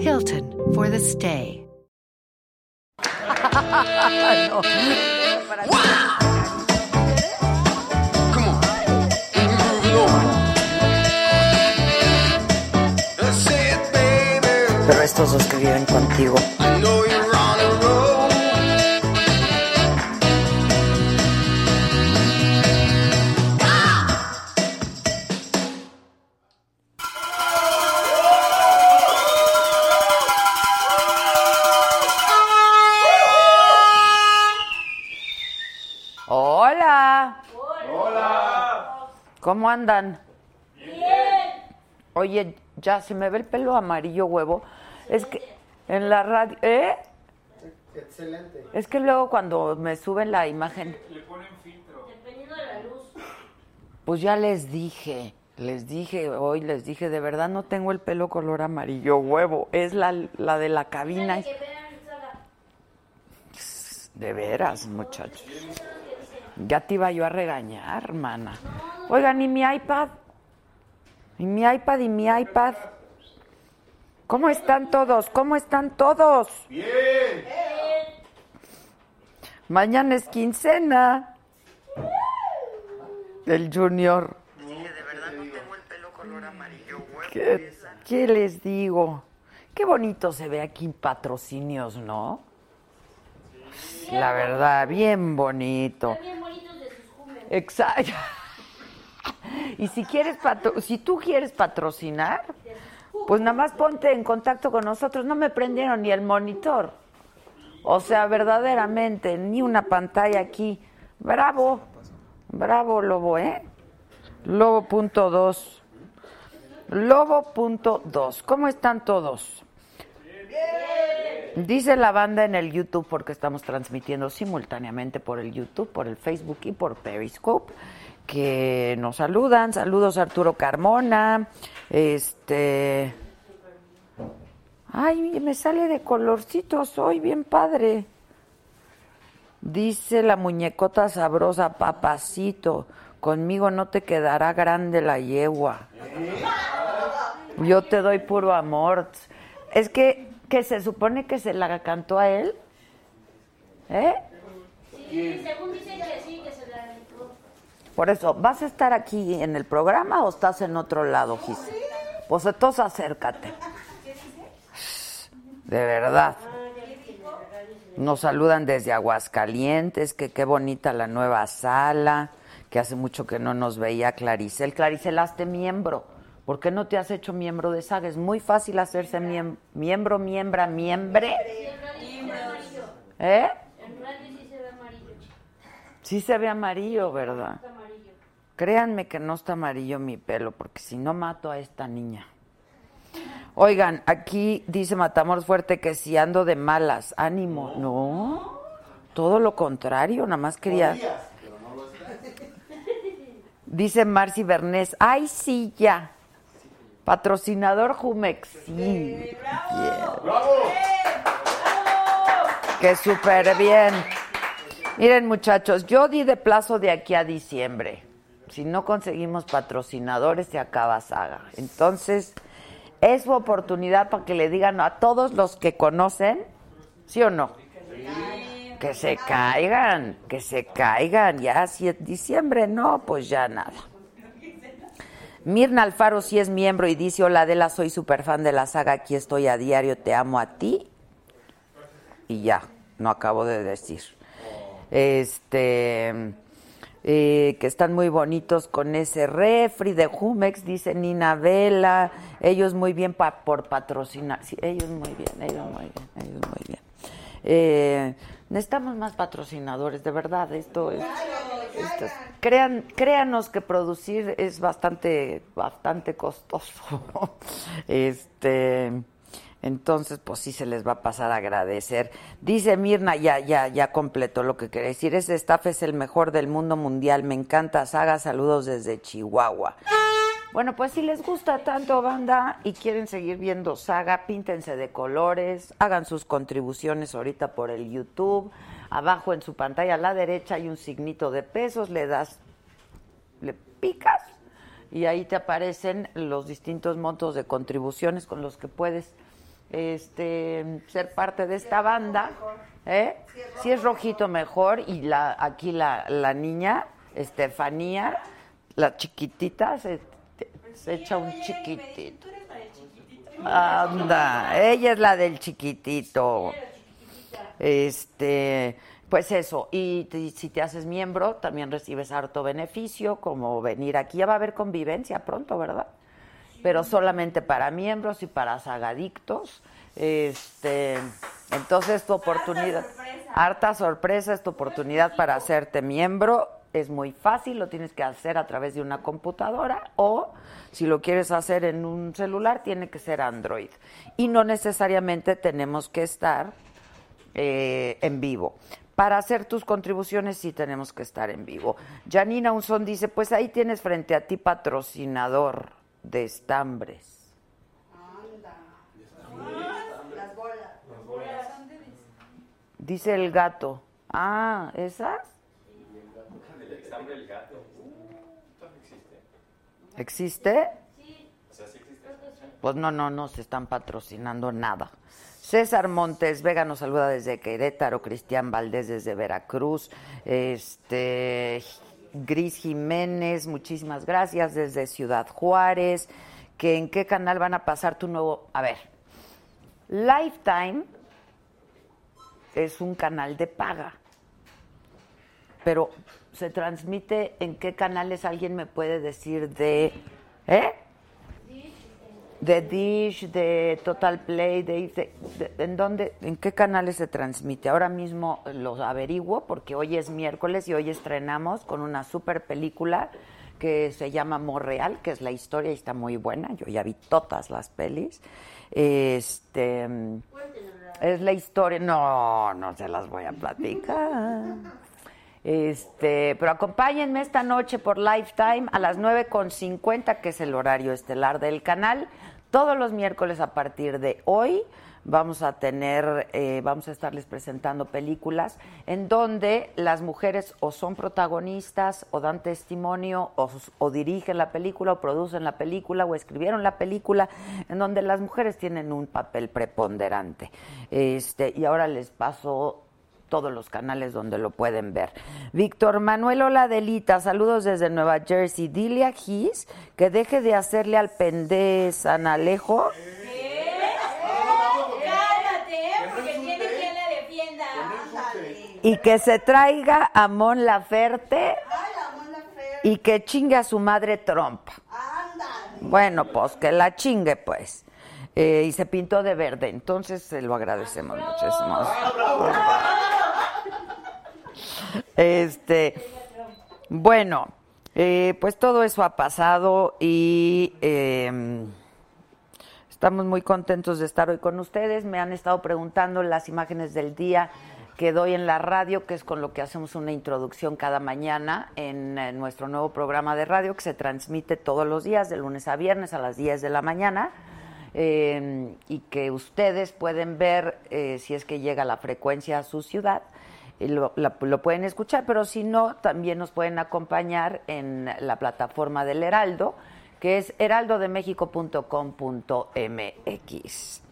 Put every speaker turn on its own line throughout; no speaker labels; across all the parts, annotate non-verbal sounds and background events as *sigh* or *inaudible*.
Hilton for the stay. No.
Come on. Move it on. That's it, baby.
Pero estos dos que viven contigo,
I know you're on a roll.
Hola. Hola. ¿Cómo andan? Bien. Oye, ya se me ve el pelo amarillo huevo. Es que en la radio, ¿eh? Excelente. Es que luego cuando me suben la imagen. Le ponen filtro. Dependiendo de la luz. Pues ya les dije, les dije hoy, les dije, de verdad no tengo el pelo color amarillo huevo. Es la, la de la cabina. De veras, muchachos. Ya te iba yo a regañar, hermana. Oigan, ¿y mi iPad? ¿Y mi iPad y mi iPad? ¿Cómo están todos? ¿Cómo están todos? Bien. Mañana es quincena. Del Junior. ¿Qué, ¿Qué les digo? Qué bonito se ve aquí en patrocinios, ¿no? La verdad, bien bonito. Exacto. *laughs* Y si quieres patro- si tú quieres patrocinar, pues nada más ponte en contacto con nosotros. No me prendieron ni el monitor. O sea, verdaderamente, ni una pantalla aquí. Bravo. Bravo, Lobo, ¿eh? Lobo punto dos. Lobo punto dos. ¿Cómo están todos? Dice la banda en el YouTube, porque estamos transmitiendo simultáneamente por el YouTube, por el Facebook y por Periscope, que nos saludan. Saludos Arturo Carmona. Este. Ay, me sale de colorcitos hoy, bien padre. Dice la muñecota sabrosa, papacito. Conmigo no te quedará grande la yegua. Yo te doy puro amor. Es que, que se supone que se la cantó a él. ¿Eh? Por eso, ¿vas a estar aquí en el programa o estás en otro lado, Gis? Pues entonces acércate. De verdad. Nos saludan desde Aguascalientes, que qué bonita la nueva sala, que hace mucho que no nos veía Claricel. Claricel, hazte miembro. ¿Por qué no te has hecho miembro de SAG? Es muy fácil hacerse miem- miembro, miembra, miembre. ¿Eh? Sí se ve amarillo, ¿verdad? Créanme que no está amarillo mi pelo, porque si no mato a esta niña. Oigan, aquí dice Matamoros Fuerte que si ando de malas, ánimo. No, todo lo contrario, nada más quería. Dice Marci Bernés, ay sí ya. Patrocinador Jumex. Sí. Yeah. Que súper bien. Miren muchachos, yo di de plazo de aquí a diciembre. Si no conseguimos patrocinadores, se acaba saga. Entonces, es su oportunidad para que le digan a todos los que conocen, ¿sí o no? Que se caigan, que se caigan. Ya si es diciembre, no, pues ya nada. Mirna Alfaro sí es miembro y dice, hola Adela, soy súper fan de la saga, aquí estoy a diario, te amo a ti. Y ya, no acabo de decir. Este, eh, que están muy bonitos con ese refri de Jumex, dice Nina Vela, ellos muy bien pa- por patrocinar, sí, ellos muy bien, ellos muy bien, ellos muy bien. Eh, necesitamos más patrocinadores, de verdad, esto es... esto es- crean, créanos que producir es bastante, bastante costoso. *laughs* este, entonces, pues sí se les va a pasar a agradecer. Dice Mirna, ya, ya, ya completó lo que quería decir. Ese staff es el mejor del mundo mundial. Me encanta, Saga. Saludos desde Chihuahua. Bueno, pues si les gusta tanto banda y quieren seguir viendo Saga, píntense de colores, hagan sus contribuciones ahorita por el YouTube. Abajo en su pantalla a la derecha hay un signito de pesos, le das, le picas y ahí te aparecen los distintos montos de contribuciones con los que puedes este ser parte de esta banda. ¿eh? Si es rojito mejor y la aquí la, la niña Estefanía, la chiquitita se, te- se echa un chiquitito. Anda, ella es la del chiquitito. Este, pues eso, y te- si te haces miembro, también recibes harto beneficio, como venir aquí. Ya va a haber convivencia pronto, ¿verdad? Pero solamente para miembros y para sagadictos. Este, entonces tu oportunidad, harta sorpresa, Pues es tu oportunidad para hacerte miembro. Es muy fácil, lo tienes que hacer a través de una computadora o si lo quieres hacer en un celular, tiene que ser Android. Y no necesariamente tenemos que estar eh, en vivo. Para hacer tus contribuciones sí tenemos que estar en vivo. Janina Unzón dice, pues ahí tienes frente a ti patrocinador de estambres. Dice el gato. Ah, ¿esas? ¿Existe? Pues no, no, no se están patrocinando nada. César Montes Vega nos saluda desde Querétaro, Cristian Valdés desde Veracruz, este Gris Jiménez, muchísimas gracias desde Ciudad Juárez, que en qué canal van a pasar tu nuevo, a ver. Lifetime es un canal de paga. Pero se transmite en qué canales alguien me puede decir de ¿eh? de Dish, de Total Play, de, de- de- en dónde, en qué canales se transmite. Ahora mismo los averiguo porque hoy es miércoles y hoy estrenamos con una super película que se llama Morreal, que es la historia y está muy buena. Yo ya vi todas las pelis. Este es la historia, no, no se las voy a platicar. Este, pero acompáñenme esta noche por Lifetime a las 9.50, que es el horario estelar del canal. Todos los miércoles a partir de hoy vamos a tener, eh, vamos a estarles presentando películas en donde las mujeres o son protagonistas o dan testimonio o, o dirigen la película o producen la película o escribieron la película, en donde las mujeres tienen un papel preponderante. Este, y ahora les paso todos los canales donde lo pueden ver. Víctor Manuel Oladelita, saludos desde Nueva Jersey. Dile a Gis que deje de hacerle al pendé San Alejo.
Cállate, ¿eh? porque tiene quien la defienda. Ándale.
Y que se traiga a Mon Laferte
Ay, la mala fea.
y que chingue a su madre Trump.
Ándale.
Bueno, pues que la chingue, pues. Eh, y se pintó de verde, entonces se lo agradecemos muchísimo. Este, bueno, eh, pues todo eso ha pasado y eh, estamos muy contentos de estar hoy con ustedes. Me han estado preguntando las imágenes del día que doy en la radio, que es con lo que hacemos una introducción cada mañana en, eh, nuestro nuevo programa de radio que se transmite todos los días, de lunes a viernes a las 10 de la mañana. eh, y que ustedes pueden ver eh, si es que llega la frecuencia a su ciudad y lo, la- lo pueden escuchar, pero si no, también nos pueden acompañar en la plataforma del Heraldo, que es heraldodemexico.com.mx.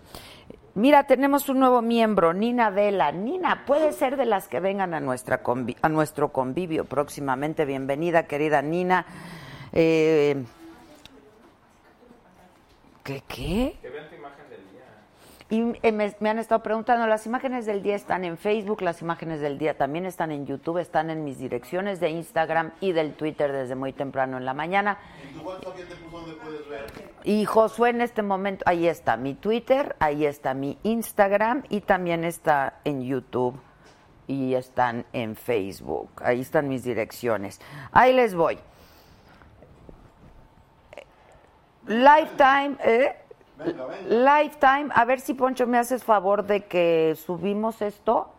Mira, tenemos un nuevo miembro, Nina Vela. Nina, puede ser de las que vengan a, nuestra convi- a nuestro convivio próximamente. Bienvenida, querida Nina. Eh, ¿Qué qué? Que vean tu imagen del día. Y eh, me, me han estado preguntando, las imágenes del día están en Facebook, las imágenes del día también están en YouTube, están en mis direcciones de Instagram y del Twitter desde muy temprano en la mañana. Y Josué en este momento, ahí está mi Twitter, ahí está mi Instagram y también está en YouTube y están en Facebook. Ahí están mis direcciones. Ahí les voy. Lifetime, ¿eh? Lifetime, a ver si Poncho me haces favor de que subimos esto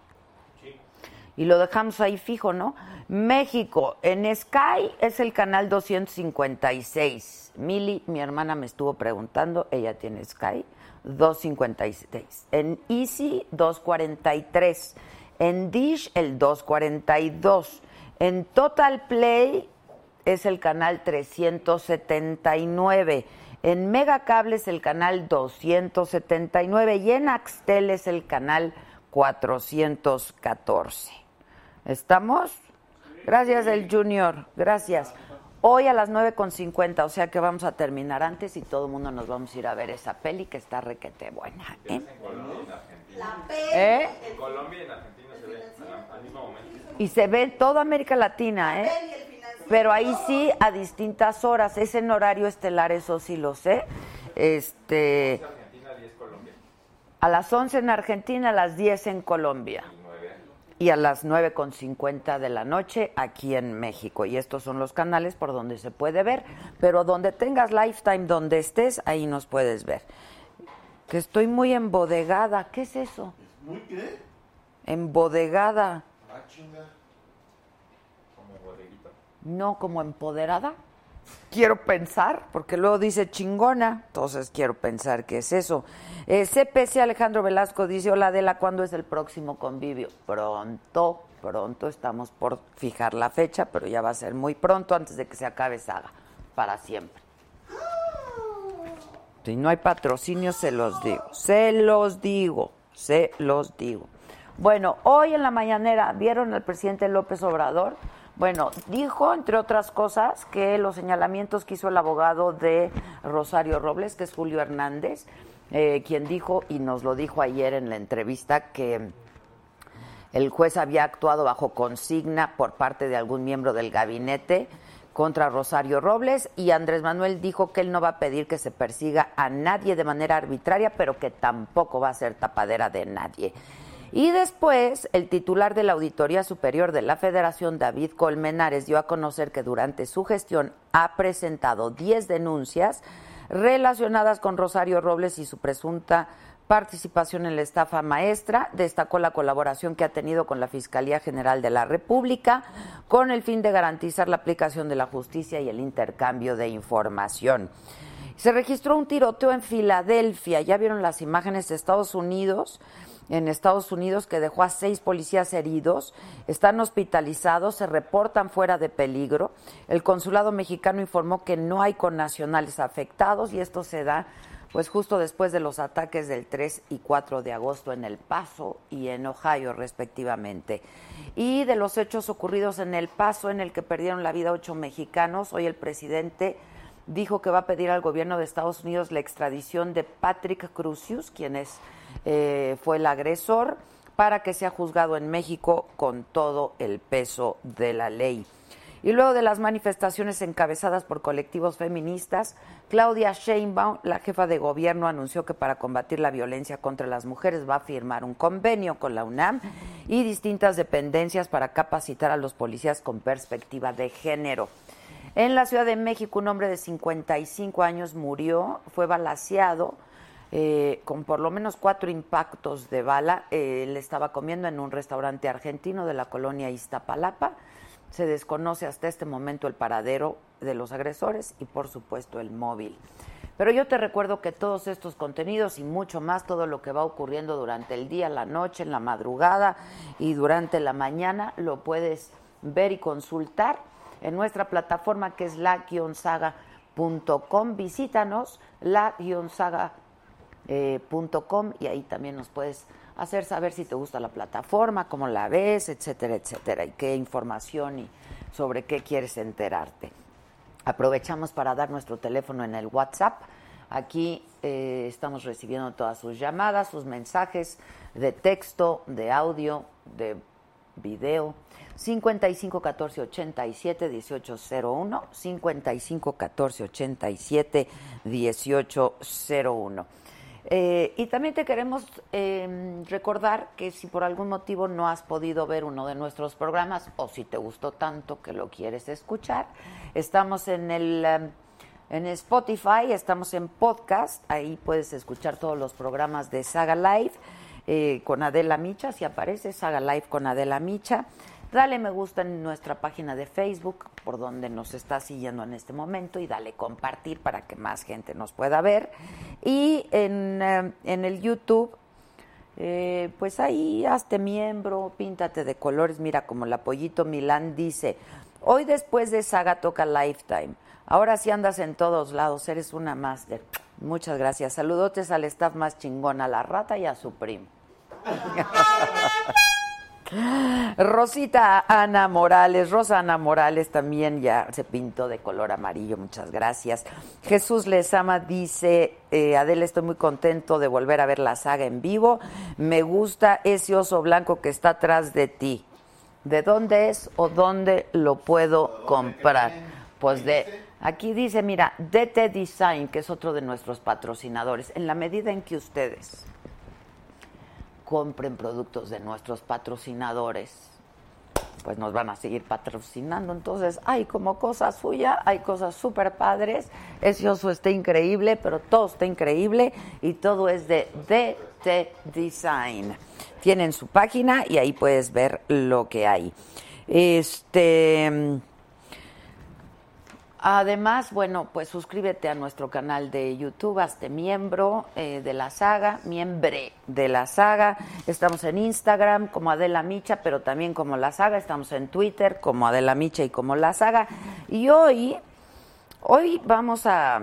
y lo dejamos ahí fijo, ¿no? México, en Sky es el canal 256. Mili, mi hermana me estuvo preguntando, ella tiene Sky 256. En Easy 243. En Dish el 242. En Total Play es el canal 379. En Megacable es el canal 279 y en Axtel es el canal 414. ¿Estamos? Gracias, el Junior. Gracias. Hoy a las 9.50, o sea que vamos a terminar antes y todo el mundo nos vamos a ir a ver esa peli que está requete buena. ¿eh? ¿Eh? Y se ve en toda América Latina, ¿eh? Pero ahí sí a distintas horas, es en horario estelar, eso sí lo sé. Este a las 11 en Argentina, a las 10 en Colombia. Y a las 9.50 de la noche aquí en México. Y estos son los canales por donde se puede ver. Pero donde tengas Lifetime, donde estés, ahí nos puedes ver. Que estoy muy embodegada. ¿Qué es eso?
¿Muy qué?
Embodegada.
Ah, chinga. Como bodeguita.
no como empoderada. Quiero pensar, porque luego dice chingona, entonces quiero pensar que es eso. Eh, CPC Alejandro Velasco dice, hola Adela, ¿cuándo es el próximo convivio? Pronto, pronto, estamos por fijar la fecha, pero ya va a ser muy pronto antes de que se acabe Saga, para siempre. Si no hay patrocinio, se los digo. Se los digo, se los digo. Bueno, hoy en la mañanera vieron al presidente López Obrador. Bueno, dijo, entre otras cosas, que los señalamientos que hizo el abogado de Rosario Robles, que es Julio Hernández, eh, quien dijo, y nos lo dijo ayer en la entrevista, que el juez había actuado bajo consigna por parte de algún miembro del gabinete contra Rosario Robles y Andrés Manuel dijo que él no va a pedir que se persiga a nadie de manera arbitraria, pero que tampoco va a ser tapadera de nadie. Y después, el titular de la Auditoría Superior de la Federación, David Colmenares, dio a conocer que durante su gestión ha presentado 10 denuncias relacionadas con Rosario Robles y su presunta participación en la estafa maestra, destacó la colaboración que ha tenido con la Fiscalía General de la República con el fin de garantizar la aplicación de la justicia y el intercambio de información. Se registró un tiroteo en Filadelfia, ya vieron las imágenes de Estados Unidos, en Estados Unidos que dejó a seis policías heridos, están hospitalizados, se reportan fuera de peligro. El consulado mexicano informó que no hay connacionales afectados y esto se da pues justo después de los ataques del 3 y 4 de agosto en El Paso y en Ohio respectivamente. Y de los hechos ocurridos en El Paso en el que perdieron la vida ocho mexicanos, hoy el presidente dijo que va a pedir al gobierno de Estados Unidos la extradición de Patrick Crucius, quien es, eh, fue el agresor, para que sea juzgado en México con todo el peso de la ley. Y luego de las manifestaciones encabezadas por colectivos feministas, Claudia Sheinbaum, la jefa de gobierno, anunció que para combatir la violencia contra las mujeres va a firmar un convenio con la UNAM y distintas dependencias para capacitar a los policías con perspectiva de género. En la Ciudad de México, un hombre de 55 años murió, fue balaseado eh, con por lo menos cuatro impactos de bala. Eh, él estaba comiendo en un restaurante argentino de la colonia Iztapalapa. Se desconoce hasta este momento el paradero de los agresores y, por supuesto, el móvil. Pero yo te recuerdo que todos estos contenidos y mucho más, todo lo que va ocurriendo durante el día, la noche, en la madrugada y durante la mañana, lo puedes ver y consultar en nuestra plataforma que es la-saga.com. Visítanos la-saga.com y ahí también nos puedes hacer saber si te gusta la plataforma, cómo la ves, etcétera, etcétera, y qué información y sobre qué quieres enterarte. Aprovechamos para dar nuestro teléfono en el WhatsApp Aquí eh, estamos recibiendo todas sus llamadas, sus mensajes de texto, de audio, de video. 55 14 87 1801 55 14 87 1801 eh, y también te queremos eh, recordar que si por algún motivo no has podido ver uno de nuestros programas o si te gustó tanto que lo quieres escuchar, estamos en el em, en Spotify, estamos en podcast, ahí puedes escuchar todos los programas de Saga Live eh, con Adela Micha, si aparece Saga Live con Adela Micha. Dale me gusta en nuestra página de Facebook, por donde nos está siguiendo en este momento, y dale compartir para que más gente nos pueda ver. Y en, eh, en el YouTube, eh, pues ahí hazte miembro, píntate de colores. Mira, como el apoyito Milán dice, hoy después de Saga toca Lifetime. Ahora sí andas en todos lados, eres una máster. Muchas gracias. Saludotes al staff más chingón, a la rata y a su primo. Rosita Ana Morales, Rosa Ana Morales también ya se pintó de color amarillo, muchas gracias. Jesús Lezama dice, eh, Adela, estoy muy contento de volver a ver la saga en vivo, me gusta ese oso blanco que está atrás de ti. ¿De dónde es o dónde lo puedo comprar? Pues de aquí dice, mira, DT Design, que es otro de nuestros patrocinadores, en la medida en que ustedes compren productos de nuestros patrocinadores, pues nos van a seguir patrocinando. Entonces, hay como cosa suya, hay cosas súper padres. Ese oso está increíble, pero todo está increíble y todo es de DT Design. Tienen su página y ahí puedes ver lo que hay. Este. Además, bueno, pues suscríbete a nuestro canal de YouTube, hazte miembro eh, de la saga, miembre de la saga. Estamos en Instagram como Adela Micha, pero también como la saga. Estamos en Twitter como Adela Micha y como la saga. Y hoy, hoy vamos a...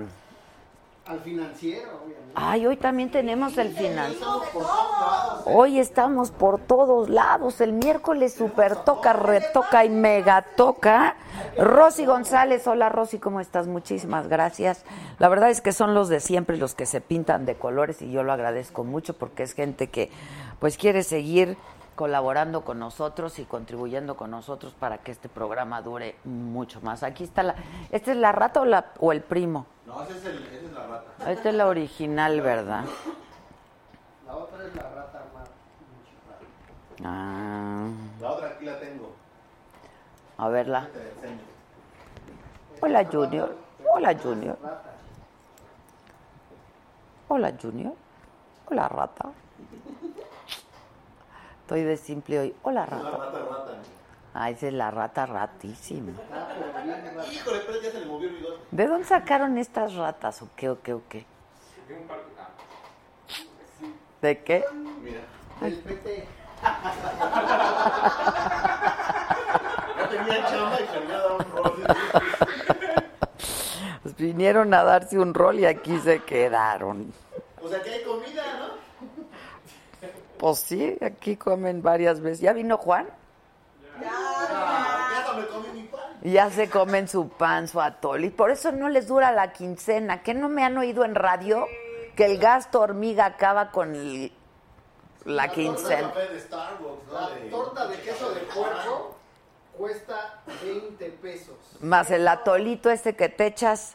Al financiero, obviamente.
Ay, hoy también tenemos el final.
Por todos lados.
Hoy estamos por todos lados. El miércoles super toca, retoca y mega toca. Rosy González, hola Rosy, ¿cómo estás? Muchísimas gracias. La verdad es que son los de siempre los que se pintan de colores y yo lo agradezco mucho porque es gente que pues quiere seguir colaborando con nosotros y contribuyendo con nosotros para que este programa dure mucho más. Aquí está la, ¿esta es la rata o, la, o el primo?
No, ese es el, esa es la rata.
Esta es la original, ¿verdad?
La otra es la rata armada.
Ah.
La otra aquí la tengo.
A verla.
Te la enseño.
Hola Junior. Hola Junior. Hola Junior. Hola rata. Estoy de simple hoy. Hola
La
rata.
rata, rata. Ah,
Ah, esa es la rata ratísima.
Híjole, pero ya se le movió el bigote.
¿De dónde sacaron estas ratas? ¿O qué, o qué, o qué? ¿De qué?
Mira.
El PT.
Ya
*laughs*
tenía chamba y se había dado un rol.
Pues vinieron a darse un rol y aquí se quedaron.
O sea, que hay comida, ¿no?
Pues sí, aquí comen varias veces. ¿Ya vino Juan?
Ya no me comí mi pan.
Ya se comen su pan, su atol. Y por eso no les dura la quincena. ¿Qué no me han oído en radio? Que el gasto hormiga acaba con el- la
El
quincena.
café de Starbucks, ¿no?
La
De-
torta de queso de puerco cuesta 20 pesos.
Más el atolito este que te echas.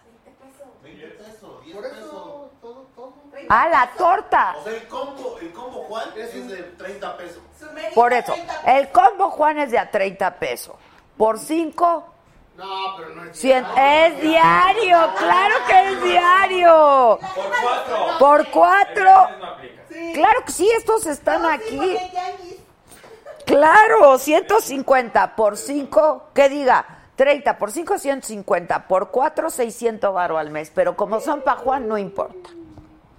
Por eso todo, todo.
¡Ah, la torta!
O sea, el combo, el combo Juan es de 30 pesos.
Por eso, el combo Juan es de a 30 pesos. Por 5,
No, pero no es.
100. ¡Es diario! ¡Claro que es diario!
Por cuatro.
Por
Entonces
4.
no aplica.
Claro que sí, estos están
No, sí,
aquí.
porque el tianguis,
Claro, 150 por 5, que diga, 30 por 5, 150 por 4, 600 varo al mes. Pero como son pa' Juan, no importa.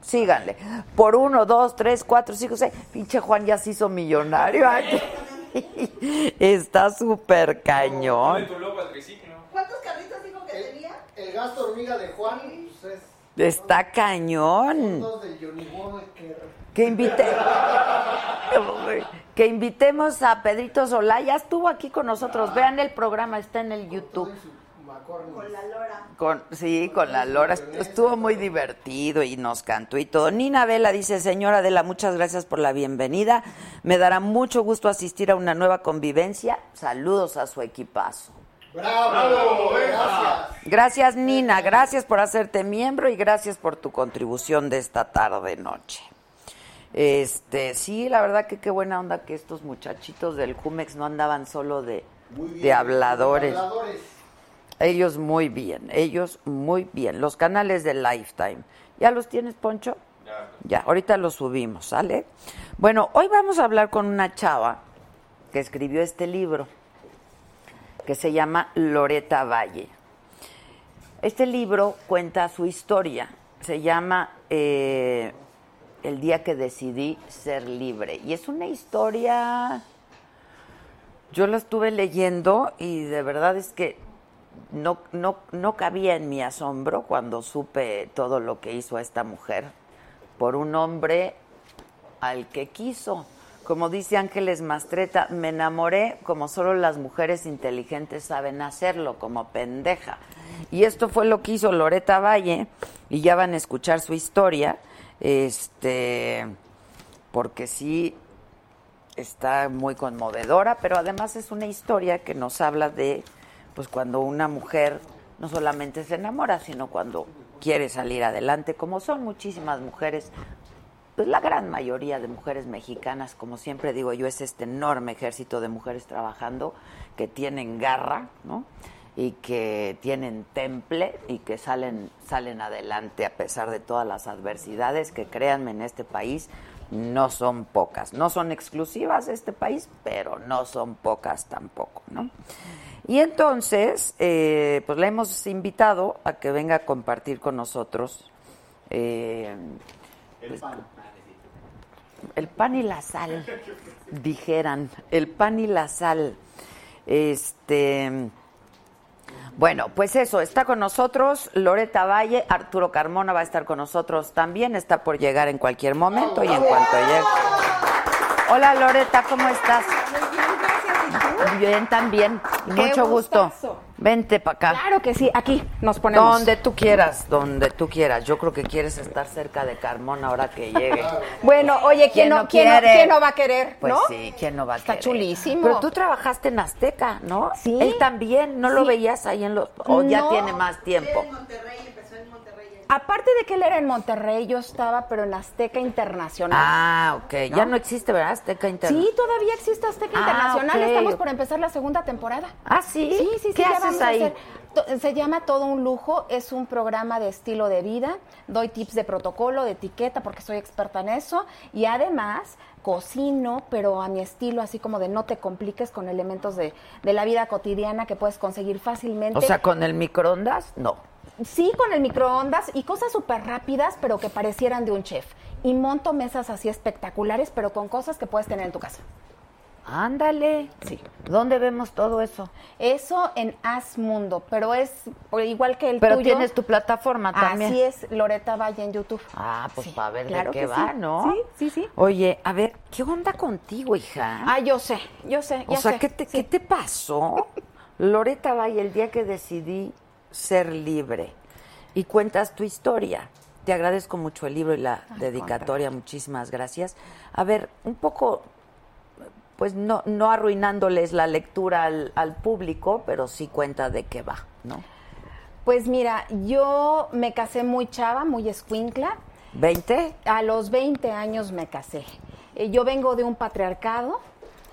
Síganle. Por 1, 2, 3, 4, 5, 6. Pinche Juan ya se hizo millonario. Ay, *laughs* Está súper
Ponle
cañón.
tu logo al triciclo.
¿Cuántos carritos dijo
Eh.
que tenía?
El gasto hormiga de Juan pues es
Está cañón.
dos del Johnny Walker.
Que invite. Que invitemos a Pedrito Solá. Ya estuvo aquí con nosotros. Vean el programa, está en el
Todo
YouTube.
en su ma-
con la lora.
Con, sí, con la Lora. Estuvo muy divertido y nos cantó y todo. Nina Vela dice, señora Adela, muchas gracias por la bienvenida. Me dará mucho gusto asistir a una nueva convivencia. Saludos a su equipazo.
¡Bravo! ¡Gracias!
Gracias, Nina. Gracias por hacerte miembro y gracias por tu contribución de esta tarde noche. Este, sí, la verdad que qué buena onda que estos muchachitos del Jumex no andaban solo de,
Muy bien.
de habladores.
Habladores.
Ellos muy bien, ellos muy bien. Los canales de Lifetime. ¿Ya los tienes, Poncho? Ya. ahorita los subimos, ¿sale? Bueno, hoy vamos a hablar con una chava que escribió este libro, que se llama Loreta Valle. Este libro cuenta su historia. Se llama eh, El día que decidí ser libre. Y es una historia... Yo la estuve leyendo y de verdad es que no, no, no cabía en mi asombro cuando supe todo lo que hizo esta mujer por un hombre al que quiso. Como dice Ángeles Mastreta, me enamoré como solo las mujeres inteligentes saben hacerlo, como pendeja. Y esto fue lo que hizo Loreta Valle, y ya van a escuchar su historia, este, porque sí, está muy conmovedora, pero además es una historia que nos habla de pues cuando una mujer no solamente se enamora, sino cuando quiere salir adelante, como son muchísimas mujeres, pues la gran mayoría de mujeres mexicanas, como siempre digo yo, es este enorme ejército de mujeres trabajando que tienen garra, ¿no? Y que tienen temple y que salen, salen adelante a pesar de todas las adversidades que créanme en este país no son pocas. No son exclusivas de este país, pero no son pocas tampoco, ¿no? Y entonces, eh, pues la hemos invitado a que venga a compartir con nosotros eh, pues, el pan y la sal, dijeran, el pan y la sal. Este, bueno, pues eso, está con nosotros Loreta Valle, Arturo Carmona va a estar con nosotros también, está por llegar en cualquier momento y en cuanto llegue. Hola Loreta, ¿cómo estás?
Muy bien, gracias. ¿Y tú?
Bien, también. Y
Qué
Mucho gusto.
gustazo.
Vente para acá.
Claro que sí, aquí nos ponemos.
Donde tú quieras, donde tú quieras. Yo creo que quieres estar cerca de Carmona ahora que llegue.
Bueno, oye, ¿quién, no, quién no-
quiere?
quién no va a querer?
Pues
¿no?
sí, ¿quién no va a
Está
querer?
chulísimo.
Pero tú trabajaste en Azteca, ¿no?
Sí.
Él también, ¿no lo
Sí.
veías ahí en los... o ya
No.
tiene más tiempo?
Aparte de que él era en Monterrey, yo estaba, pero en Azteca Internacional.
Ah, ok. Ya no existe, ¿verdad? Azteca Internet.
Sí, todavía existe Azteca
Ah,
Internacional.
ok.
Estamos por empezar la segunda temporada.
Ah, ¿sí?
Sí, sí, sí.
¿Qué
ya
haces
vamos a
ahí?
hacer. To- Se llama Todo un Lujo, es un programa de estilo de vida. Doy tips de protocolo, de etiqueta, porque soy experta en eso. Y además cocino, pero a mi estilo, así como de no te compliques con elementos de, de la vida cotidiana que puedes conseguir fácilmente.
O sea, ¿con el microondas? No.
Sí, con el microondas y cosas súper rápidas, pero que parecieran de un chef. Y monto mesas así espectaculares, pero con cosas que puedes tener en tu casa.
Ándale. Sí. ¿Dónde vemos todo eso?
Eso en Asmundo, pero es por igual que el
Pero
tuyo.
tienes tu plataforma Ah, también.
Así es, Loreta Valle en YouTube.
Ah, pues
Sí,
para ver
claro
de qué
que
va,
sí.
¿no?
Sí, sí, sí.
Oye, a ver, ¿qué onda contigo, hija?
Ah, yo sé, yo sé.
o
ya
sea,
sé,
¿qué, te,
sí.
¿qué te pasó? Loreta Valle, el día que decidí ser libre y cuentas tu historia. Te agradezco mucho el libro y la dedicatoria, muchísimas gracias. A ver, un poco, pues no, no arruinándoles la lectura al, al público, pero sí cuenta de qué va, ¿no?
Pues mira, yo me casé muy chava, muy escuincla.
¿20?
A los 20 años me casé. Eh, Yo vengo de un patriarcado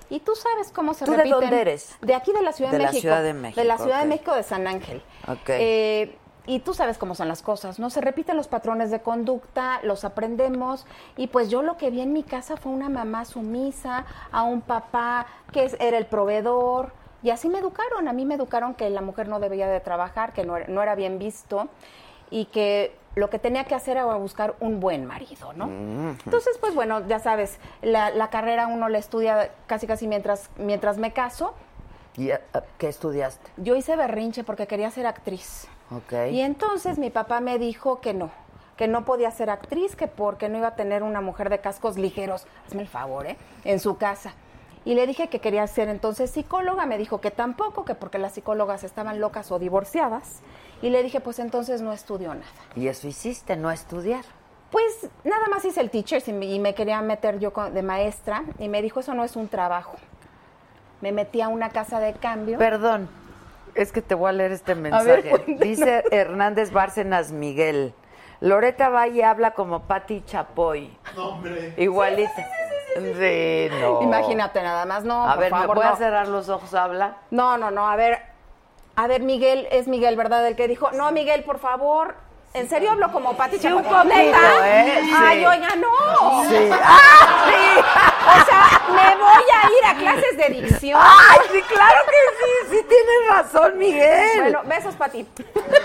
y tú sabes cómo se
¿Tú de
repiten-
dónde eres?
De aquí de la Ciudad
De
de,
la
México.
Ciudad de México,
De la Ciudad
ok.
de México de San Ángel.
Ok.
Eh, y tú sabes cómo son las cosas, ¿no? Se repiten los patrones de conducta, los aprendemos. Y pues yo lo que vi en mi casa fue una mamá sumisa, a un papá que es- era el proveedor. Y así me educaron. A mí me educaron que la mujer no debía de trabajar, que no era, no era bien visto y que lo que tenía que hacer era buscar un buen marido, ¿no? Entonces, pues bueno, ya sabes, la, la carrera uno la estudia casi casi mientras, mientras me caso.
¿Y, eh, ¿Qué estudiaste?
Yo hice berrinche porque quería ser actriz.
Ok.
Y entonces mi papá me dijo que no, que no podía ser actriz, que porque no iba a tener una mujer de cascos ligeros, hazme el favor, ¿eh? En su casa. y le dije que quería ser entonces psicóloga, me dijo que tampoco, que porque las psicólogas estaban locas o divorciadas, y le dije, pues entonces no estudió nada.
Y eso hiciste, no estudiar.
Pues nada más hice el teachers y me, y me quería meter yo co- de maestra y me dijo, eso no es un trabajo. Me metí a una casa de cambio.
Perdón, es que te voy a leer este
*laughs*
mensaje.
cuéntanos.
Dice Hernández Bárcenas Miguel. Loreta Valle habla como Patti Chapoy.
No, hombre.
Igualita. Sí, no.
Imagínate nada más, no,
a
por
ver,
favor,
¿me voy
no.
a cerrar los ojos? Habla.
No, no, no, a ver, a ver, Miguel, es Miguel, ¿verdad? El que dijo, no, Miguel, por favor, ¿en serio hablo como Pati
Sí, un
Chapoy?
poquito,
¿Neta?
¿eh? Sí.
Ay, oiga, no.
Sí.
*laughs* ¡Ah, sí! O sea, me voy a ir a clases de dicción.
¡Ay, sí, claro que sí! Sí tienes razón, Miguel.
Bueno, besos, Pati.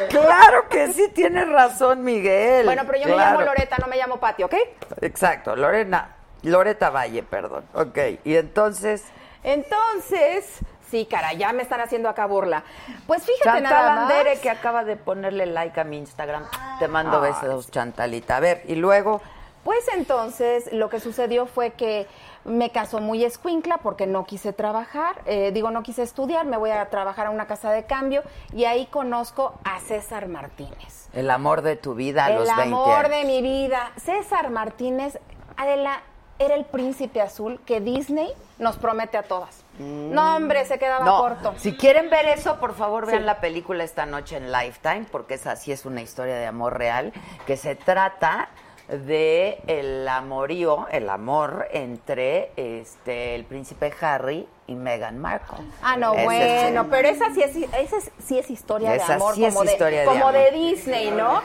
claro que sí tienes razón, Miguel.
Bueno, pero yo me
Claro.
llamo Loreta, no me llamo Pati, ¿ok?
Exacto, Lorena. Loreta Valle, perdón. Ok, y entonces...
Entonces, sí, cara, ya me están haciendo acá burla. Pues fíjate
Chantal
nada más.
Andere, que acaba de ponerle like a mi Instagram. Te mando
Ay.
besos, Chantalita. A ver, y luego...
Pues entonces lo que sucedió fue que me casó muy escuincla porque no quise trabajar, eh, digo no quise estudiar, me voy a trabajar a una casa de cambio y ahí conozco a César Martínez.
El amor de tu vida a
el
los 20
amor
años.
de mi vida. César Martínez, Adela, era el príncipe azul que Disney nos promete a todas. No, hombre, se quedaba
Mm. No,
corto.
si quieren ver eso, por favor vean
Sí.
la película esta noche en Lifetime, porque esa sí es una historia de amor real, que se trata de el amorío, el amor entre este el príncipe Harry y Meghan Markle.
Ah, no,
Ese es
bueno,
el-
pero esa sí es, esa es- sí es historia de
Esa
amor,
sí es
como, de,
historia de
como
amor.
de Disney, ¿no?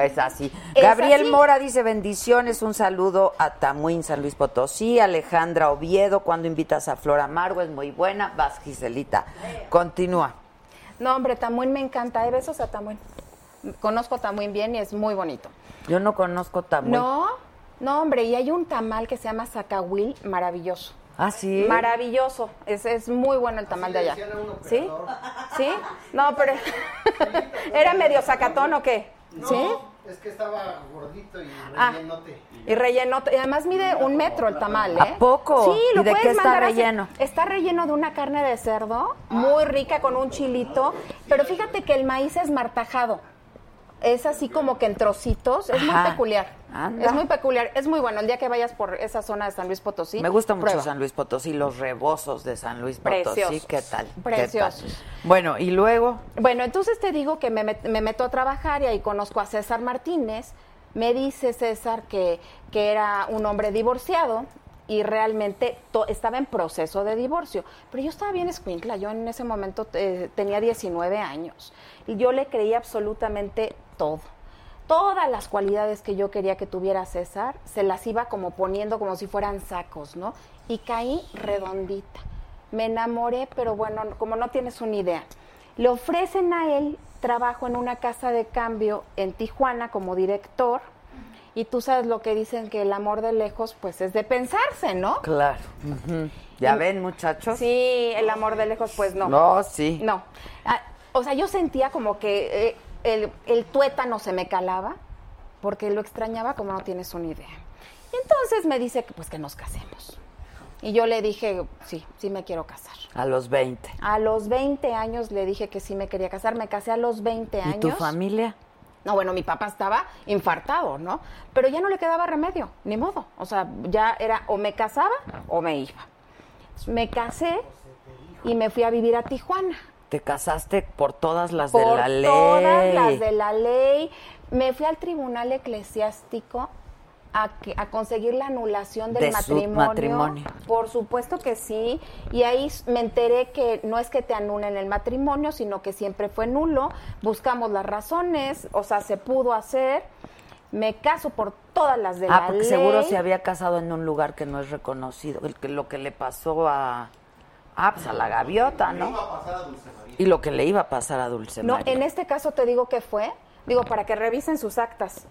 Es así.
Es
Gabriel
así.
Mora dice bendiciones, un saludo a Tamuín, San Luis Potosí, Alejandra Oviedo, cuando invitas a Flor Amargo es muy buena, vas Giselita. Continúa.
No, hombre, Tamuín me encanta. Hay besos a Tamuín. Conozco Tamuín bien y es muy bonito.
Yo no conozco Tamuín.
No, no, hombre, y hay un tamal que se llama Zacahuil, maravilloso.
¿Ah, sí?
Maravilloso, es, es muy bueno el tamal de allá. ¿Sí? ¿Sí? No,
*laughs*
pero era medio zacatón o qué? ¿Sí?
Es que estaba gordito y
Ah.
rellenote.
Y relleno, y además mide un metro el tamal, ¿eh?
¿A poco?
Sí, lo
¿Y de
puedes
qué está
mandar a hacer-
relleno?
Está relleno de una carne de cerdo,
Ah.
muy rica, con un chilito, pero fíjate que el maíz es martajado. Es así como que en trocitos, es muy
Ajá.
peculiar.
Anda.
Es muy peculiar, es muy bueno. El día que vayas por esa zona de San Luis Potosí,
Me gusta mucho
prueba.
San Luis Potosí, los rebozos de San Luis Potosí.
Preciosos.
¿Qué tal? ¿Qué tal?
Preciosos.
Bueno, y luego,
Bueno, entonces te digo que me, met- me meto a trabajar y ahí conozco a César Martínez. Me dice César que, que era un hombre divorciado y realmente to- estaba en proceso de divorcio. Pero yo estaba bien escuincla, yo en ese momento eh, tenía 19 años y yo le creía absolutamente todo. Todas las cualidades que yo quería que tuviera César, se las iba como poniendo como si fueran sacos, ¿no? Y caí redondita. Me enamoré, pero bueno, como no tienes una idea. Le ofrecen a él trabajo en una casa de cambio en Tijuana como director. Y tú sabes lo que dicen que el amor de lejos, pues es de pensarse, ¿no?
claro. Ujú. ¿Ya ven, muchachos?
Mm. Sí, el amor de lejos, pues no.
No, sí.
No. Ah, o sea, yo sentía como que eh, el, el tuétano se me calaba porque lo extrañaba como no tienes una idea. Y entonces me dice que pues que nos casemos. Y yo le dije, sí, sí me quiero casar.
A los 20.
A los 20 años le dije que sí me quería casar. Me casé a los 20 años.
¿Y tu familia?
No, bueno, mi papá estaba infartado, ¿no? Pero ya no le quedaba remedio, ni modo. O sea, ya era o me casaba o me iba. Me casé y me fui a vivir a Tijuana.
¿Te casaste por todas las
Por
de la ley?
todas las de la ley. Me fui al tribunal eclesiástico a, que- a conseguir la anulación del
De su
matrimonio.
matrimonio.
Por supuesto que sí. Y ahí s- me enteré que no es que te anulen el matrimonio, sino que siempre fue nulo. Buscamos las razones, o sea, se pudo hacer. Me caso por todas las de
Ah,
la
porque
ley.
seguro se había casado en un lugar que no es reconocido. El que, lo que le pasó a. Ah, pues a la gaviota, ¿no? Y lo que le iba a pasar a Dulce
No,
María.
en este caso te digo que fue, digo, para que revisen sus actas.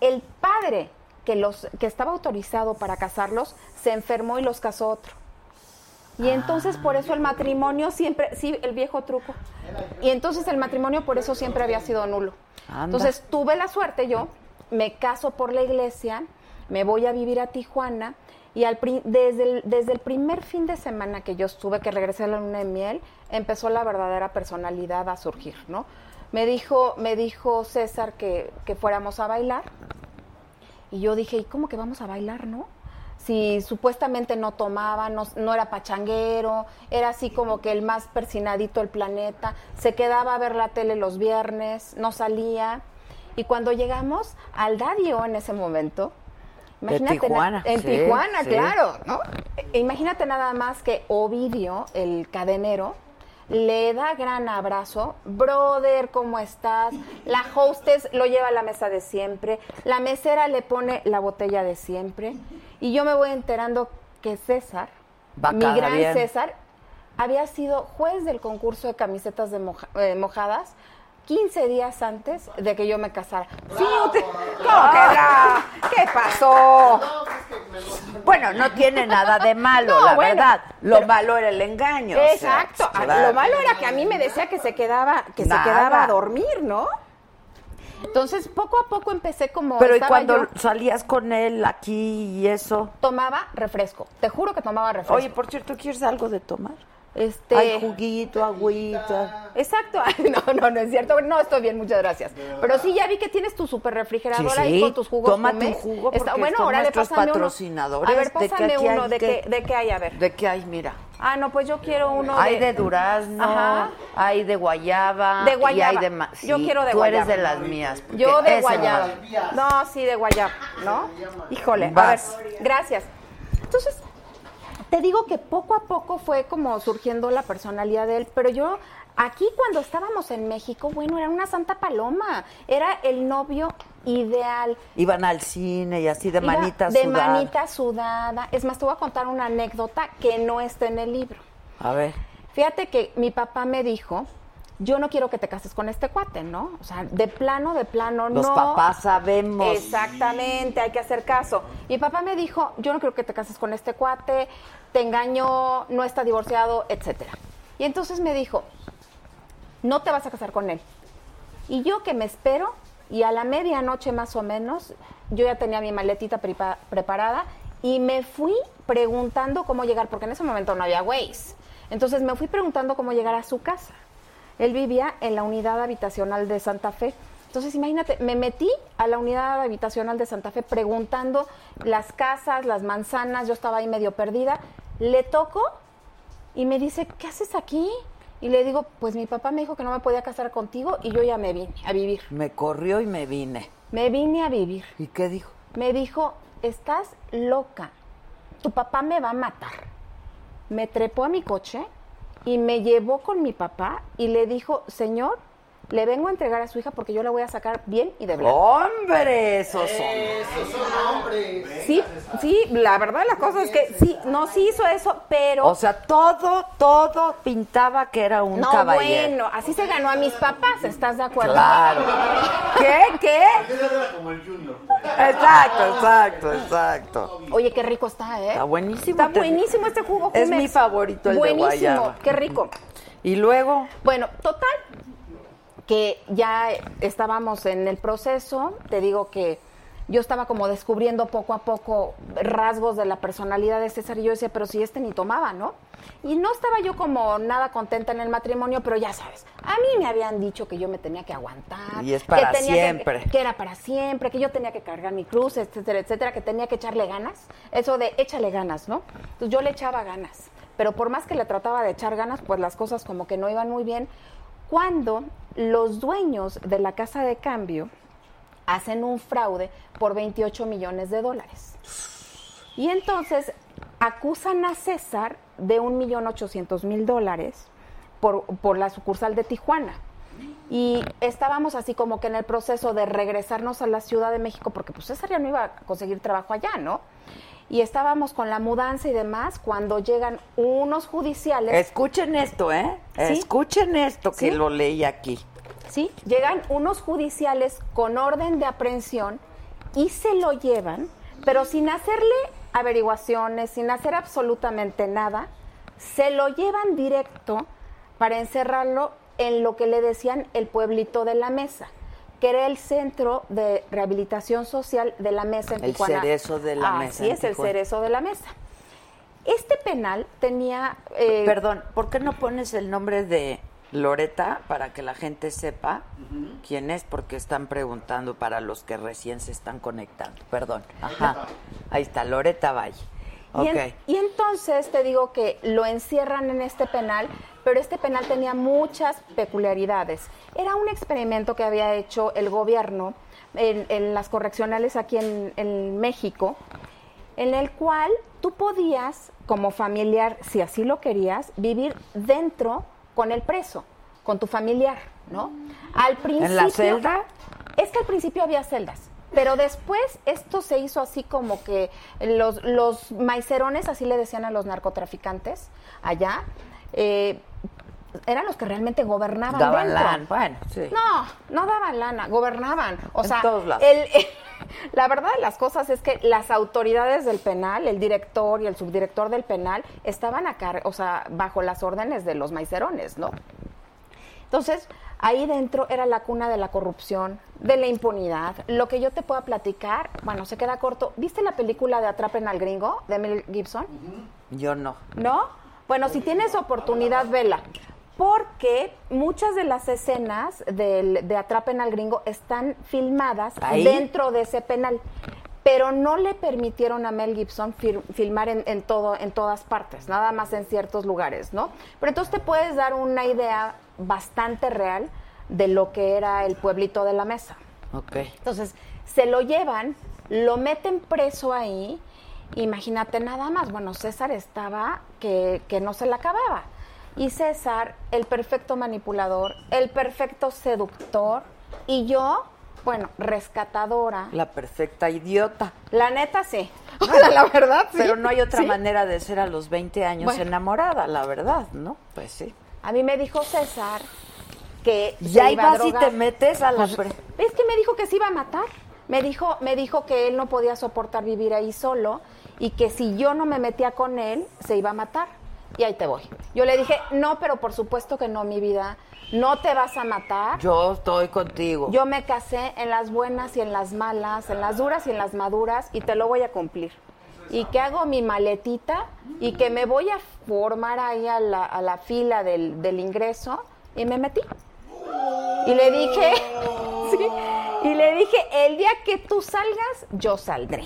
El padre que los que estaba autorizado para casarlos se enfermó y los casó otro. Y entonces por eso el matrimonio siempre, sí, el viejo truco. Y entonces el matrimonio por eso siempre había sido nulo.
Anda.
Entonces tuve la suerte yo, me caso por la iglesia, me voy a vivir a Tijuana Y al pri- desde, el, desde el primer fin de semana que yo estuve, que regresé a la luna de miel, empezó la verdadera personalidad a surgir, ¿no? Me dijo, me dijo César que, que fuéramos a bailar. Y yo dije, ¿y cómo que vamos a bailar, no? Si supuestamente no tomaba, no, no era pachanguero, era así como que el más persinadito del planeta, se quedaba a ver la tele los viernes, no salía. Y cuando llegamos al Dadio en ese momento,
De
imagínate. na-
Tijuana,
En
sí,
Tijuana,
sí.
claro, ¿no? E- Imagínate nada más que Ovidio, el cadenero, le da gran abrazo. Brother, ¿cómo estás? La hostess lo lleva a la mesa de siempre. La mesera le pone la botella de siempre. Y yo me voy enterando que César,
Va
mi
cada
gran
bien.
César, había sido juez del concurso de camisetas de moja- eh, mojadas 15 días antes de que yo me casara. Sí, usted- ¿Cómo que
Ah.
no? ¿Qué pasó?
Bueno, no tiene nada de malo, *laughs*
No,
la
bueno,
verdad. Lo
pero-
malo era el engaño. o sea,
Exacto. Ah,
claro.
Lo malo era que a mí me decía que se quedaba, que
Nada.
se quedaba a dormir, ¿no? Entonces, poco a poco empecé como
Pero ¿y
estaba
cuando
yo,
salías con él aquí y eso?
tomaba refresco. Te juro que tomaba refresco.
Oye, por cierto, ¿quieres algo de tomar?
este
Hay juguito, agüita.
Exacto. *laughs* Ay, No, no, no es cierto. No, estoy bien, muchas gracias. Pero sí, ya vi que tienes tu super refrigeradora
Sí,
ahí
sí.
con tus jugos.
Tómate un
gourmet.
jugo
Está-
porque
bueno,
son
órale,
nuestros
pásame uno.
patrocinadores.
A ver,
¿De qué
pásame
aquí
uno.
hay?
¿De
¿Qué?
qué, ¿De qué hay? A ver.
¿De qué hay? Mira.
Ah, no, pues yo quiero uno
Hay
de...
de durazno,
Ajá.
hay de guayaba.
De guayaba.
Ah, Y hay de ma-
Yo quiero de
tú eres
guayaba.
de las mías. porque
Yo de
ese
guayaba.
no.
No, sí, de guayaba, ¿no? Híjole,
Vas.
a ver, gracias. Entonces, te digo que poco a poco fue como surgiendo la personalidad de él, pero yo aquí cuando estábamos en México, bueno, era una santa paloma, era el novio ideal.
Iban al cine y así de
Iba
manitas.
De manita sudada. Es más, te voy a contar una anécdota que no está en el libro.
A ver.
Fíjate que mi papá me dijo, yo no quiero que te cases con este cuate, ¿no? O sea, de plano, de plano,
Los
no.
papás sabemos.
Exactamente, hay que hacer caso. Mi papá me dijo, yo no quiero que te cases con este cuate, te engañó, no está divorciado, etcétera. Y entonces me dijo, no te vas a casar con él. Y yo que me espero, y a la medianoche más o menos, yo ya tenía mi maletita prepa- preparada y me fui preguntando cómo llegar, porque en ese momento no había Waze. Entonces me fui preguntando cómo llegar a su casa. Él vivía en la unidad habitacional de Santa Fe. Entonces imagínate, me metí a la unidad habitacional de Santa Fe preguntando las casas, las manzanas, yo estaba ahí medio perdida. Le toco y me dice, ¿qué haces aquí? Y le digo, pues mi papá me dijo que no me podía casar contigo y yo ya me vine a vivir.
Me corrió y me vine.
Me vine a vivir.
¿Y qué dijo?
Me dijo, estás loca, tu papá me va a matar. Me trepó a mi coche y me llevó con mi papá y le dijo, señor, le vengo a entregar a su hija porque yo la voy a sacar bien y de
Oh.
blanco.
¡Hombre, esos
Eh.
son!
Esos son hombres.
Sí, sí, la verdad la cosa es que sí, no, sí hizo eso, pero...
O sea, todo, todo pintaba que era un
no,
caballero.
bueno, así se ganó a mis papás, ¿estás de acuerdo?
Claro.
¿Qué? ¿Qué?
Como el Junior. pues.
Exacto, exacto, exacto.
Oye, qué rico está, ¿eh?
Está buenísimo.
Está buenísimo este jugo.
Es
Jumex.
mi favorito, el de
Buenísimo,
guayaba.
qué rico.
Y luego,
Bueno, total, que ya estábamos en el proceso, te digo que yo estaba como descubriendo poco a poco rasgos de la personalidad de César y yo decía, pero si este ni tomaba, ¿no? Y no estaba yo como nada contenta en el matrimonio, pero ya sabes, a mí me habían dicho que yo me tenía que aguantar.
Y es para
que tenía que-
siempre.
que era para siempre, que yo tenía que cargar mi cruz, etcétera, etcétera, que tenía que echarle ganas. Eso de échale ganas, ¿no? Entonces yo le echaba ganas, pero por más que le trataba de echar ganas, pues las cosas como que no iban muy bien. Cuando los dueños de la casa de cambio hacen un fraude por 28 millones de dólares. Y entonces acusan a César de un millón ochocientos mil dólares por, por la sucursal de Tijuana. Y estábamos así como que en el proceso de regresarnos a la Ciudad de México, porque pues César ya no iba a conseguir trabajo allá, ¿no? Y estábamos con la mudanza y demás cuando llegan unos judiciales.
escuchen esto, ¿eh?
Sí.
Escuchen esto que
Sí.
lo leí aquí.
¿sí? Llegan unos judiciales con orden de aprehensión y se lo llevan, pero sin hacerle averiguaciones, sin hacer absolutamente nada, se lo llevan directo para encerrarlo en lo que le decían el pueblito de la mesa. que era el centro de rehabilitación social de la mesa en
El
Tijuana.
Cerezo de la Mesa
Así
en
es, el
Tijuana.
cerezo de la mesa. Este penal tenía... eh,
Perdón, ¿por qué no pones el nombre de Loreta para que la gente sepa quién es? Porque están preguntando para los que recién se están conectando. Perdón. Ajá. Ahí está, Loreta Valle.
Y,
Ok.
en- y entonces te digo que lo encierran en este penal, pero este penal tenía muchas peculiaridades. Era un experimento que había hecho el gobierno en, en las correccionales aquí en, en México, en el cual tú podías, como familiar, si así lo querías, vivir dentro con el preso, con tu familiar, ¿no? Al principio...
la celda?
Es que al principio había celdas, pero después esto se hizo así como que los, los maicerones, así le decían a los narcotraficantes allá, eh, eran los que realmente gobernaban
Daban
dentro.
lan, bueno, sí.
No, no daban lana, gobernaban. O
En
sea,
todos lados.
el- eh, *laughs* la verdad de las cosas es que las autoridades del penal, el director y el subdirector del penal, estaban a car- o sea, bajo las órdenes de los maicerones, ¿no? Entonces, ahí dentro era la cuna de la corrupción, de la impunidad. Lo que yo te pueda platicar, bueno, se queda corto. ¿Viste la película de Atrapen al Gringo de Mel Gibson?
Yo no.
¿no? Bueno, si tienes oportunidad, vela. Porque muchas de las escenas del- de Atrapen al Gringo están filmadas
¿Ahí?
dentro de ese penal. Pero no le permitieron a Mel Gibson fir- filmar en, en todo, en todas partes, nada más en ciertos lugares, ¿no? Pero entonces te puedes dar una idea bastante real de lo que era el pueblito de la mesa.
Ok.
Entonces, se lo llevan, lo meten preso ahí. Imagínate nada más. Bueno, César estaba que, que no se la acababa. Y César, el perfecto manipulador, el perfecto seductor. Y yo, bueno, rescatadora. La,
La perfecta idiota.
neta sí. *laughs* O sea, la verdad sí.
Pero no hay otra
Sí.
manera de ser a los 20 años
Bueno.
enamorada, la verdad, ¿no? Pues sí.
A mí me dijo César que. se
Ya
iba a
vas y
drogar.
te metes a la...
Pues
pre-
Es que me dijo que se iba a matar. Me dijo, me dijo que él no podía soportar vivir ahí solo y que si yo no me metía con él, se iba a matar. Y ahí te voy. Yo le dije, no, pero por supuesto que no, mi vida. No te vas a matar.
Yo estoy contigo.
Yo me casé en las buenas y en las malas, en las duras y en las maduras, y te lo voy a cumplir. Y que hago mi maletita y que me voy a formar ahí a la, a la fila del, del ingreso, y me metí. Y le dije, *laughs* sí, y le dije, el día que tú salgas, yo saldré.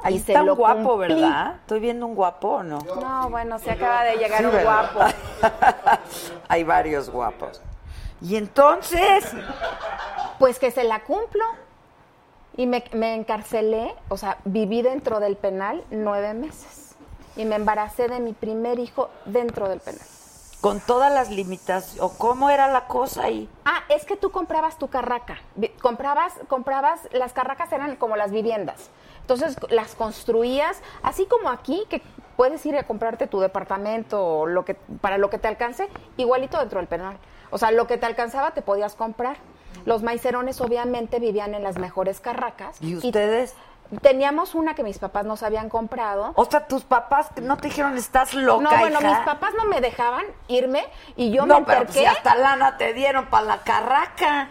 Ahí
Y se
está un
lo
guapo,
cumplí.
¿verdad? Estoy viendo un guapo, ¿o ¿no?
No, bueno, se acaba de llegar
Sí,
un
¿verdad?
guapo. *laughs*
Hay varios guapos. Y entonces,
Pues que se la cumplo. Y me, me encarcelé, o sea, viví dentro del penal nueve meses. Y me embaracé de mi primer hijo dentro del penal.
con todas las limitaciones, o cómo era la cosa ahí.
Ah, es que tú comprabas tu carraca. Vi- Comprabas, comprabas, las carracas eran como las viviendas. Entonces c- las construías, así como aquí, que puedes ir a comprarte tu departamento o lo que, para lo que te alcance, igualito dentro del penal. O sea, lo que te alcanzaba te podías comprar. Los maicerones obviamente vivían en las mejores carracas.
¿Y ustedes? Oh,
Teníamos una que mis papás nos habían comprado.
O sea, tus papás no te dijeron, estás loca.
no, bueno,
hija"?
mis papás no me dejaban irme y yo
no,
me
pero pues,
enterqué.
si hasta lana te dieron para la carraca.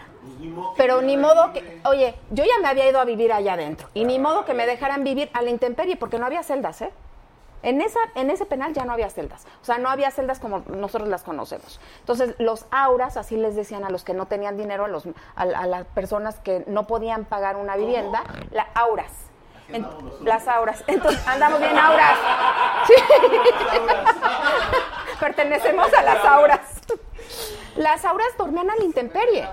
Pero ni modo que, oye, yo ya me había ido a vivir allá adentro y ni modo que me dejaran vivir a la intemperie porque no había celdas, ¿eh? En, esa, en ese penal ya no había celdas, o sea, no había celdas como nosotros las conocemos. Entonces, los auras, así les decían a los que no tenían dinero, a, los, a, a las personas que no podían pagar una vivienda, las auras. En- las auras. Entonces, andamos bien auras. Sí. Pertenecemos a las auras. Las auras dormían a la intemperie.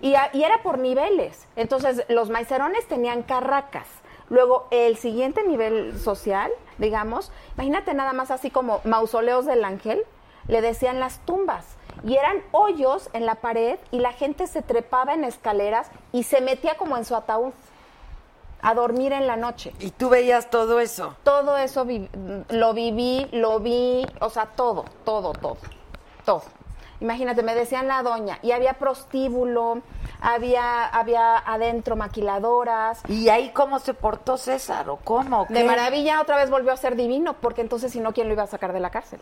Y, a- y era por niveles. Entonces, los maicerones tenían carracas. Luego, el siguiente nivel social, digamos, imagínate nada más así como mausoleos del ángel, le decían las tumbas. Y eran hoyos en la pared y la gente se trepaba en escaleras y se metía como en su ataúd a dormir en la noche.
Y tú veías todo eso.
Todo eso vi- lo viví, lo vi, o sea, todo, todo, todo, todo. Imagínate, me decían la doña, y había prostíbulo, había, había adentro maquiladoras.
¿Y ahí cómo se portó César? ¿O cómo? o
De
qué?
maravilla otra vez volvió a ser divino, porque entonces si no, ¿quién lo iba a sacar de la cárcel?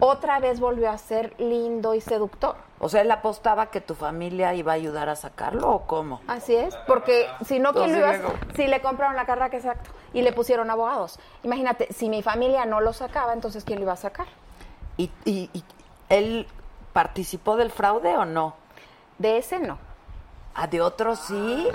otra vez volvió a ser lindo y seductor.
O sea, él apostaba que tu familia iba a ayudar a sacarlo o cómo.
Así es, porque si no, ¿quién
Entonces,
lo iba a
luego-
Si le compraron la carraca, exacto, y le pusieron abogados. Imagínate, si mi familia no lo sacaba, entonces ¿quién lo iba a sacar?
¿Y, y- y él participó del fraude o no?
De ese no.
¿A de otros sí?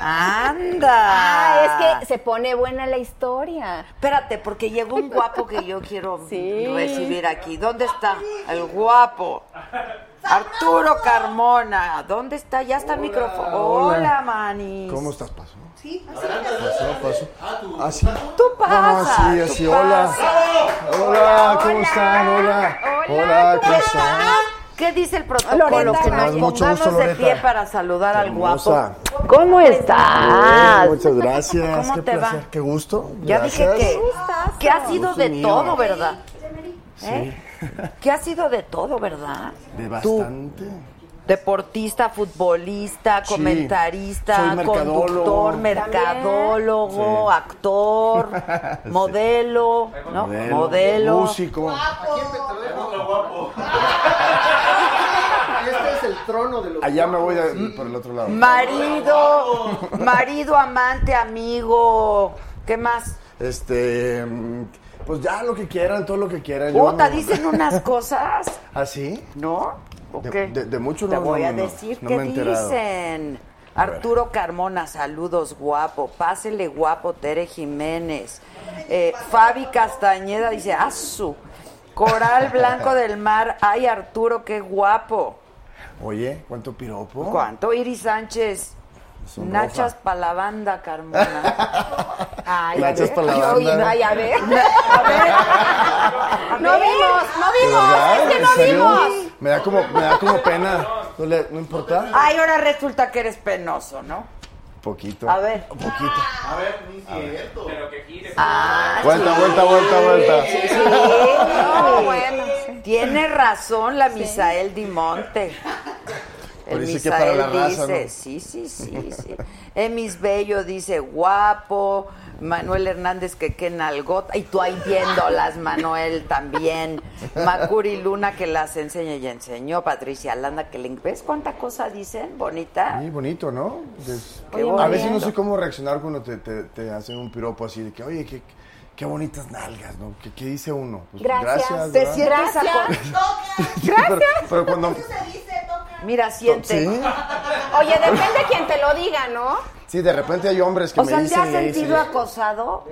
¡Anda!
Ah, es que se pone buena la historia.
Espérate, porque llegó un guapo que yo *laughs* quiero
Sí.
recibir aquí. ¿Dónde está el guapo? Arturo Carmona. ¿Dónde está? Ya está el micrófono. Hola, manis.
¿Cómo estás, Paso?
Sí,
Pasó, Ah, paso. Así.
¿Tú
No,
pasas?
así, así, hola. Hola, ¿cómo están? Hola. Hola, ¿cómo están?
¿Qué dice el protocolo?
Loreta,
Que nos
Más mucho gusto,
pongamos de
Loreta.
pie para saludar al guapo.
Hermosa.
¿Cómo estás?
Bien, muchas gracias.
¿Cómo
Qué
te va?
placer, qué gusto.
Ya
Gracias.
dije que, que ha sido de
mío.
todo, ¿verdad? ¿Eh? Que ha sido de todo, ¿verdad?
De
Tú,
bastante.
deportista, futbolista,
Sí.
comentarista,
Soy mercadólogo.
conductor,
También.
mercadólogo,
Sí. *laughs*
actor, modelo, ¿no?
Modelo,
Modelo.
Músico.
Aquí en Petrolero. Este es el trono de los.
Allá me voy de-
Sí.
por el otro lado.
Marido, marido, amante, amigo. ¿Qué más?
Este, mm, pues ya lo que quieran, todo lo que quieran. Yo ¿Ah,
Puta,
no-
dicen unas cosas,
¿Así?
¿no? ¿O
De-
qué?
de- de mucho
Te
no,
voy
no,
a
no,
decir
no
qué
me he enterado.
dicen. Arturo Carmona, saludos, guapo. Pásele guapo, Tere Jiménez. Eh, Fabi Castañeda dice, asu. Coral Blanco del Mar, ay Arturo, qué guapo.
Oye, ¿cuánto piropo?
¿Cuánto? Iris Sánchez.
Sonroja.
Nachas pa' la banda, Carmona. Ay,
Nachas
a ver.
pa' la
Yo-
banda.
Ay, a ver. A ver. A
No
ver.
vimos, no
¿De verdad?
vimos, es que
¿En
no
serio?
vimos.
Me da como, me da como pena. ¿No, le- no importa?
Ay, ahora resulta que eres penoso, ¿no?
Poquito.
A ver.
Un poquito.
A ver, ni cierto.
Pero que gire.
Ah,
Vuelta, vuelta, vuelta, vuelta.
Sí, *laughs*
No, bueno, sí.
Tiene razón la Misael Dimonte.
Pero dice que para la raza,
dice,
¿no?
sí, sí, sí, sí. Emis Bello dice, guapo. Manuel Hernández que que nalgota. Y tú ahí viéndolas, Manuel, también. Macuri Luna que las enseña y enseñó. Patricia Landa que le... ¿Ves cuánta cosa dicen? Bonita.
Sí, bonito, ¿no? Es-
Qué
a veces no
bonito.
sé cómo reaccionar cuando te, te- te hacen un piropo así de que, oye, qué, qué bonitas nalgas, ¿no? ¿Qué, qué dice uno? Pues,
Gracias.
Te
¿verdad? *laughs*
sientes
Gracias.
aco-
Pero, pero
*laughs*
cuando...
Mira, siente.
Sí,
Oye, depende quién te lo diga, ¿no?
sí, de repente hay hombres que
O
me
sea, ¿te
dicen...
has
y ahí se
sentido
les-
acosado?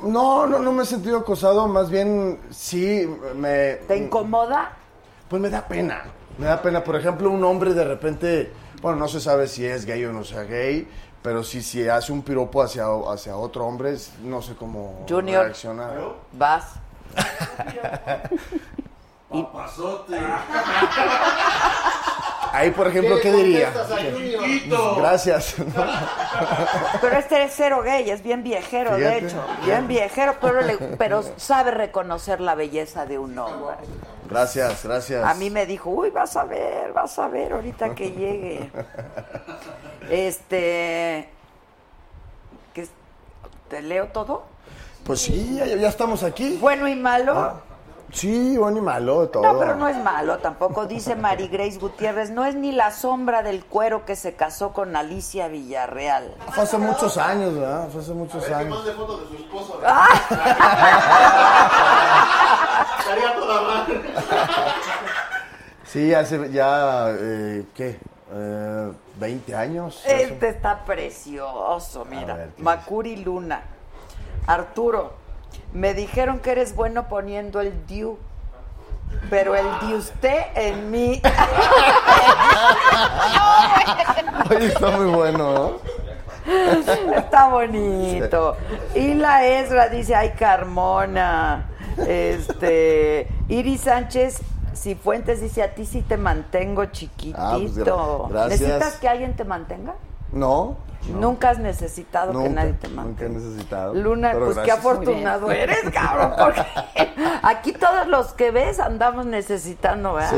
No, no, no me he sentido acosado, más bien sí me...
¿Te incomoda?
Pues me da pena. Me da pena. Por ejemplo, un hombre de repente, bueno, no se sabe si es gay o no sea gay, pero si, si hace un piropo hacia, hacia otro hombre, es- no sé cómo
Junior.
reaccionar.
Vas.
Papazote.
Ah,
Ahí, por ejemplo, ¿qué
le
diría?
contestas a Junior?
Gracias. *laughs*
Pero este es cero gay, es bien viejero, de
Fíjate.
hecho. Bien viejero, pero, le- pero sabe reconocer la belleza de un hombre.
Gracias, gracias.
A mí me dijo, uy, vas a ver, vas a ver ahorita que llegue. Este. ¿qué es? ¿Te leo todo?
Pues sí, ya, ya estamos aquí.
Bueno y malo.
Sí, bueno y malo, de Ah, todo.
No, pero no es malo tampoco, dice Mary Grace Gutiérrez. No es ni la sombra del cuero que se casó con Alicia Villarreal.
Fue hace muchos años, ¿verdad? Fue hace muchos años.
Mande fotos de su esposo. *laughs* Estaría toda madre.
Sí, hace ya, eh, ¿qué? Eh, 20 años.
Este está precioso, mira.
ver, ¿qué
Macuri Luna. Arturo, me dijeron que eres bueno poniendo el diu. Pero el de usted en mí. *laughs*
Oye, está muy bueno, ¿no?
Está bonito. Y la Ezra dice, ay, Carmona. Este. Iris Sánchez Cifuentes dice, a ti sí te mantengo chiquitito.
Ah, pues, gra- gracias.
¿Necesitas que alguien te mantenga?
No.
Nunca has necesitado que
Nunca,
nadie te mande.
nunca he necesitado,
Luna,
pero
pues
gracias.
qué afortunado eres, *laughs* cabrón, porque aquí todos los que ves andamos necesitando, ¿verdad?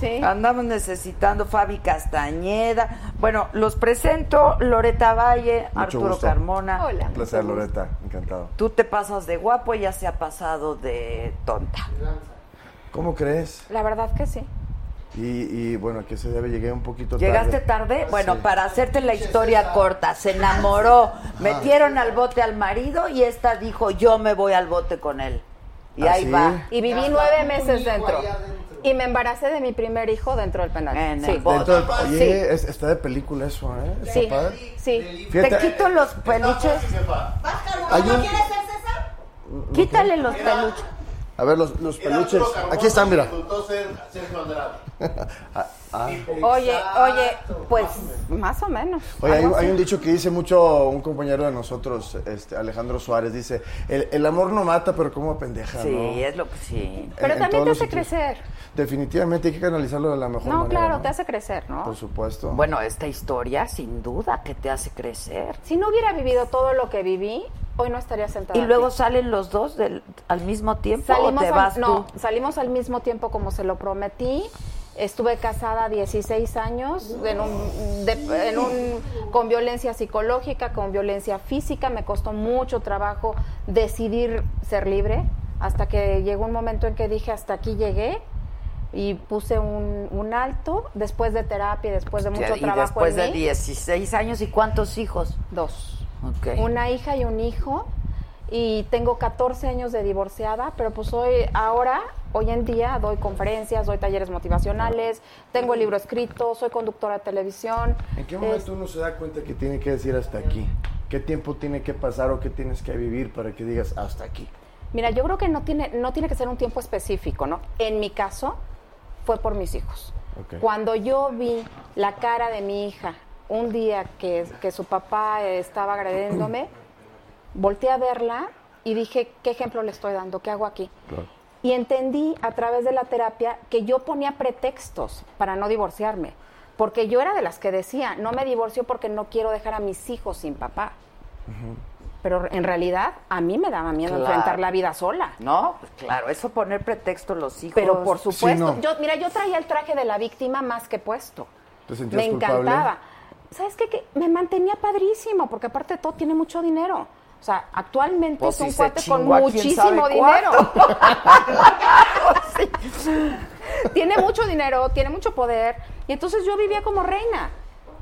Sí.
Andamos necesitando Fabi Castañeda. Bueno, los presento Loreta Valle, Arturo
gusto.
Carmona.
Un placer, Loreta. Encantado.
Tú te pasas de guapo, ella se ha pasado de tonta.
¿Cómo crees?
La verdad que sí.
Y, y, bueno, ¿a qué se debe? Llegué un poquito tarde.
¿Llegaste tarde? Bueno,
Sí.
para hacerte la historia corta, se enamoró,
Ah,
metieron al bote al marido y esta dijo, yo me voy al bote con él. Y
¿Ah,
ahí
sí?
va.
Y viví nueve meses dentro. Y me embaracé de mi primer hijo dentro del penal.
En
sí.
el bote.
Dentro del-
Sí.
oye, es- está de película eso, ¿eh? Está
Sí.
padre.
Sí.
Te
Fíjate,
quito los peluches,
hay un-
Quítale los peluches.
a ver, los, los
Era Arturo
peluches.
Carmona
Aquí están, mira.
que Resultó ser Sergio Andrade.
Ah, ah.
Oye, oye, pues más o menos.
Oye, hay,
Algo así.
hay un dicho que dice mucho un compañero de nosotros, este, Alejandro Suárez, dice, el, el amor no mata, pero como pendeja, ¿no?
Sí, es lo que sí.
Pero
en
también
todos
te
los
hace
sentidos.
crecer.
Definitivamente hay que canalizarlo de la mejor
No,
manera.
claro, te hace crecer, ¿no?
Por supuesto.
Bueno, esta historia sin duda que te hace crecer.
Si no hubiera vivido todo lo que viví, hoy no estaría sentada.
Y luego
aquí.
salen los dos del- al mismo tiempo
salimos,
o te
al,
vas
no,
tú.
salimos al mismo tiempo como se lo prometí. Estuve casada 16 años en un, de- en un- con violencia psicológica, con violencia física. Me costó mucho trabajo decidir ser libre hasta que llegó un momento en que dije hasta aquí llegué y puse un, un alto después de terapia, y después de mucho
y
trabajo
después de
en mí.
16 años y cuántos hijos.
Dos.
Ok.
Una hija y un hijo. Y tengo 14 años de divorciada, pero pues hoy, ahora, hoy en día, doy conferencias, doy talleres motivacionales, tengo el libro escrito, soy conductora de televisión.
¿En qué
Es-
momento uno se da cuenta que tiene que decir hasta aquí? ¿Qué tiempo tiene que pasar o qué tienes que vivir para que digas hasta aquí?
Mira, yo creo que no tiene, no tiene que ser un tiempo específico, ¿no? En mi caso, fue por mis hijos.
Ok.
Cuando yo vi la cara de mi hija un día que, que su papá eh, estaba agrediéndome, *clears throat* volteé a verla y dije, ¿qué ejemplo le estoy dando? ¿Qué hago aquí? Y entendí a través de la terapia que yo ponía pretextos para no divorciarme, porque yo era de las que decía, no me divorcio porque no quiero dejar a mis hijos sin papá. Pero en realidad a mí me daba miedo
Claro.
enfrentar la vida sola.
No, pues claro, eso poner pretexto los hijos.
Pero por supuesto,
no.
yo, mira, yo traía el traje de la víctima más que puesto.
¿Te sentías
Me
culpable?
encantaba. ¿Sabes qué? Que me mantenía padrísimo, porque aparte de todo tiene mucho dinero. O sea, actualmente
Pues
es un
si se
cuate con
chingó a quién
muchísimo
sabe
dinero.
cuánto. *laughs*
tiene mucho dinero, tiene mucho poder. Y entonces yo vivía como reina,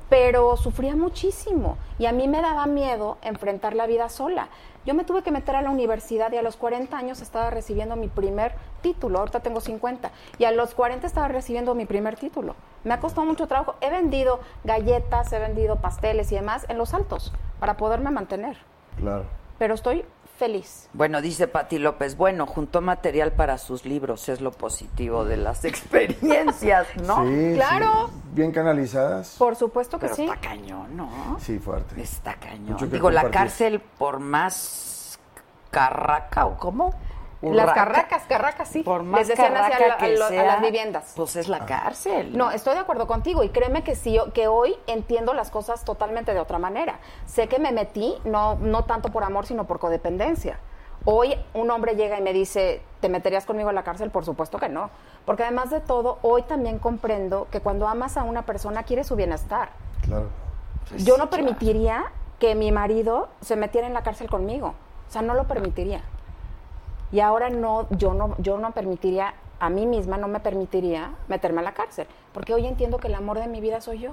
pero sufría muchísimo. Y a mí me daba miedo enfrentar la vida sola. Yo me tuve que meter a la universidad y a los 40 años estaba recibiendo mi primer título. Ahorita tengo 50. Y a los 40 estaba recibiendo mi primer título. Me ha costado mucho trabajo. He vendido galletas, he vendido pasteles y demás en los altos para poderme mantener.
Claro.
Pero estoy feliz.
Bueno, dice Pati López, bueno, juntó material para sus libros, es lo positivo de las *laughs* experiencias, ¿no?
Sí, sí.
Claro.
Bien canalizadas.
Por supuesto que
Pero
sí.
está cañón, ¿no?
Sí, fuerte.
Está cañón.
Mucho que
Digo, la
compartir.
cárcel por más carraca o cómo?
Las
Urraca.
carracas, carracas, sí.
Por más
Les decían así a
carraca
la- a
que
lo- a
sea,
las viviendas. Ah.
Pues es la cárcel.
No, estoy de acuerdo contigo y créeme que sí, que hoy entiendo las cosas totalmente de otra manera. Sé que me metí no, no tanto por amor, sino por codependencia. Hoy un hombre llega y me dice, ¿te meterías conmigo en la cárcel? Por supuesto que no. Porque además de todo, hoy también comprendo que cuando amas a una persona quieres su bienestar.
Claro.
Pues
Pues
Yo no permitiría que mi marido se metiera en la cárcel conmigo. O sea, no lo permitiría. Y ahora no, yo no, yo no permitiría, a mí misma no me permitiría meterme a la cárcel. Porque hoy entiendo que el amor de mi vida soy yo,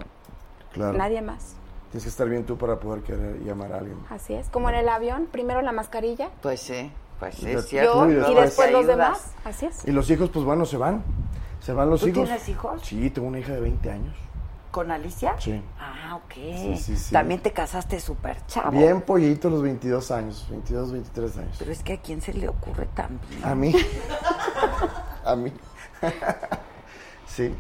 Claro.
nadie más.
Tienes que estar bien tú para poder querer llamar a alguien.
Así es. Como en el avión, primero la mascarilla,
Pues sí, pues sí,
Yo-
es cierto.
Tú y
yo y
después
después
te
los
ayudas.
demás. Así es.
Y los hijos, pues bueno, se van. Se van los
¿Tú
hijos.
tienes hijos?
Sí, tengo una hija de 20 años.
¿Con Alicia?
Sí.
Ah, ok.
Sí, sí, sí.
También te casaste súper chavo.
Bien pollito los 22 años, 22, 23 años.
Pero es que a quién se le ocurre también.
A mí. A mí. *laughs* Sí.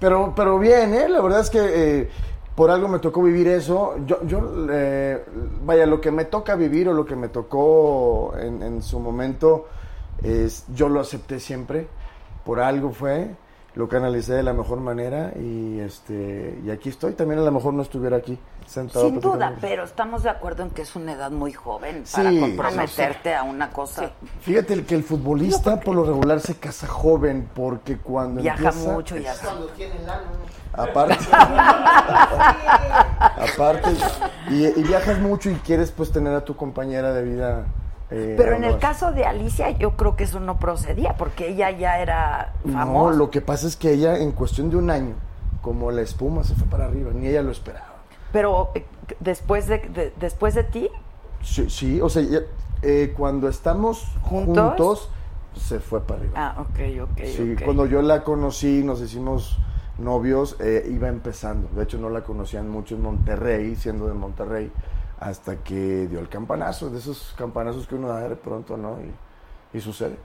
Pero, pero bien, ¿eh? La verdad es que eh, por algo me tocó vivir eso. Yo, yo eh, vaya, lo que me toca vivir o lo que me tocó en, en su momento, es, yo lo acepté siempre. Por algo fue. lo canalicé de la mejor manera y este y aquí estoy. También a lo mejor no estuviera aquí sentado.
Sin duda,
platicando.
pero estamos de acuerdo en que es una edad muy joven para
Sí,
comprometerte
Ah,
a una cosa.
Fíjate el que el futbolista por lo regular se casa joven porque cuando
Viaja
empieza-
mucho y
Es-
así.
Aparte.
*laughs*
aparte. Y, y viajas mucho y quieres pues tener a tu compañera de vida. eh,
Pero en
no,
el caso de Alicia, yo creo que eso no procedía, porque ella ya era
No,
famosa.
lo que pasa es que ella en cuestión de un año, como la espuma se fue para arriba, ni ella lo esperaba.
Pero eh, después de, de- después de ti,
Sí, sí, o sea, ya- eh, cuando estamos
¿Juntos?
¿Juntos? se fue para arriba.
ah, ok, ok,
sí,
ok.
cuando yo la conocí, nos hicimos novios, eh, iba empezando. De hecho, no la conocían mucho en Monterrey, siendo de Monterrey, hasta que dio el campanazo, de esos campanazos que uno da de pronto, ¿no? Y, y sucede.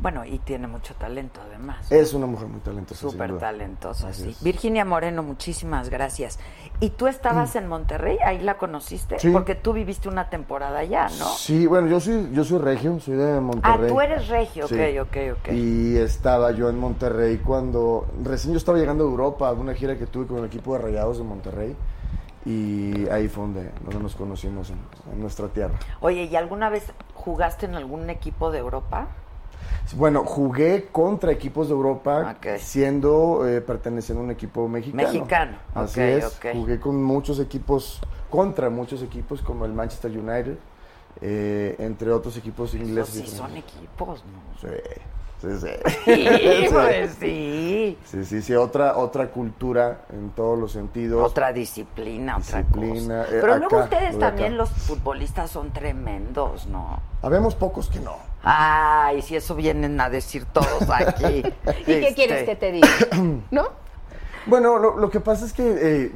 Bueno, y tiene mucho talento además.
Es una mujer muy talentosa. Eh, sin
Súper
duda.
talentosa,
Así
sí.
es.
Virginia Moreno, muchísimas gracias. ¿Y tú estabas en Monterrey? ¿Ahí la conociste?
Sí.
Porque tú viviste una temporada allá, ¿no? Ah,
Sí, bueno, yo soy, yo soy regio, soy de Monterrey.
tú eres regio, ok, ok, ok.
Y estaba yo en Monterrey cuando recién yo estaba llegando a Europa, una gira que tuve con el equipo de Rayados de Monterrey. Y ahí fue donde, donde nos conocimos, en, en nuestra tierra.
Oye, ¿y alguna vez jugaste en algún equipo de Europa?
Bueno, jugué contra equipos de Europa,
Ok.
siendo eh, perteneciendo a un equipo mexicano.
Mexicano,
Así
ok,
es.
ok.
Jugué con muchos equipos, contra muchos equipos, como el Manchester United, eh, entre otros equipos ingleses.
Pues sí
y
son equipos,
*laughs*
¿no?
Sí, sí, *laughs* sí.
Sí,
Sí.
pues sí.
Sí, sí, sí, otra, otra cultura en todos los sentidos.
Otra disciplina, otra
Disciplina,
cosa.
eh,
Pero luego
acá,
ustedes
lo de acá.
también, los futbolistas, son tremendos, ¿no?
Habemos pocos que no.
Ay, si eso vienen a decir todos
*laughs*
aquí.
¿Y qué
Este,
quieres que te
*coughs*
diga? ¿No?
Bueno, lo, lo que pasa es que eh,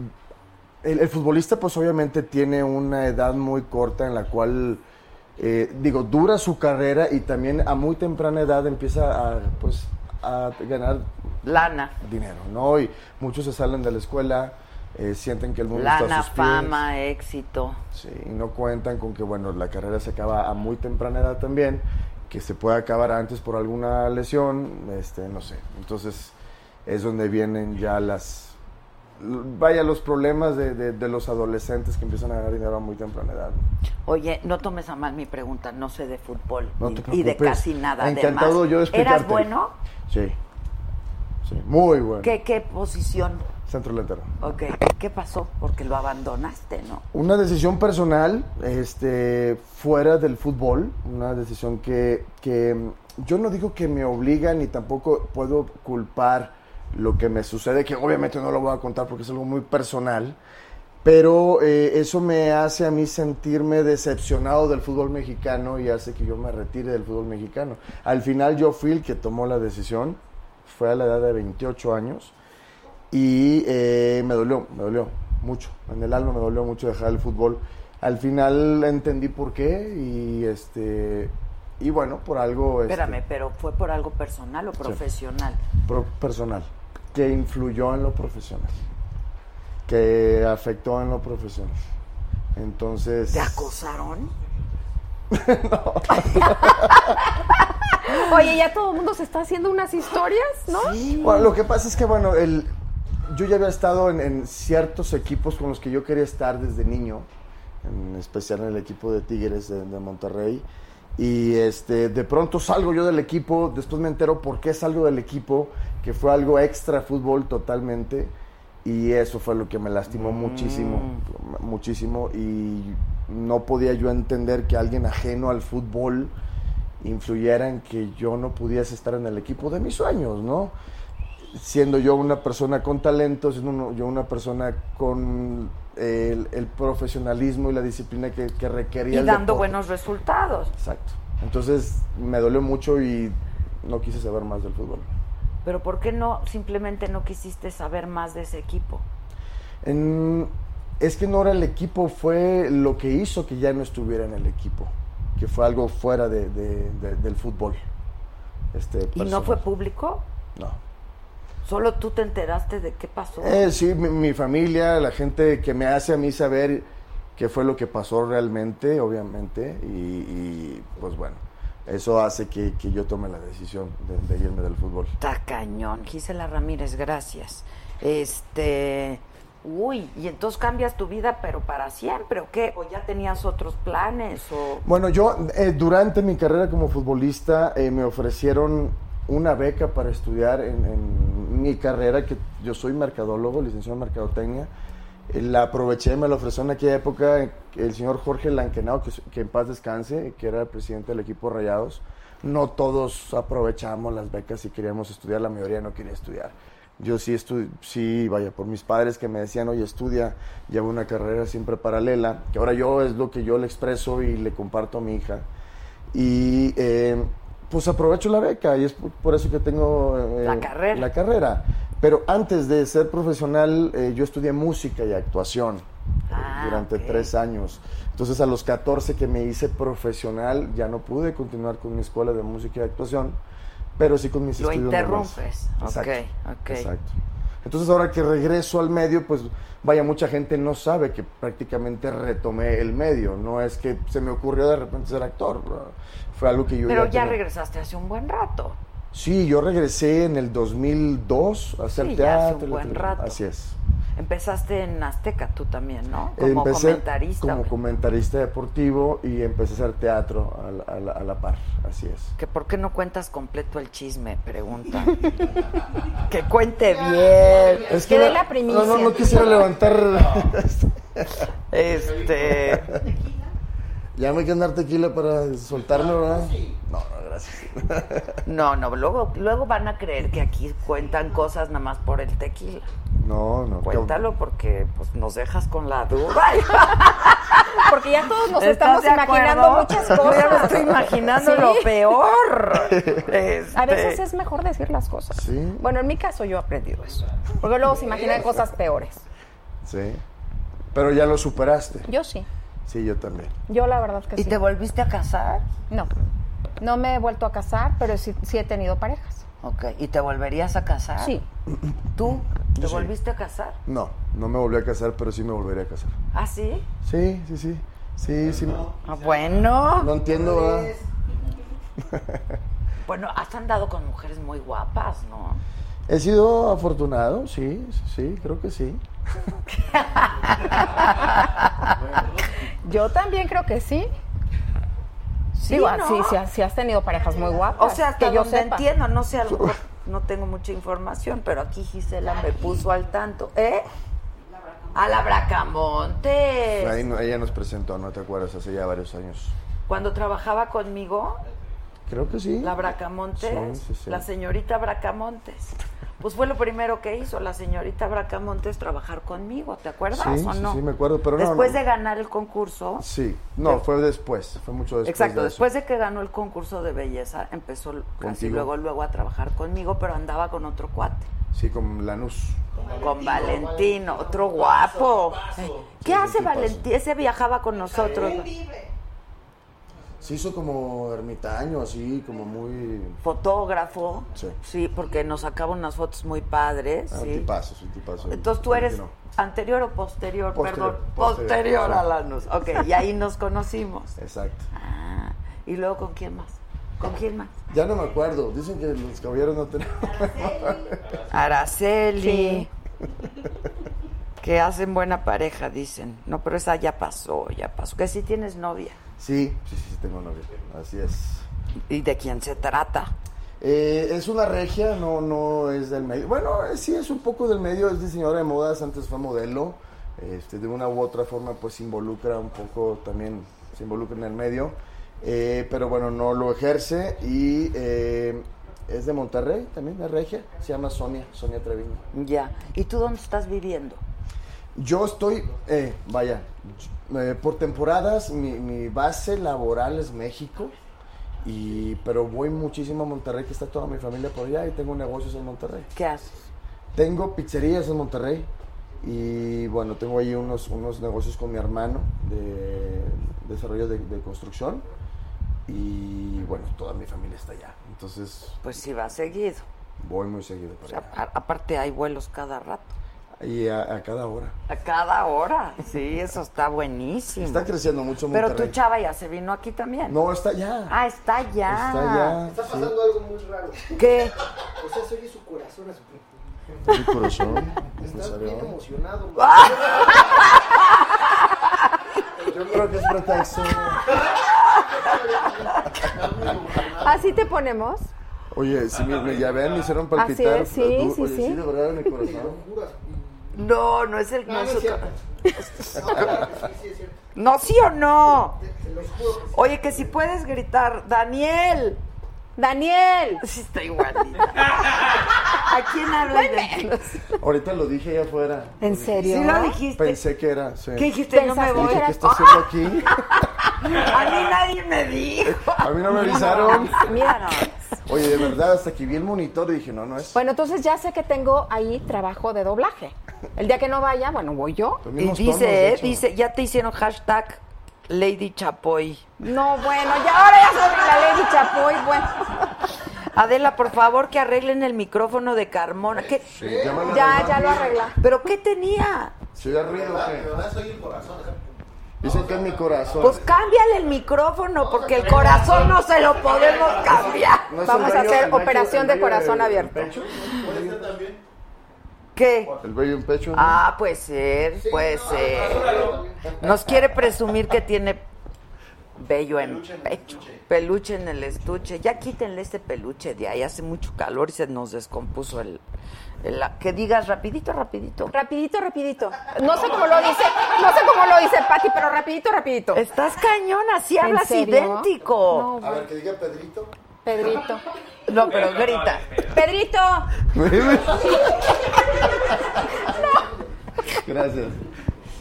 el, el futbolista pues obviamente tiene una edad muy corta en la cual, eh, digo, dura su carrera y también a muy temprana edad empieza a, pues, a ganar
Lana.
dinero, ¿no? Y muchos se salen de la escuela, eh, sienten que el mundo está
Lana,
a sus pies.
fama, éxito.
Sí, y no cuentan con que, bueno, la carrera se acaba a muy temprana edad también, que se puede acabar antes por alguna lesión, este, no sé. Entonces, es donde vienen ya las, l- vaya, los problemas de, de- de los adolescentes que empiezan a ganar dinero a muy temprana edad. ¿no?
Oye, no tomes a mal mi pregunta, no sé de fútbol
No
ni-
te
y de
preocupes.
casi nada.
Encantado
además.
yo de
¿Eras
explicarte.
bueno?
Sí, sí, muy bueno.
¿Qué, qué posición?
Centro delantero.
Ok, ¿qué pasó? Porque lo abandonaste, ¿no?
Una decisión personal, este, fuera del fútbol, una decisión que, que, mm, yo no digo que me obliga ni tampoco puedo culpar lo que me sucede, que obviamente no lo voy a contar porque es algo muy personal, pero eh, eso me hace a mí sentirme decepcionado del fútbol mexicano y hace que yo me retire del fútbol mexicano. Al final yo fui el que tomó la decisión, fue a la edad de 28 años. Y eh, me dolió, me dolió mucho. En el alma me dolió mucho dejar el fútbol. Al final entendí por qué y este y bueno, por algo este,
Espérame, pero ¿fue por algo personal o profesional?
pro- personal que influyó en lo profesional, que afectó en lo profesional. Entonces
¿Te acosaron?
Oye, ya todo el mundo se está haciendo unas historias, ¿no?
Bueno, lo que pasa es que, bueno, el, yo ya había estado en, en ciertos equipos con los que yo quería estar desde niño, en especial en el equipo de Tigres de, de Monterrey. Y este, de pronto salgo yo del equipo, después me entero por qué salgo del equipo, que fue algo extra fútbol totalmente. Y eso fue lo que me lastimó muchísimo, muchísimo. Y no podía yo entender que alguien ajeno al fútbol influyera en que yo no pudiese estar en el equipo de mis sueños, ¿no? Siendo yo una persona con talento, siendo uno- yo una persona con el, el profesionalismo y la disciplina que, que requería.
Y
el
dando
deporte.
buenos resultados.
Exacto. Entonces me dolió mucho y no quise saber más del fútbol.
Pero ¿por qué no simplemente no quisiste saber más de ese equipo?
En- es que no era el equipo, fue lo que hizo que ya no estuviera en el equipo, que fue algo fuera de- de- de- del fútbol. Este,
¿Y no
personal.
fue público?
No.
¿Solo tú te enteraste de qué pasó?
Eh, sí, mi, mi familia, la gente que me hace a mí saber qué fue lo que pasó realmente, obviamente, y, y, pues bueno, eso hace que, que yo tome la decisión de, de irme del fútbol.
Está cañón, Gisela Ramírez, gracias. Este, uy, y entonces cambias tu vida, pero para siempre, ¿o qué? ¿O ya tenías otros planes? ¿O
Bueno, yo eh, durante mi carrera como futbolista eh, me ofrecieron una beca para estudiar en, en mi carrera, que yo soy mercadólogo, licenciado en mercadotecnia. Eh, La aproveché, me la ofreció en aquella época eh, el señor Jorge Lanquenao, que, es- que en paz descanse, que era el presidente del equipo Rayados. No todos aprovechamos las becas y queríamos estudiar, la mayoría no quería estudiar. Yo sí, estu sí, vaya, por mis padres que me decían, oye, estudia, lleva una carrera siempre paralela, que ahora yo es lo que yo le expreso y le comparto a mi hija. Y eh, pues aprovecho la beca y es por, por eso que tengo eh,
La carrera.
la carrera. Pero antes de ser profesional, eh, yo estudié música y actuación eh,
Ah,
durante tres años. Entonces a los 14 que me hice profesional, ya no pude continuar con mi escuela de música y actuación, pero sí con mis
lo
estudios normales.
interrumpes?
Exacto.
Ok, ok.
Exacto. Entonces ahora que regreso al medio, pues vaya, mucha gente no sabe que prácticamente retomé el medio. No es que se me ocurrió de repente ser actor. ¿no? Fue algo que yo...
Pero ya
tenía.
regresaste hace un buen rato.
Sí, yo regresé en el 2002 a hacer
Sí, ya hace
teatro.
un
la
buen
televisión.
rato.
Así es.
Empezaste en Azteca tú también, ¿no? Como comentarista.
Como
¿o qué?
comentarista deportivo y empecé a hacer teatro a la, a la- a la par. Así es.
que por qué no cuentas completo el chisme,
*laughs*
pregunta. que cuente bien.
Es
que dé
no-
la primicia.
No, no, no quisiera
*laughs*
levantar.
Este,
ya me hay que andar tequila para soltarlo, ¿verdad? No, no, gracias.
no, no, luego luego van a creer que aquí cuentan cosas nada más por el tequila.
No, no.
Cuéntalo porque pues nos dejas con la duda.
Porque ya todos nos
¿Estás
estamos
de
imaginando
acuerdo?
muchas
Yo
cosas.
ya me estoy imaginando
Sí.
lo
*laughs*
peor. Este,
A veces es mejor decir las cosas.
Sí.
Bueno, en mi caso yo he aprendido eso. Porque luego se imaginan cosas peores.
Sí. Pero ya lo superaste.
Yo sí.
Sí, yo también.
Yo la verdad que
¿Y
sí.
te volviste a casar?
No. No me he vuelto a casar, pero sí, sí he tenido parejas.
Ok, ¿y te volverías a casar?
Ah. Sí.
¿Tú te
Yo sí.
volviste a casar?
No, no me volví a casar, pero sí me volveré a casar.
¿Ah, sí?
Sí, sí, sí. Sí, sí. No,
Ah, bueno.
no entiendo, ¿verdad?
Bueno, has andado con mujeres muy guapas, ¿no?
He sido afortunado, sí, sí, creo que sí.
Yo también creo que sí. Sí, Digo, ah,
¿no?
sí, sí, has- sí has tenido parejas muy
O
guapas.
sea, hasta
que yo
donde
sepa.
entiendo, no sé, a lo mejor no tengo mucha información, pero aquí Gisela me puso al tanto. ¿Eh? A la Bracamonte.
Pues Ahí no- ella nos presentó, ¿no te acuerdas? Hace ya varios años.
Cuando trabajaba conmigo,
Creo que sí.
la Bracamontes,
Sí, sí, sí.
la señorita Bracamontes. Pues fue lo primero que hizo la señorita Bracamontes trabajar conmigo, ¿te acuerdas
Sí,
o
sí,
no?
sí, me acuerdo, pero no,
Después
no.
de ganar el concurso,
Sí. No, fue después, fue mucho después.
Exacto,
de eso.
después de que ganó el concurso de belleza, empezó l- casi
Contigo.
luego luego a trabajar conmigo, pero andaba con otro cuate,
Sí, con Lanús.
con Valentino, otro guapo. ¿Qué
Sí,
hace
tipazo.
Valentino? Ese viajaba con nosotros.
Se hizo como ermitaño, así, como muy.
Fotógrafo.
Sí.
Sí, porque nos sacaba unas fotos muy padres,
Ah,
sí.
Un tipazo, sí, un tipazo.
Entonces tú eres
No.
anterior o posterior,
Posterior,
perdón,
posterior.
posterior, a
Sí.
Lanús. Ok, y ahí nos conocimos.
Exacto.
Ah, y luego con quién más? ¿Con quién más?
Ya no me acuerdo. Dicen que los caballeros
*laughs*
no tenemos.
Ah, Araceli. *laughs* Que hacen buena pareja, dicen. No, pero esa ya pasó, ya pasó. Que sí tienes novia.
Sí, sí, sí, sí, tengo novia. Así es.
¿Y de quién se trata?
Eh, es una regia, no, no es del medio. Bueno, eh, sí es un poco del medio, es diseñadora de modas, antes fue modelo. Este, de una u otra forma, pues se involucra un poco también, se involucra en el medio. Eh, pero bueno, no lo ejerce y eh, es de Monterrey también, la regia. Se llama Sonia, Sonia Treviño.
Ya. ¿Y tú dónde estás viviendo?
Yo estoy, eh, vaya, eh, por temporadas mi, mi base laboral es México, y, pero voy muchísimo a Monterrey, que está toda mi familia por allá y tengo negocios en Monterrey.
¿Qué haces?
Tengo pizzerías en Monterrey y bueno, tengo ahí unos, unos negocios con mi hermano de desarrollo de, de construcción y bueno, toda mi familia está allá, entonces
Pues sí, va seguido.
voy muy seguido
O
para
sea,
allá.
a- aparte hay vuelos cada rato.
y a, a cada hora.
A cada hora. Sí, eso está buenísimo.
Está creciendo mucho
Pero tu
Monterrey.
chava ya se vino aquí también.
No, está ya.
Ah, está ya.
Está ya.
Está
sí.
pasando algo muy raro.
¿Qué?
O sea, se oye su corazón a su
Mi corazón.
Estás
¿no?
bien emocionado.
*laughs*
man.
Yo creo que es pretexto.
Así te ponemos.
Oye, si me, me- ya ven, me hicieron
Así
palpitar.
es, sí,
eh, du-
sí,
oye,
sí.
de verdad, mi corazón.
No, no es el
No, no es
nosotros-
cierto.
*laughs*
No, claro que sí, sí es cierto.
No, sí o no.
Se los juro que sí.
Oye, que si puedes gritar, Daniel.
Daniel.
Sí,
*laughs*
está igualita. ¿A quién hablas de
Ahorita lo dije allá afuera.
¿En serio?
Sí lo dijiste.
Pensé que era, sí.
¿Qué dijiste? No me
Pensaste
voy.
Dije, ¿qué está haciendo
*laughs*
aquí?
A mí nadie me
*laughs*
dijo.
A mí no me avisaron.
Mira, no.
Oye, de verdad, hasta que vi el monitor y dije, no, no es.
Bueno, entonces ya sé que tengo ahí trabajo de doblaje. El día que no vaya, bueno, voy yo.
Los
Y
mismos tonos, de
dice, eh,
hecho.
dice, ya te hicieron hashtag Lady Chapoy.
No, bueno, ya ahora ya soy la Lady Chapoy, bueno.
Adela, por favor, que arreglen el micrófono de Carmona. ¿Qué-
Sí, ya, me lo
Ya,
arreglaron.
ya lo arregla.
¿Pero qué tenía?
¿Se oía ruido o
De
qué?
verdad, soy el corazón.
¿eh?
o sea,
Dicen que es mi corazón.
Pues cámbiale el micrófono, porque el corazón no se lo podemos
*laughs*
cambiar.
¿No es
vamos
el
a hacer
el vello-
operación de
el vello
corazón
del-
abierto.
del pecho?
Puede ser también.
¿Qué?
¿El vello en pecho?
Ah, puede ser, puede ser. Nos quiere presumir que tiene bello en pecho, peluche en el estuche. Ya quítenle este peluche de ahí, hace mucho calor y se nos descompuso el... el- la- que digas rapidito, rapidito.
Rapidito, rapidito. No sé cómo lo dice, no sé cómo lo dice Pati, pero rapidito, rapidito.
Estás cañón, así
¿En
hablas
serio?
idéntico.
No,
A ver, que diga Pedrito.
Pedrito.
No, pero grita.
Pedrito.
*laughs* Gracias.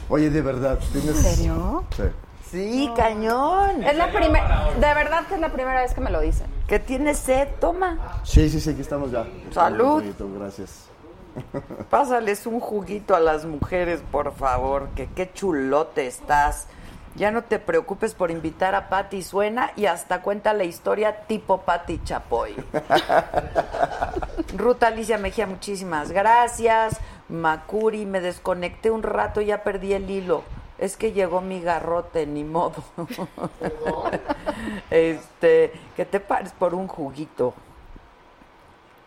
Oye, de verdad, ¿tienes...
¿En serio?
Sí.
Sí, cañón.
Es la primera, de verdad que es la primera vez que me lo dicen.
Que tiene sed, toma.
Sí, sí, sí, aquí estamos ya.
Salud.
Bonito, Gracias.
Pásales un juguito a las mujeres, por favor, que qué chulote estás. Ya no te preocupes por invitar a Patti Suena y hasta cuenta la historia tipo Patti Chapoy. Ruta Alicia Mejía, muchísimas gracias. Macuri, me desconecté un rato, ya perdí el hilo. Es que llegó mi garrote, ni modo. este, que te pares por un juguito.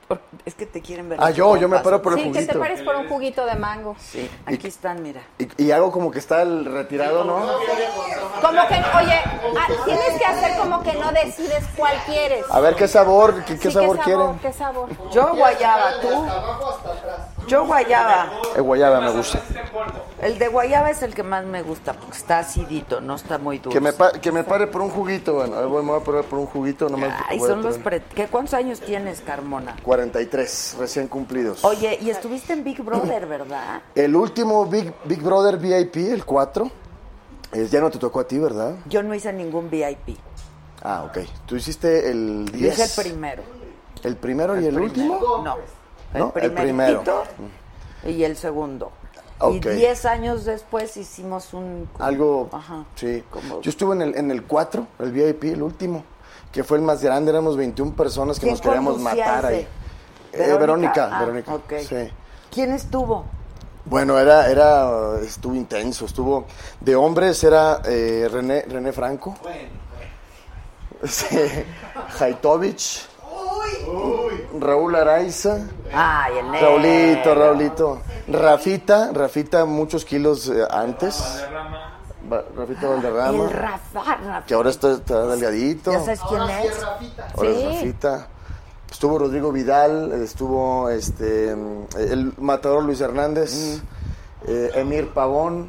Por- Es que te quieren ver.
Ah, yo, yo me
Paso.
paro por el
Sí, que
juguito.
te pares por un juguito de mango.
Sí, aquí están, mira.
Y, y hago como que está el retirado, ¿no?
Como que, oye, ah, tienes que hacer como que no decides cuál quieres.
A ver qué sabor, qué, qué
Sí,
sabor, quieren.
¿Qué sabor?
Yo guayaba, tú. Yo guayaba.
Eh, guayaba me gusta.
El de guayaba es el que más me gusta porque está acidito, no está muy dulce.
Que me, pa- que me pare por un juguito, bueno, ahí voy, me voy a parar por un juguito nomás.
Ay,
voy a
son los
poner
pre... ¿Qué, ¿Cuántos años tienes, Carmona?
43, recién cumplidos.
Oye, y estuviste en Big Brother, ¿verdad?
El último Big, Big Brother VIP, el 4, eh, ya no te tocó a ti, ¿verdad?
Yo no hice ningún VIP.
Ah, ok. Tú hiciste el
Yo
10.
hice el primero.
¿El primero y el, último?
No.
No, el
primerito
primero.
Y el segundo.
Ok.
Y 10 años después hicimos un...
Algo.
Ajá.
Sí.
Como-
Yo estuve en el, en el 4, el VIP, el último, que fue el más grande, éramos 21 personas que
¿Quién
nos queríamos
conducía
matar
ese?
ahí. Eh, Verónica,
Ah,
Verónica.
ok.
sí.
¿Quién estuvo?
Bueno, era, era, estuvo intenso, estuvo, de hombres era eh, René, René Franco, *laughs* sí, Haitovich, Raúl Araiza,
Ay, el negro.
Raulito, Raulito, Rafita, Rafita muchos kilos eh, antes, Va- Rafita
El
Valderrama,
Rafa, Rafa.
que ahora está, está delgadito,
¿Ya sabes quién
Ahora sí
es?
es Rafita.
ahora es
Sí.
Rafita. Estuvo Rodrigo Vidal, estuvo este mm, el matador Luis Hernández, eh, Emir Pavón,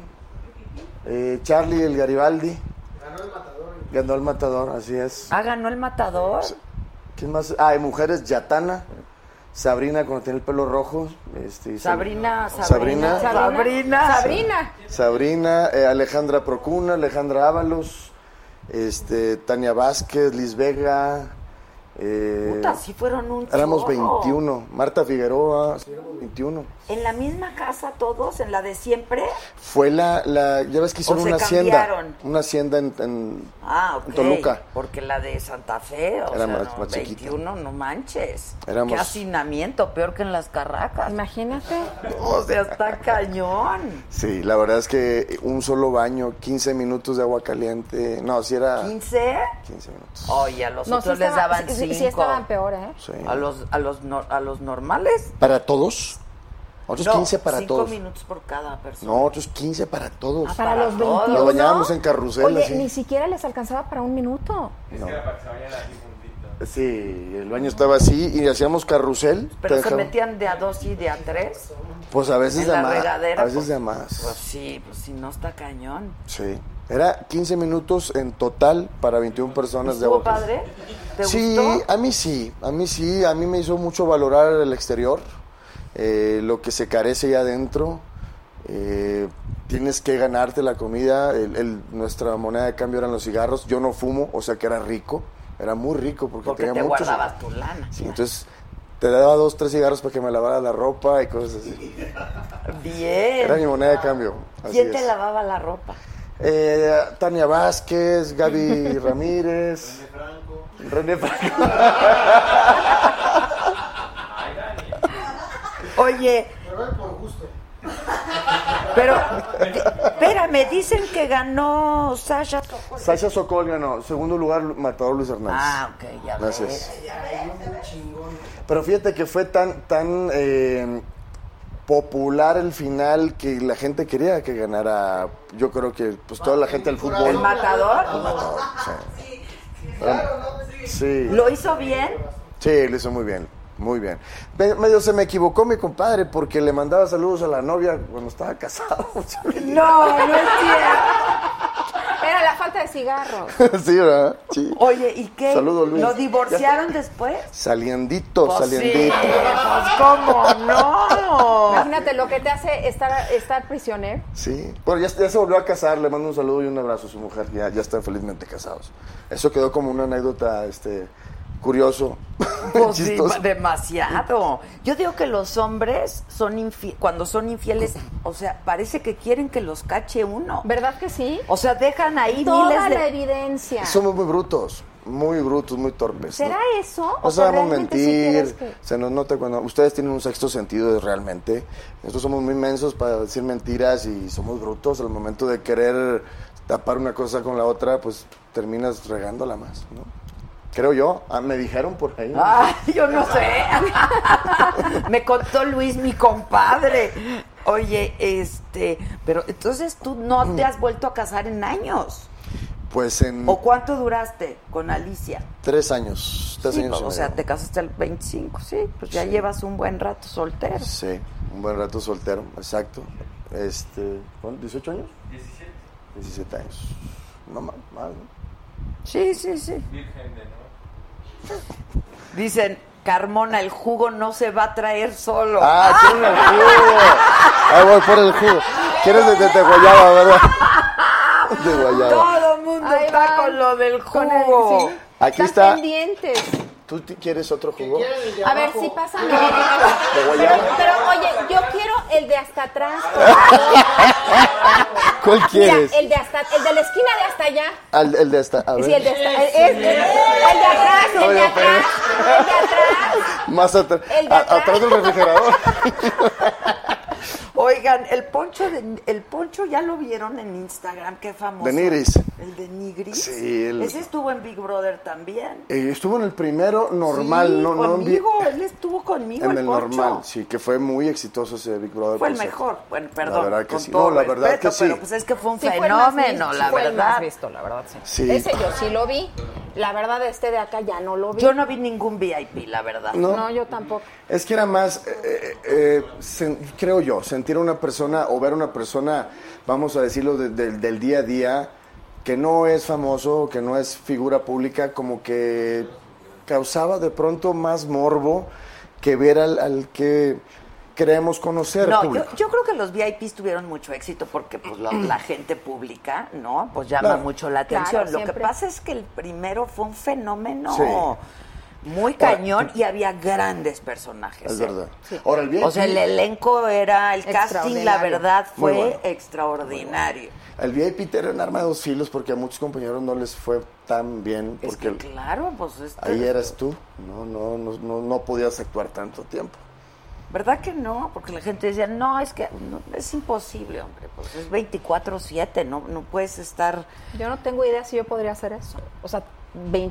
eh, Charlie el Garibaldi. Ganó el matador. Ganó el matador, así es.
Ah, ganó el matador.
¿Quién más? Ah, y mujeres, Yatana, Sabrina cuando tiene el pelo rojo. este, y
Sabrina, Sabrina,
Sabrina.
Sabrina.
Sabrina.
Sabrina, eh, Alejandra Procuna, Alejandra Ábalos, este, Tania Vázquez, Liz Vega, Eh,
Puta, sí fueron un
Éramos
chorro.
21. Marta Figueroa, sí, éramos 21.
¿En la misma casa todos? ¿En la de siempre?
Fue la, la ya ves que hicieron
¿O se
una hacienda.
cambiaron?
Una hacienda en, en-
Ah,
en
ok.
Toluca.
Porque la de Santa Fe, o
Era
sea,
más-
no,
más chiquita.
21, no manches.
Éramos-
Qué hacinamiento, peor que en las carracas.
Imagínate.
O sea, está cañón.
Sí, la verdad es que un solo baño, 15 minutos de agua caliente. No, si era
15.
15 minutos.
Oye, a los
No, sí
otros les
estaba-
daban
sí-
5.
sí, sí estaban peor, ¿eh?
Sí.
Oh, A los, a los, nor- a los normales.
¿Para todos? Otros
No,
15 Pues para
cinco
todos.
minutos por cada persona.
No, otros 15 para todos.
Ah, Para,
Para
los
todos.
21.
Nos bañábamos en carrusel,
Oye,
así.
ni siquiera les alcanzaba para un minuto.
Es que era para que se vayan así juntitos.
Sí, el baño estaba así y hacíamos carrusel.
Pero
Te
se
dejaba-
metían de a dos y de a tres.
Pues a veces
en
de
la
más.
regadera.
A veces
pues,
de
Pues
más.
sí, pues si no está cañón.
Sí. Era 15 minutos en total para 21 personas de
¿Estuvo
agua.
padre? ¿Te
pues. sí, ah,
gustó?
a mí sí, a mí sí, a mí me hizo mucho valorar el exterior, eh, lo que se carece ya adentro. eh, tienes que ganarte la comida. el- el- nuestra moneda de cambio eran los cigarros. Yo no fumo, o sea que era rico, era muy rico porque,
Porque
tenía
te
muchos.
guardabas tu lana.
Sí, entonces te daba dos, tres cigarros para que me lavara la ropa y cosas así.
Bien.
Era mi moneda de cambio. así
¿Quién te
es.
lavaba la ropa?
Eh, Tania Vázquez, *laughs* Gaby Ramírez, René *laughs* Franco.
Oye,
Pero era por gusto.
pero di- espérame, dicen que ganó Sasha Sokol.
Sasha Sokol ganó. Segundo lugar, Lu- Matador Luis Hernández.
Ah, ok, ya ves.
Gracias. Pero fíjate que fue tan, tan eh, popular el final que la gente quería que ganara. Yo creo que pues toda la gente del fútbol.
¿El matador?
El matador, *laughs* sí. Sí.
¿Lo hizo bien?
Sí, lo hizo muy bien, muy bien. Me- Medio se me equivocó mi compadre porque le mandaba saludos a la novia cuando estaba casado. *laughs*
No, no es cierto.
Era la falta de cigarros.
sí, ¿verdad? Sí.
Oye, ¿y qué?
Saludos, Luis.
¿Lo divorciaron después?
Saliendito,
Oh, sí,
saliendito.
pues cómo
*laughs*
no.
Imagínate lo que te hace estar, estar prisionero.
Sí. Bueno, ya, ya se volvió a casar, le mando un saludo y un abrazo a su mujer, ya, ya están felizmente casados. Eso quedó como una anécdota, este, curioso. *laughs*
Pues sí,
chistoso.
demasiado. Yo digo que los hombres son infi- cuando son infieles, o sea, parece que quieren que los cache uno.
¿Verdad que sí?
Oh,
O sea, dejan ahí
Toda
miles
la
de
evidencia.
Somos muy brutos, muy brutos, muy torpes.
¿Será eso?
No
O sea,
sabemos
¿realmente sí
mentir,
quieres que-
se nos nota cuando... Ustedes tienen un sexto sentido de realmente. Nosotros somos muy mensos para decir mentiras y somos brutos. Al momento de querer tapar una cosa con la otra, pues terminas regándola más, ¿no? Creo yo. Ah, me dijeron por ahí.
Ah, yo no sé. *laughs* Me contó Luis, mi compadre. Oye, este, pero entonces tú no te has vuelto a casar en años.
Pues en
¿O cuánto duraste con Alicia?
tres años. Tres
Sí, pues,
años y
o sea,
medio.
te casaste al 25, sí, pues ya
Sí.
llevas un buen rato soltero.
Sí, un buen rato soltero, exacto. Este, ¿cuánto? ¿18 años?
17.
17 años. No más, más, ¿no?
Sí, sí, sí.
Virgen de no.
Dicen, Carmona, el jugo no se va a traer solo.
Ah, quieren el jugo. Ah, voy por el jugo. Quieres de, de, de guayaba, ¿verdad? De guayaba.
Todo el mundo
Ahí
está
van.
con lo del
Con el-
jugo.
sí.
Aquí
Están
está.
pendientes.
¿Tú ti- quieres otro jugo?
Quieren el de
A ver,
abajo.
si pasa
¿De
Pero,
guayaba?
pero, oye, yo quiero el de hasta
*laughs*
atrás.
¿Cuál
Mira,
quieres?
el de hasta, el de la esquina de hasta allá.
Al- el de esta. A ver.
Sí, el de hasta, el, es- el de atrás, el de
Oiga, pero-
atrás, el de atrás.
Más atrás.
el de
A-
atrás.
Atrás del refrigerador.
Oigan, el poncho de, el poncho ya lo vieron en Instagram, qué famoso.
De Nigris.
El de Nigris.
Sí, el-
Ese estuvo en Big Brother también.
Eh, estuvo en el primero normal,
Sí,
no, no en vi-
conmigo, él estuvo conmigo
En
el,
el
poncho.
normal, sí, que fue muy exitoso ese Big Brother.
Fue el
concepto.
mejor, bueno, perdón.
Pues La verdad que
con
sí. No,
todo
la verdad
respeto,
que sí.
Pero pues es que fue un
Sí fue el más
fenómeno,
visto,
la
fue el
verdad.
más visto, la verdad, sí.
Sí.
Ese yo sí lo vi. La verdad, este de acá ya no lo vi.
Yo no vi ningún VIP, la verdad.
No.
no yo tampoco.
Es que era más, eh, eh, eh, sen- creo yo, sentir a una persona o ver a una persona, vamos a decirlo, de- de- del día a día, que no es famoso, que no es figura pública, como que causaba de pronto más morbo que ver al, al que queremos conocer.
No, yo,
público.
yo creo que los VIPs tuvieron mucho éxito porque pues la,
*clears throat*
la gente pública, ¿no? Pues llama
Claro.
mucho la
Claro,
atención. Lo que
siempre.
pasa es que el primero fue un fenómeno.
Sí. mm.
Muy cañón y había grandes personajes.
Es
¿eh?
verdad. Ahora, el bien-
O sea, el elenco era, el casting, la
Extraordinario.
verdad, fue
Muy bueno.
extraordinario.
El VIP era un arma de dos filos porque a muchos compañeros no les fue tan bien
Es
porque
que claro, pues este-
ahí eras tú, no, no, no, no, no podías actuar tanto tiempo.
¿Verdad que no? Porque la gente decía, no, es que no, es imposible, hombre, pues es 24-7, no, no puedes estar...
Yo no tengo idea si yo podría hacer eso. O sea,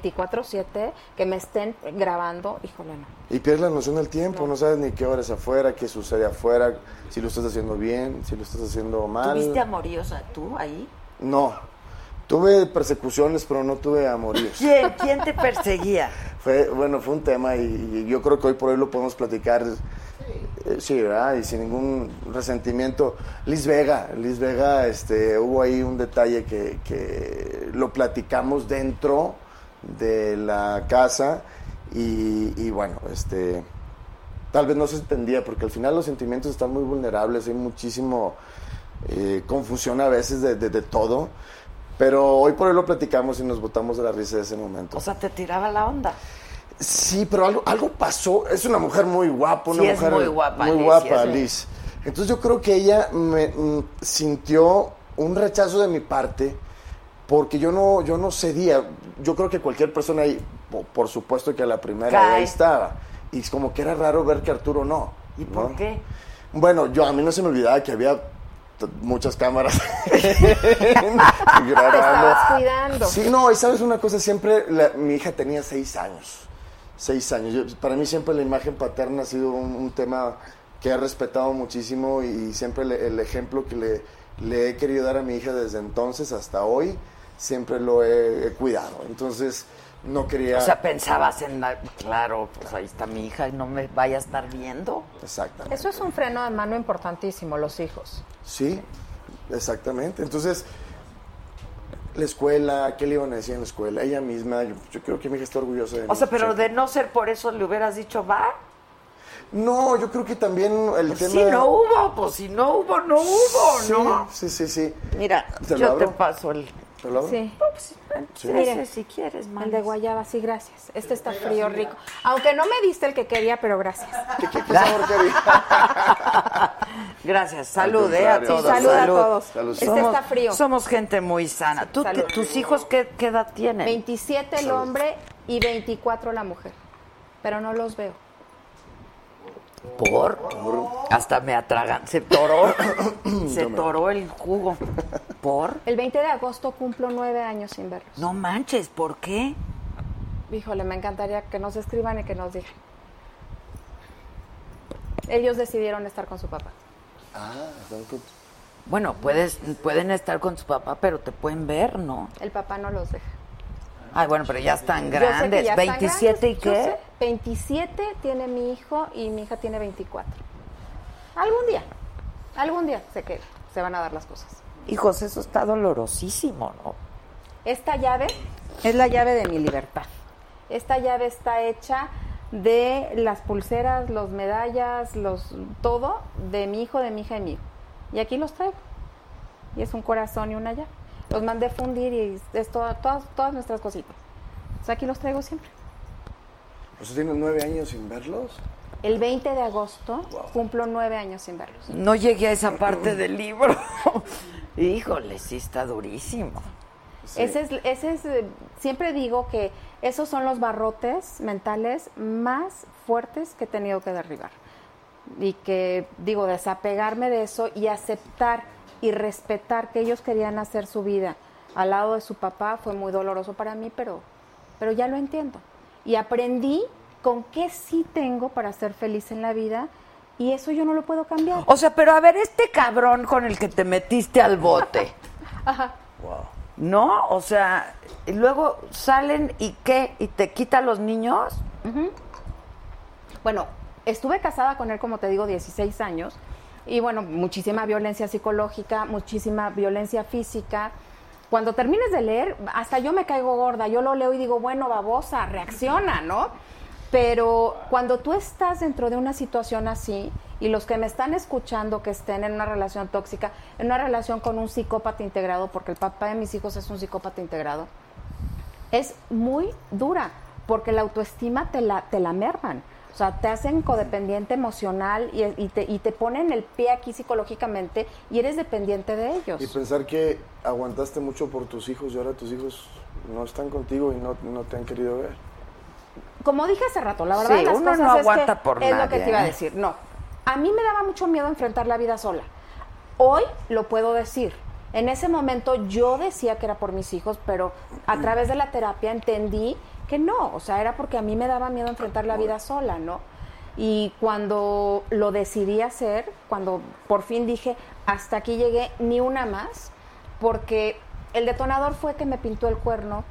24-7, que me estén grabando, híjole, no.
Y pierdes la noción del tiempo, no, sabes ni qué hora es afuera, qué sucede afuera, si lo estás haciendo bien, si lo estás haciendo mal.
¿Tuviste amoriosa tú ahí?
No, tuve persecuciones, pero no tuve amoríos.
¿Quién, ¿Quién te perseguía?
Fue, bueno, fue un tema y, y yo creo que hoy por hoy lo podemos platicar. eh, Sí, ¿verdad? Y sin ningún resentimiento. Liz Vega, Liz Vega, este, hubo ahí un detalle que, que lo platicamos dentro de la casa y, y bueno, este, tal vez no se entendía porque al final los sentimientos están muy vulnerables, hay muchísimo eh, confusión a veces de, de- de todo, pero hoy por hoy lo platicamos y nos botamos de la risa de ese momento.
O sea, te tiraba la onda.
Sí, pero algo, algo pasó. Es una mujer muy guapa, una
Sí, es
mujer
muy guapa,
muy
Liz,
guapa,
sí, sí.
Liz. Entonces yo creo que ella me mm, sintió un rechazo de mi parte porque yo no, yo no cedía. Yo creo que cualquier persona ahí, po- por, supuesto que a la primera
Cae.
ahí estaba. Y es como que era raro ver que Arturo no.
¿Y por
¿no?
qué?
Bueno, yo a mí no se me olvidaba que había t- muchas
*laughs*
cámaras *laughs* grabando.
estabas cuidando.
Sí, no, y sabes una cosa, siempre la- mi hija tenía seis años. Seis años. Yo- para mí siempre la imagen paterna ha sido un, un tema que he respetado muchísimo y, siempre le- el ejemplo que le, le he querido dar a mi hija desde entonces hasta hoy, siempre lo he, he cuidado. Entonces, no quería...
O sea, pensabas en la... Claro, pues ahí está mi hija y no me vaya a estar viendo.
Exactamente.
Eso es un freno de mano importantísimo, los hijos.
Sí, exactamente. Entonces, la escuela, ¿qué le iban a decir en la escuela? Ella misma, yo, yo creo que mi hija está orgullosa de mí.
O sea, pero
Sí.
de no ser por eso le hubieras dicho, va.
No, yo creo que también el
Pues
tema...
si no hubo, pues si no hubo, no hubo,
Sí,
¿no?
Sí, sí, sí.
Mira,
¿Te lo
yo te
abro?
paso el...
¿Te lo abro?
Sí.
Sí.
Ese, si quieres,
El de
manda.
guayaba, sí, gracias. Este está frío, rico. Aunque no me diste el que quería, pero gracias.
¿Qué, qué- qué sabor que
*laughs*
había?
Gracias, salud eh, a
contrario,
todos.
Sí, salud
a todos.
Salud.
Este
Somos-
está frío.
Somos gente muy sana. ¿Tú,
salud.
qué- ¿Tus hijos qué, qué edad tienen?
27 el hombre y 24 la mujer. Pero no los veo.
Por. Hasta me atragan. Se toró.
*coughs*
se toró el jugo. ¿Por?
El 20 de agosto cumplo nueve años sin verlos.
No manches, ¿por qué?
Híjole, me encantaría que nos escriban y que nos digan. Ellos decidieron estar con su papá.
Ah, tanto-
Bueno, puedes, pueden estar con su papá, pero te pueden ver, ¿no?
El papá no los deja.
Ay, bueno, pero ya están
Yo sé que
grandes.
ya están
27
grandes,
y
yo
qué?
sé. 27 tiene mi hijo y mi hija tiene 24. Algún día, algún día sé que se van a dar las cosas.
Hijos, eso está dolorosísimo, ¿no?
Esta llave es la llave de mi libertad. Esta llave está hecha de las pulseras, los medallas, los todo de mi hijo, de mi hija y mío. Y aquí los traigo. Y es un corazón y una llave. Los mandé fundir y es todo- todas, todas nuestras cositas. O sea, aquí los traigo siempre.
O sea, tiene nueve años sin verlos.
El 20 de agosto cumplo nueve años sin verlos.
No llegué a esa parte del libro. *laughs* Híjole, sí está durísimo.
Ese es, ese es, eh, siempre digo que esos son los barrotes mentales más fuertes que he tenido que derribar. Y que, digo, desapegarme de eso y aceptar y respetar que ellos querían hacer su vida al lado de su papá fue muy doloroso para mí, pero, pero ya lo entiendo. Y aprendí con qué sí tengo para ser feliz en la vida y eso yo no lo puedo cambiar.
O sea, pero a ver, este cabrón con el que te metiste al
*laughs*
bote. ¿No? O sea, y luego salen y qué? ¿Y te quita los niños?
Bueno, estuve casada con él, como te digo, 16 años. Y bueno, muchísima violencia psicológica, muchísima violencia física. Cuando termines de leer, hasta yo me caigo gorda. Yo lo leo y digo, bueno, babosa, reacciona, ¿no? Pero cuando tú estás dentro de una situación así, y los que me están escuchando que estén en una relación tóxica, en una relación con un psicópata integrado, porque el papá de mis hijos es un psicópata integrado, es muy dura. porque la autoestima te la, te la merman. O sea, te hacen codependiente emocional y, y te, y te ponen el pie aquí psicológicamente y eres dependiente de ellos.
Y pensar que aguantaste mucho por tus hijos y ahora tus hijos no están contigo y no, no te han querido ver.
como dije hace rato, la verdad
Sí,
de las
uno
cosas
no
es
aguanta
que
por
es lo
nadie,
que te iba a
¿eh?
decir. No, a mí me daba mucho miedo enfrentar la vida sola. Hoy lo puedo decir. En ese momento yo decía que era por mis hijos, pero
Mm.
a través de la terapia entendí que no, o sea, era porque a mí me daba miedo enfrentar la vida sola, ¿no? Y cuando lo decidí hacer, cuando por fin dije, hasta aquí llegué, ni una más, porque el detonador fue que me pintó el cuerno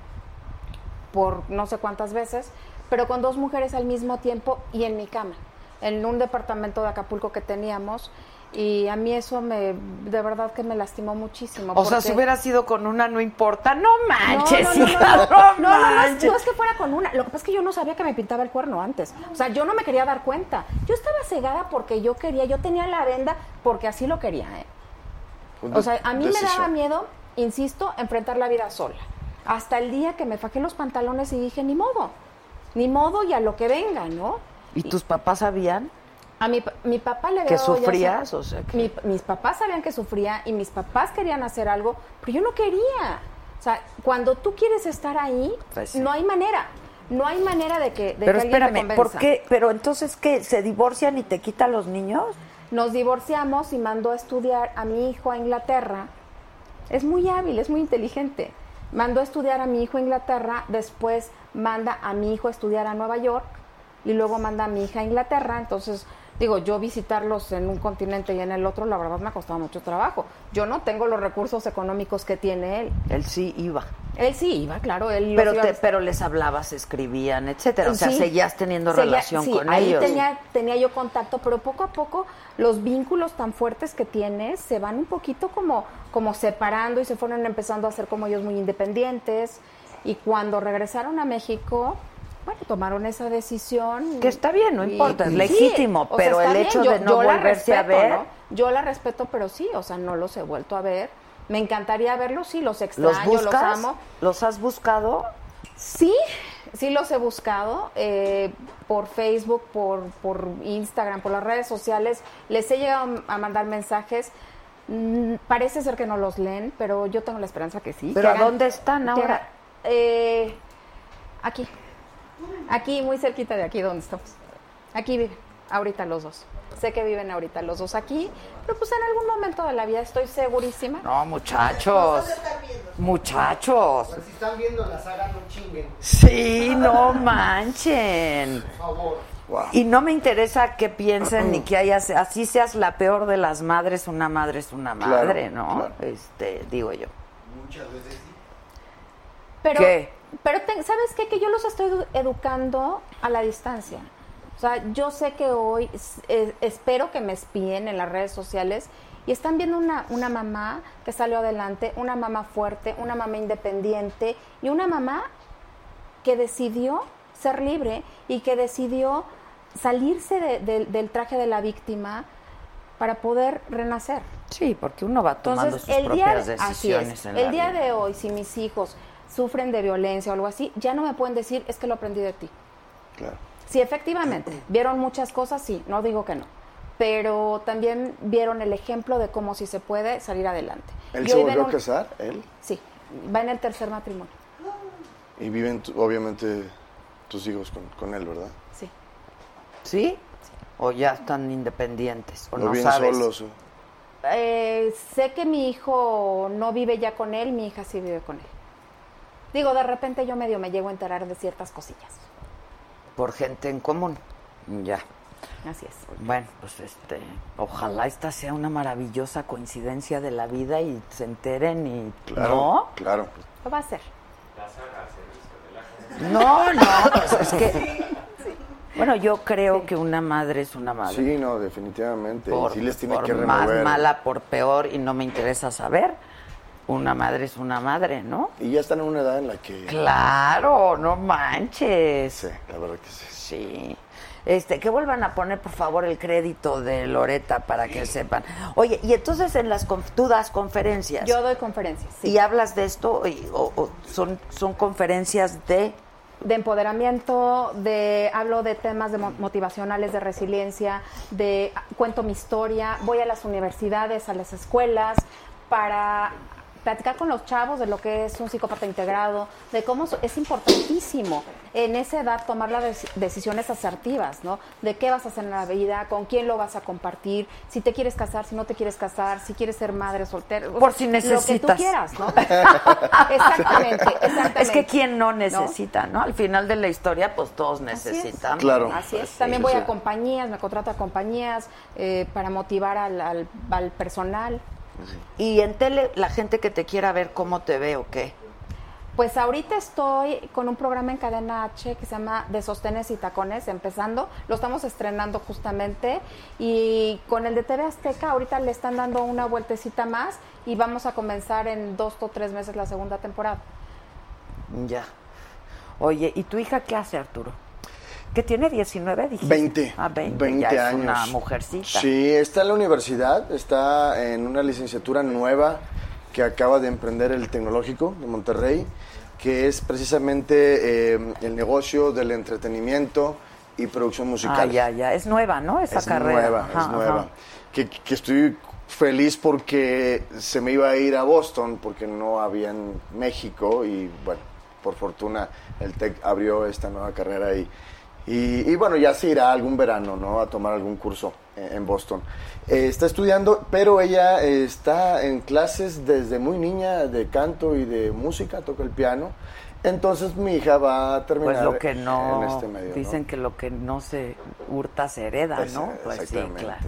por no sé cuántas veces, pero con dos mujeres al mismo tiempo y en mi cama, en un departamento de Acapulco que teníamos. Y a mí eso me, de verdad que me lastimó muchísimo.
O sea,
porque-
si hubiera sido con una, no importa. No
No, no,
manches,
no, no,
hija, no,
no, no, no, no,
manches.
no, es que fuera con una. Lo que pasa es que yo no sabía que me pintaba el cuerno antes. O sea, yo no me quería dar cuenta. Yo estaba cegada porque yo quería, yo tenía la venda porque así lo quería. ¿eh? O sea, a mí me daba miedo, insisto, enfrentar la vida sola. Hasta el día que me fajé los pantalones y dije, ni modo, ni modo y a lo que venga, ¿no?
¿Y tus papás sabían?
A mi, pa- mi papá le había
¿Que
dado ya
sufrías?
su-
O sea, que-
Mi- mis papás sabían que sufría y mis papás querían hacer algo, pero yo no quería. O sea, cuando tú quieres estar ahí,
Pues sí.
no hay manera. No hay manera de que, de
Pero
que alguien te
espérame, ¿por
convenza.
qué? Pero entonces, ¿qué? ¿Se divorcian y te quitan los niños?
Nos divorciamos y mandó a estudiar a mi hijo a Inglaterra. Es muy hábil, es muy inteligente. Mandó a estudiar a mi hijo a Inglaterra, después manda a mi hijo a estudiar a Nueva York y luego manda a mi hija a Inglaterra. Entonces, digo, yo visitarlos en un continente y en el otro, la verdad me ha costado mucho trabajo. Yo no tengo los recursos económicos que tiene él.
Él sí iba.
Él sí iba, claro, él los
Pero,
iba a
te-
visitar.
pero les hablabas, escribían, etcétera. O sea,
Sí.
seguías teniendo
Seguía-
relación
sí,
con
ahí
ellos.
Tenía, tenía yo contacto, pero poco a poco los vínculos tan fuertes que tienes se van un poquito como, como separando y se fueron empezando a ser como ellos muy independientes. Y cuando regresaron a México, bueno, tomaron esa decisión.
Que está bien, no
Y-
importa, es
sí,
legítimo,
o sea,
pero el
está bien,
hecho
yo-
de no
yo la
volverse a
respeto,
ver-
¿no? Yo la respeto, pero sí, o sea, no los he vuelto a ver. Me encantaría verlos, sí, los
¿Los
extraño, los
buscas?
amo.
¿Los has buscado?
Sí, sí los he buscado eh, por Facebook, por, por Instagram, por las redes sociales. Les he llegado a mandar mensajes. Mm, parece ser que no los leen, pero yo tengo la esperanza que sí.
¿Pero
que
a dónde están
que
ahora?
hagan- eh, aquí. Aquí, muy cerquita de aquí donde estamos. Aquí viven, ahorita los dos. Sé que viven ahorita los dos aquí, pero pues en algún momento de la vida estoy segurísima.
No, muchachos. Muchachos.
Si están viendo la saga, no chinguen,
Sí, no manchen.
por favor.
Y no me interesa qué piensen ni que hayas, así seas la peor de las madres, una madre es una
Claro,
madre, ¿no?
claro.
Este, digo yo.
Pero,
¿Qué?
pero te- ¿sabes qué? Que yo los estoy edu- educando a la distancia. O sea, yo sé que hoy s- eh, espero que me espíen en las redes sociales y están viendo una, una mamá que salió adelante, una mamá fuerte, una mamá independiente y una mamá que decidió ser libre y que decidió salirse de- del- del traje de la víctima para poder renacer.
Sí, porque uno va tomando
Entonces,
sus
el día,
propias
de, así
decisiones
es,
en
el
la
día
vida.
de hoy, si mis hijos sufren de violencia o algo así, ya no me pueden decir, es que lo aprendí de ti.
Claro.
Sí, efectivamente, vieron muchas cosas, sí, no digo que no, pero también vieron el ejemplo de cómo si se puede salir adelante.
Él
Y
se
hoy ven
volvió a
un-
casar, él,
Sí, va en el tercer matrimonio,
y viven tu- obviamente tus hijos con, con él, ¿verdad?
sí.
¿Sí? O ya están independientes, o
O
no,
bien
sabes.
solos. o-
Eh, sé que mi hijo no vive ya con él, mi hija sí vive con él. Digo, de repente yo medio me llego a enterar de ciertas cosillas,
Por gente en común. Ya.
así es.
Bueno, pues este, ojalá esta sea una maravillosa coincidencia de la vida y se enteren y
Claro,
¿no?
claro.
Lo va a hacer.
No, no, pues es que. Bueno, yo creo que una madre es una madre.
Sí, no, definitivamente. y
por,
sí les tiene
por
que
más
remover.
mala, por peor, y no me interesa saber. Una madre es una madre, ¿no?
Y ya están en una edad en la que...
Claro, no manches.
Sí, la verdad que sí.
Sí. Este, que vuelvan a poner, por favor, el crédito de Loreta para que sepan. Oye, y entonces en las conf- tú das conferencias.
Yo doy conferencias, sí.
¿Y hablas de esto? y- o, o son, ¿Son conferencias de
de empoderamiento, de hablo de temas de mo- motivacionales, de resiliencia, de ah, cuento mi historia, voy a las universidades, a las escuelas para platicar con los chavos de lo que es un psicópata integrado, de cómo so- es importantísimo en esa edad tomar las deci- decisiones asertivas, ¿no? De qué vas a hacer en la vida, con quién lo vas a compartir, si te quieres casar, si no te quieres casar, si quieres ser madre soltera,
Por si
lo que tú
necesitas. *laughs*
quieras, ¿no? exactamente, exactamente.
Es que quien no necesita, ¿no? Al final de la historia, pues todos necesitamos. Pues,
Claro.
Así es.
Sí,
También voy
sí.
a compañías, me contrato a compañías eh, para motivar al, al- al personal.
Y en tele, la gente que te quiera ver cómo te ve o qué.
Pues ahorita estoy con un programa en cadena H que se llama De Sostenes y Tacones, empezando. Lo estamos estrenando justamente. Y con el de TV Azteca, ahorita le están dando una vueltecita más y vamos a comenzar en dos o tres meses la segunda temporada.
Ya. Oye, ¿y tu hija qué hace, Arturo? Que tiene 19, dijiste.
20.
Ah, 20.
20
ya
años.
Es una mujercita.
Sí, está en la universidad, está en una licenciatura nueva que acaba de emprender el Tecnológico de Monterrey, que es precisamente eh, el negocio del entretenimiento y producción
Ah,
musical.
ya, ya. Es nueva, ¿no? Esa
es
carrera.
nueva,
Ajá,
es nueva.
ajá.
Que, que estoy feliz porque se me iba a ir a Boston porque no había en México y bueno, por fortuna el TEC abrió esta nueva carrera y, y, y, bueno, ya se irá algún verano, ¿no? A tomar algún curso en, en Boston. Eh, está estudiando, pero ella eh, está en clases desde muy niña de canto y de música, toca el piano. Entonces mi hija va a terminar
Pues lo que no.
en este medio. ¿no?
dicen que lo que no se hurta se hereda, ¿no?
Esa-
Pues sí,
eh, exactamente.
claro.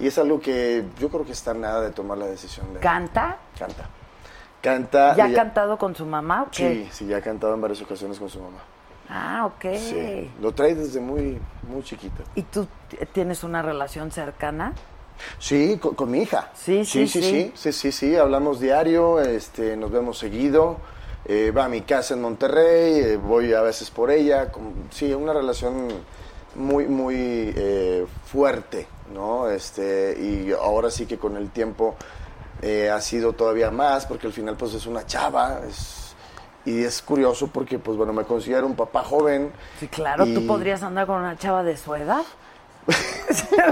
Y es algo que yo creo que está nada de tomar la decisión de.
¿Canta?
Canta. Canta.
¿Ya ha
ella-
cantado con su mamá o qué?
Ah, Sí, sí, ya ha cantado en varias ocasiones con su mamá.
Ah, ok.
Sí. Lo trae desde muy, muy chiquita.
¿Y tú t- tienes una relación cercana?
Sí, con, con mi hija.
Sí, sí,
sí, sí, sí, sí, sí, hablamos diario, este, nos vemos seguido. eh, va a mi casa en Monterrey, eh, voy a veces por ella. con- sí, una relación muy, muy eh, fuerte, ¿no? Este, y ahora sí que con el tiempo eh, ha sido todavía más, porque al final pues es una chava, es- y es curioso porque pues bueno, me considero un papá joven.
Sí, claro. ¿Tú
y-
podrías andar con una chava de
*laughs*
su edad? *laughs*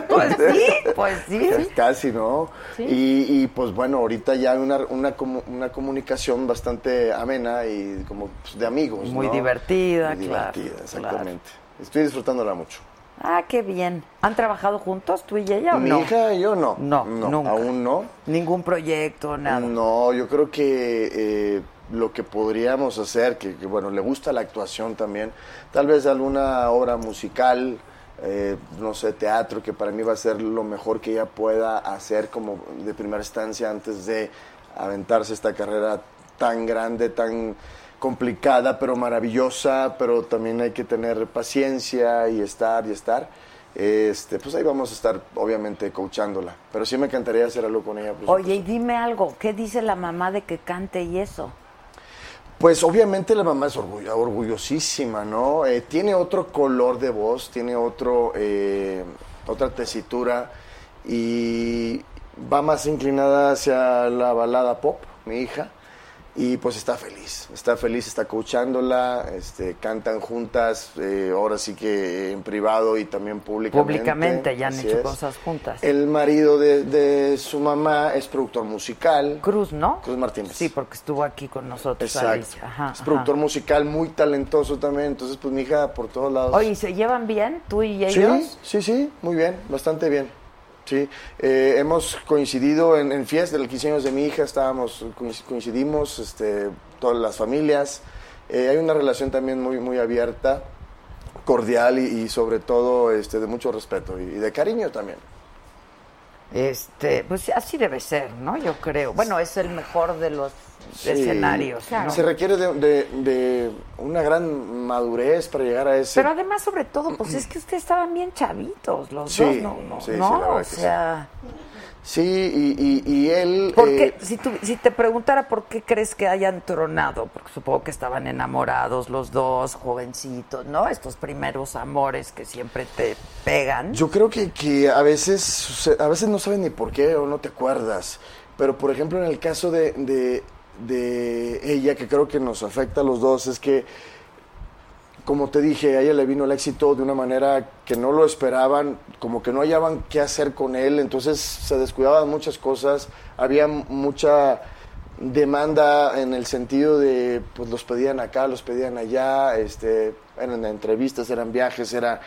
pues sí, pues sí.
Ca- Casi, ¿no? Y, y, pues bueno, ahorita ya hay una, una, comu- una comunicación bastante amena y como pues, de amigos.
Muy
¿no?
divertida,
Muy
claro,
divertida,
claro.
exactamente. Estoy disfrutándola mucho.
Ah, qué bien. ¿Han trabajado juntos tú y ella o
Mi
no?
hija y yo no.
No, nunca.
Aún no.
Ningún proyecto, nada.
No, yo creo que eh, lo que podríamos hacer, que, que, bueno, le gusta la actuación también, tal vez alguna obra musical, eh, no sé, teatro, que para mí va a ser lo mejor que ella pueda hacer como de primera instancia antes de aventarse esta carrera tan grande, tan complicada, pero maravillosa, pero también hay que tener paciencia y estar y estar. Este, pues ahí vamos a estar obviamente coachándola, pero sí me encantaría hacer algo con ella. por
Oye, y dime algo, ¿qué dice la mamá de que cante y eso?
Pues obviamente la mamá es orgullo- orgullosísima, ¿no? Eh, tiene otro color de voz, tiene otro, eh, otra tesitura y va más inclinada hacia la balada pop, mi hija, y pues está feliz, está feliz, está coachándola, este, cantan juntas, eh, ahora sí que en privado y también públicamente.
Públicamente, ya han
así
hecho
es.
cosas juntas.
El marido de, de su mamá es productor musical.
Cruz, ¿no?
Cruz Martínez.
Sí, porque estuvo aquí con nosotros.
Exacto.
Alicia. Ajá,
es productor
ajá.
musical muy talentoso también. Entonces, pues mi hija por todos lados.
Oye, ¿y ¿se llevan bien tú y
sí,
ellos?
sí, sí, muy bien, bastante bien. Sí, Eh, hemos coincidido en, en fiestas, los 15 años de mi hija, estábamos, coinc- coincidimos, este, todas las familias. Eh, hay una relación también muy, muy abierta, cordial y, y sobre todo este, de mucho respeto y, y de cariño también.
Este, pues así debe ser, ¿no? Yo creo. Bueno, es el mejor de los
Sí.
escenarios. ¿no?
Se requiere de, de- de una gran madurez para llegar a ese
Pero además, sobre todo, pues es que ustedes estaban bien chavitos, los
Sí,
dos, ¿no? no,
sí, sí,
¿no?
la verdad
o
que sí.
sea,
Sí, y, y, y él...
¿por
eh,
qué? si, tú- si te preguntara por qué crees que hayan tronado, porque supongo que estaban enamorados los dos, jovencitos, ¿no? Estos primeros amores que siempre te pegan.
Yo creo que, que a veces suce- a veces no sabes ni por qué o no te acuerdas. Pero por ejemplo, en el caso de, de, de ella, que creo que nos afecta a los dos, es que como te dije, a ella le vino el éxito de una manera que no lo esperaban, como que no hallaban qué hacer con él, entonces se descuidaban muchas cosas, había m- mucha demanda en el sentido de, pues los pedían acá, los pedían allá, este, eran entrevistas, eran viajes, era...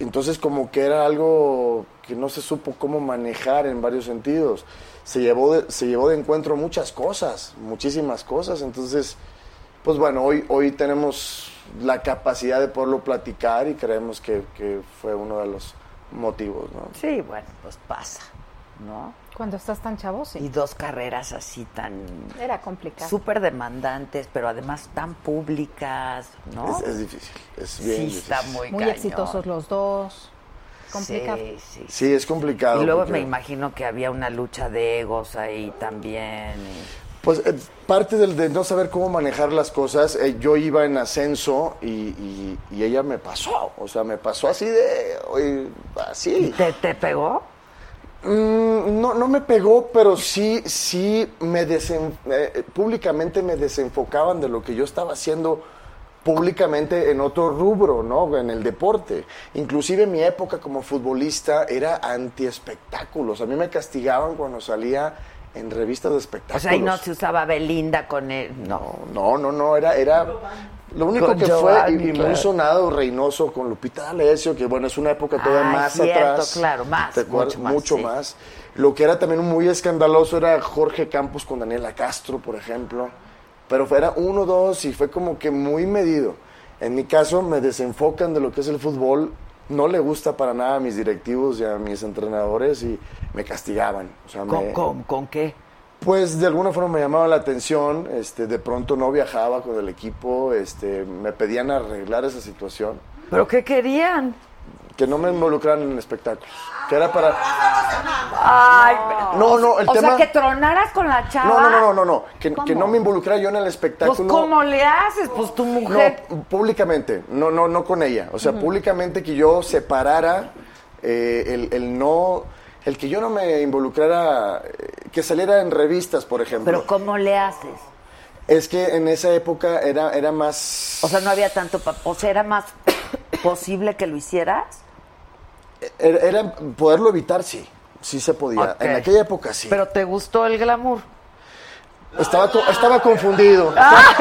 Entonces como que era algo que no se supo cómo manejar en varios sentidos. Se llevó de, se llevó de encuentro muchas cosas, muchísimas cosas. Entonces, pues bueno, hoy, hoy tenemos la capacidad de poderlo platicar y creemos que, que fue uno de los motivos, ¿no?
Sí, bueno, pues pasa, ¿no?
Cuando estás tan chavo,
Y
sí.
dos carreras así tan
Era complicado.
súper demandantes, pero además tan públicas, ¿no?
Es, es difícil, es bien
sí,
difícil.
está muy
Muy
cañón.
exitosos los dos. Complicado.
Sí, sí.
Sí, es complicado.
Y luego
porque-
me imagino que había una lucha de egos ahí también. y-
Pues eh, parte del, de no saber cómo manejar las cosas, eh, yo iba en ascenso y, y- y ella me pasó, o sea, me pasó así de, oye,
¿Y
así.
te, te pegó?
Mm, no, no me pegó, pero sí, sí me desen- eh, públicamente me desenfocaban de lo que yo estaba haciendo públicamente en otro rubro, ¿no? En el deporte. Inclusive mi época como futbolista era anti-espectáculos. A mí me castigaban cuando salía en revistas de
O
espectáculos.
sea, y no se usaba Belinda con él. No.
No, no, no, era, era lo único
Con
que fue y-
Giovanni,
y, muy
claro.
sonado Reynoso con Lupita D'Alessio, que bueno, es una época todavía
Ah,
más
cierto,
atrás.
claro, más,
¿Te acuerdas?
mucho más,
Mucho
sí.
más. Lo que era también muy escandaloso era Jorge Campos con Daniela Castro, por ejemplo. Pero fue- era uno, dos y fue como que muy medido. En mi caso me desenfocan de lo que es el fútbol. No le gusta para nada a mis directivos y a mis entrenadores y me castigaban. O sea,
¿Con,
me-
con, con qué?
pues de alguna forma me llamaba la atención, este, de pronto no viajaba con el equipo, este, me pedían arreglar esa situación,
¿Pero qué querían?
que no me involucraran en espectáculos, que era para...
Ay, pero-
No, Oh, no, el
o
tema...
sea, que tronaras con la chava.
No, no, no, no, no, no, que, que
¿Cómo?
no me involucrara yo en el
Pues,
espectáculo.
¿cómo le haces? Pues tu
No,
mujer.
públicamente, no, no, no con ella. O sea, públicamente que yo separara eh, el, el no, el que yo no me involucrara, eh, que saliera en revistas, por ejemplo.
Pero ¿cómo le haces?
Es que en esa época era, era más...
O sea, no había tanto. pa- O sea, era más *coughs* posible que lo hicieras.
Era, era poderlo evitar, sí. Sí se podía.
Ok.
En aquella época sí.
Pero te gustó el glamour.
estaba, co- estaba confundido.
Ah.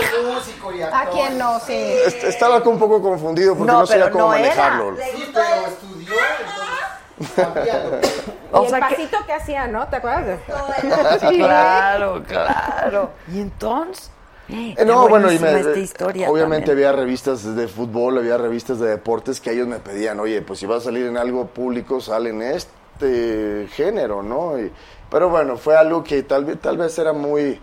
Es músico y
¿A
actor.
quién no? Sí.
Est- Estaba un poco confundido porque
No,
no, sabía
pero
cómo
no era.
manejarlo.
Sí, pero estudió,
Ah,
entonces sabía lo que-
O
y
sea
el
que-
pasito que... hacía, ¿no? ¿Te acuerdas?
Claro, claro. Y entonces.
Eh, No, bueno, y me-
esta historia.
obviamente
también.
había revistas de fútbol, había revistas de deportes que ellos me pedían, oye, pues si vas a salir en algo público, sale en este género, ¿no? Y- pero bueno, fue algo que tal vez, tal vez era muy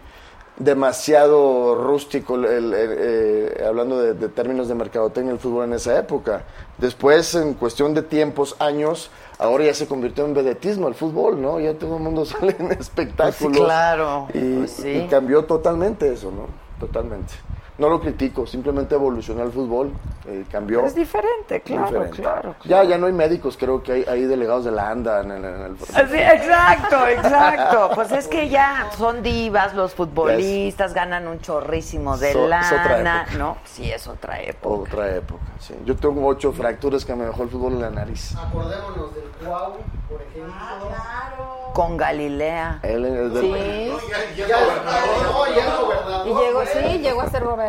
demasiado rústico, el- el- el- eh, hablando de, de términos de mercadotecnia el fútbol en esa época. Después, en cuestión de tiempos, años, ahora ya se convirtió en vedetismo el fútbol, ¿no? Ya todo el mundo *laughs* sale en espectáculos.
Pues claro,
Y-
pues sí.
y cambió totalmente eso, ¿no? Totalmente. No lo critico, simplemente evolucionó el fútbol, eh, cambió.
Es diferente, claro,
Diferente.
claro.
Ya, ya no hay médicos, creo que hay, hay delegados de la ANDA en el... en el-
Sí, exacto, exacto. Pues es que ya son divas los futbolistas, ganan un chorrísimo de
Es o- es otra
lana,
época.
¿no? Sí, es otra época.
Otra época, sí. Yo tengo ocho fracturas que me dejó el fútbol en la nariz.
Acordémonos del Cuau, por ejemplo.
Ah,
Con Galilea.
Él es del-
Sí.
Ya, no, ya es gobernador.
Y llegó, sí,
güey.
llegó a ser gobernador.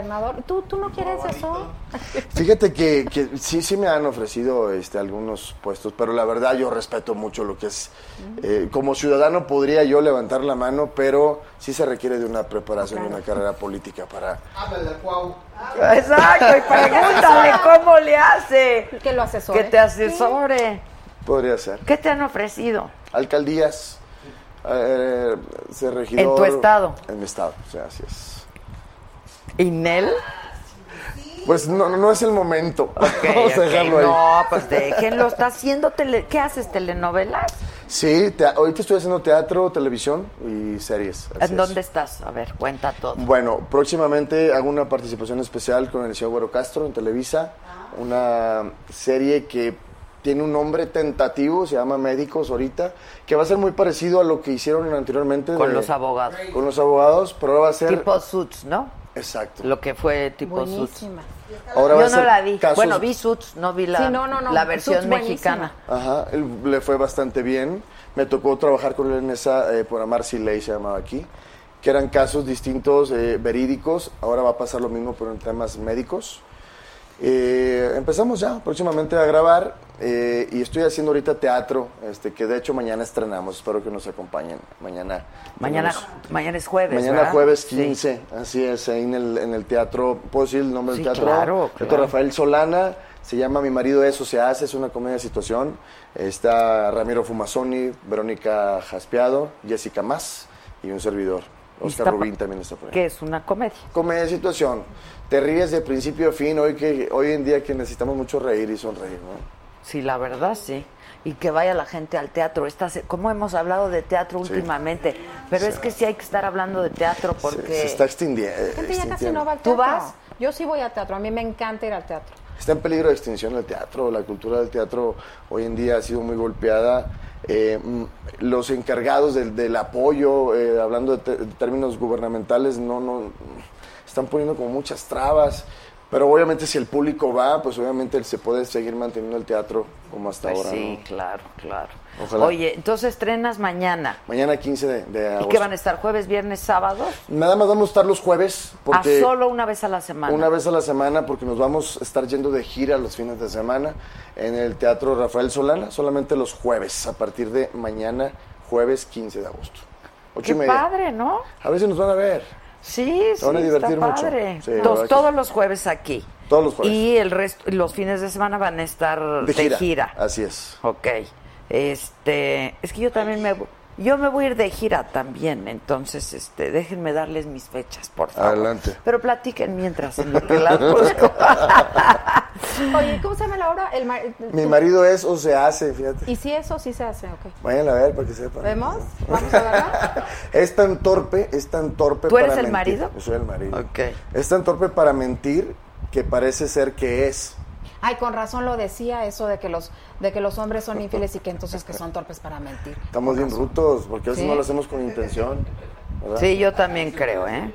¿Tú, tú no quieres eso?
Fíjate que, que sí, sí me han ofrecido este, algunos puestos, pero la verdad yo respeto mucho lo que es... eh, como ciudadano podría yo levantar la mano, pero sí se requiere de una preparación y una carrera política para...
Háblale al Cuau.
Exacto, y pregúntale cómo le hace.
Que lo
Que
asesore.
te asesore.
Podría ser.
¿Qué te han ofrecido?
alcaldías, eh, ser regidor.
¿En tu estado?
En mi estado, o sea, así es.
¿Inel?
Pues no, no es el momento.
Ok,
*laughs* Vamos a
ok,
dejarlo ahí.
No, pues déjenlo. Está haciendo tele... ¿Qué haces? ¿Telenovelas?
Sí, te- ahorita estoy haciendo teatro, televisión y series. así
¿En
es.
dónde estás? A ver, cuenta todo.
Bueno, próximamente hago una participación especial con el señor Güero Castro en Televisa, una serie que tiene un nombre tentativo, se llama Médicos ahorita, que va a ser muy parecido a lo que hicieron anteriormente.
Con
de-
los abogados.
Con los abogados, pero ahora va a ser...
Tipo Suits, ¿no?
Exacto.
Lo que fue tipo Suits.
Ahora va
Yo
a
no
ser
la vi.
casos-
Bueno, vi Suits, no vi la,
Sí, no, no, no,
la versión
Suits buenísima.
mexicana.
Ajá, él- le fue bastante bien. Me tocó trabajar con él en esa, eh, por amar si ley se llamaba aquí, que eran casos distintos, eh, verídicos. Ahora va a pasar lo mismo, pero en temas médicos. Eh, empezamos ya próximamente a grabar eh, y estoy haciendo ahorita teatro, este, que de hecho mañana estrenamos. Espero que nos acompañen. Mañana.
Mañana,
tenemos-
mañana es jueves.
Mañana
¿verdad?
jueves
Sí.
15, así es, ahí en el, en el teatro, ¿puedo decir el nombre
Sí,
del teatro?
claro,
Teatro
claro.
Rafael Solana, se llama Mi marido eso se hace, es una comedia de situación. Está Ramiro Fumazoni, Verónica Jaspiado, Jessica Más y un servidor.
Y
Oscar
está-
Rubín también está por ahí.
Que es una comedia.
Comedia de situación, te ríes de principio a fin, hoy, que, hoy en día que necesitamos mucho reír y sonreír, ¿no?
Sí, la verdad, sí. Y que vaya la gente al teatro. Esta se- ¿Cómo hemos hablado de teatro
Sí.
últimamente? Pero es que sí hay que estar hablando de teatro
Se-
porque...
Se, está extinguiendo.
gente ya casi no va al
¿Tú
teatro.
vas?
Yo sí voy al teatro. A mí me encanta ir al teatro.
Está en peligro de extinción el teatro, la cultura del teatro hoy en día ha sido muy golpeada. Eh, mm, los encargados del, del apoyo, eh, hablando de, te- de términos gubernamentales, no, no están poniendo como muchas trabas. Pero obviamente si el público va, pues obviamente se puede seguir manteniendo el teatro como hasta
Pues
ahora.
sí,
¿no?
claro, claro.
Ojalá.
Oye, entonces estrenas mañana.
Mañana 15 de, de
¿Y
agosto.
qué van a estar? ¿Jueves, viernes, sábado?
Nada más vamos a estar los jueves porque
a solo una vez a la semana.
Una vez a la semana, porque nos vamos a estar yendo de gira los fines de semana en el Teatro Rafael Solana, solamente los jueves, a partir de mañana, jueves 15 de agosto. Ocho
Qué
y media.
padre, ¿no?
A ver si nos van a ver.
Sí, sí,
van a divertir
está
mucho.
padre.
Sí, la
Tos-
verdad que
todos
sí.
los jueves aquí.
Todos los jueves.
Y el resto, los fines de semana van a estar de gira.
Así es.
Ok. Este, es que yo también me vo- yo me voy a ir de gira también, entonces este, déjenme darles mis fechas, por favor.
Adelante.
Pero platiquen mientras en lo que
*laughs*
las busco.
Oye, ¿cómo se llama la obra? El mar-
Mi marido es o se hace, fíjate.
Y si eso sí se hace, ok.
Vayan a ver para que sepan.
¿Vemos? Vamos a verla.
*laughs* Es tan torpe, es tan torpe
¿Tú eres
para
el
mentir.
marido?
Yo soy el marido.
Ok.
Es tan torpe para mentir que parece ser que es.
Ay, con razón lo decía eso de que los de que los hombres son infieles y que entonces que son torpes para mentir.
Estamos bien brutos, porque a veces
Sí.
no lo hacemos con intención. ¿verdad?
Sí, yo también creo, ¿eh?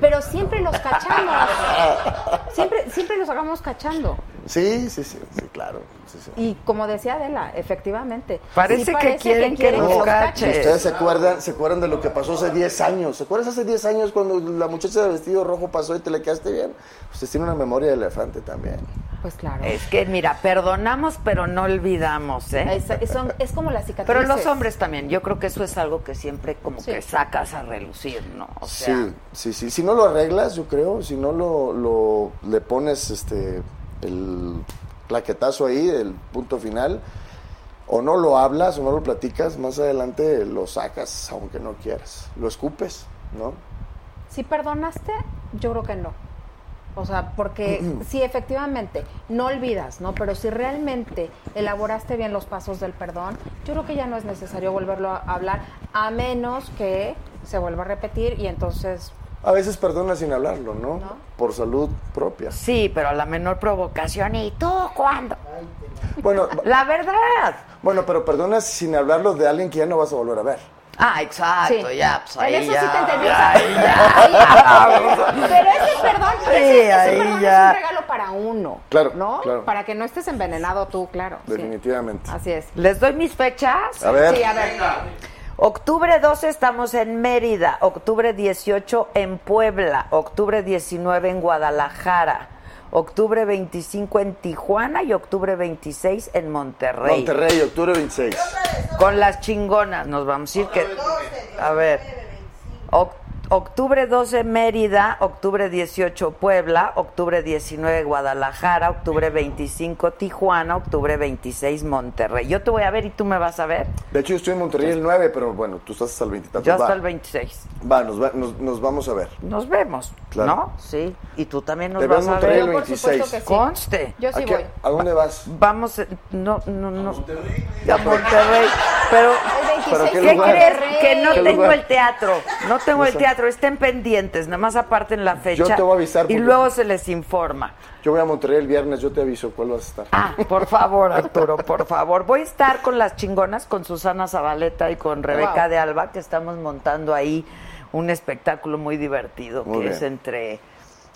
Pero siempre los cachamos.
*laughs*
Siempre siempre los hagamos cachando.
Sí, sí, sí, sí, claro. sí, sí.
Y como decía Adela, efectivamente.
Parece que quieren que los
los
cachen.
cachen.
Ustedes se acuerdan, se acuerdan de lo que pasó hace 10 años. ¿Se acuerdan hace 10 años cuando la muchacha de vestido rojo pasó y te le quedaste bien? Ustedes tienen una memoria de elefante también.
Pues claro.
Es que mira, perdonamos pero no olvidamos, ¿eh?
Es, es- son- es como las cicatrices.
Pero los hombres también, yo creo que eso es algo que siempre como
Sí.
que sacas a relucir, ¿no? O sea,
sí, sí, sí. Si no lo arreglas, yo creo, si no lo, lo- le pones este el plaquetazo ahí, el punto final, o no lo hablas o no lo platicas, más adelante lo sacas, aunque no quieras. Lo escupes, ¿no?
Si perdonaste, yo creo que no. O sea, porque sí, efectivamente, no olvidas, ¿no? Pero si realmente elaboraste bien los pasos del perdón, yo creo que ya no es necesario volverlo a hablar, a menos que se vuelva a repetir y entonces,
A veces perdona sin hablarlo, ¿no?
¿No?
Por salud propia.
sí, pero a la menor provocación, ¿y tú cuándo?
*laughs*
Bueno,
La verdad.
bueno, pero perdonas sin hablarlo de alguien que ya no vas a volver a ver.
Ah, exacto,
Sí.
ya, pues
En
ahí
eso sí
ya.
te entendí,
ya,
o sea,
ahí
*laughs*
ya.
pero ese perdón,
Sí,
ese, ese
ahí
perdón
ya.
es un regalo para uno,
Claro,
¿no?
claro.
Para que no estés envenenado tú, claro. sí.
Definitivamente.
Así es.
Les doy mis fechas.
A ver.
Sí, a ver.
Octubre 12 estamos en Mérida, octubre 18 en Puebla, octubre 19 en Guadalajara, octubre 25 en Tijuana y octubre 26 en Monterrey.
Monterrey, octubre 26.
Con las chingonas nos vamos a ir que a ver. Oc- Octubre 12 Mérida, octubre 18 Puebla, octubre 19 Guadalajara, octubre 25 Tijuana, octubre 26 Monterrey. Yo te voy a ver y tú me vas a ver.
De hecho, yo estoy en Monterrey el 9, pero bueno, tú estás hasta el 20 y tantos.
Yo
Va.
hasta el 26.
Va, nos, va- nos, nos vamos a ver.
Nos vemos,
Claro.
¿no? Sí. Y tú también nos
Te veo
vas
en
a
Monterrey
ver.
el
Yo por supuesto
26.
que sí.
Conste.
Yo
¿A,
sí
qué-
voy.
a dónde vas? pues.
Vamos, eh, no, no, no. A Monterrey. A Monterrey. Pero,
¿Pero qué
¿qué,
lugar?
crees?
Monterrey.
Que no
¿Qué
tengo
lugar?
el teatro. No tengo el
Eso.
teatro. Estén pendientes. Nada más aparten la fecha.
te voy a avisar
Y
porque-
luego se les informa.
Yo voy a Monterrey el viernes, yo te aviso cuál vas a estar.
Ah, por favor, Arturo, por favor. Voy a estar con las chingonas, con Susana Zabaleta y con Rebeca
Wow.
de Alba, que estamos montando ahí un espectáculo muy divertido,
Muy
que
bien.
es entre,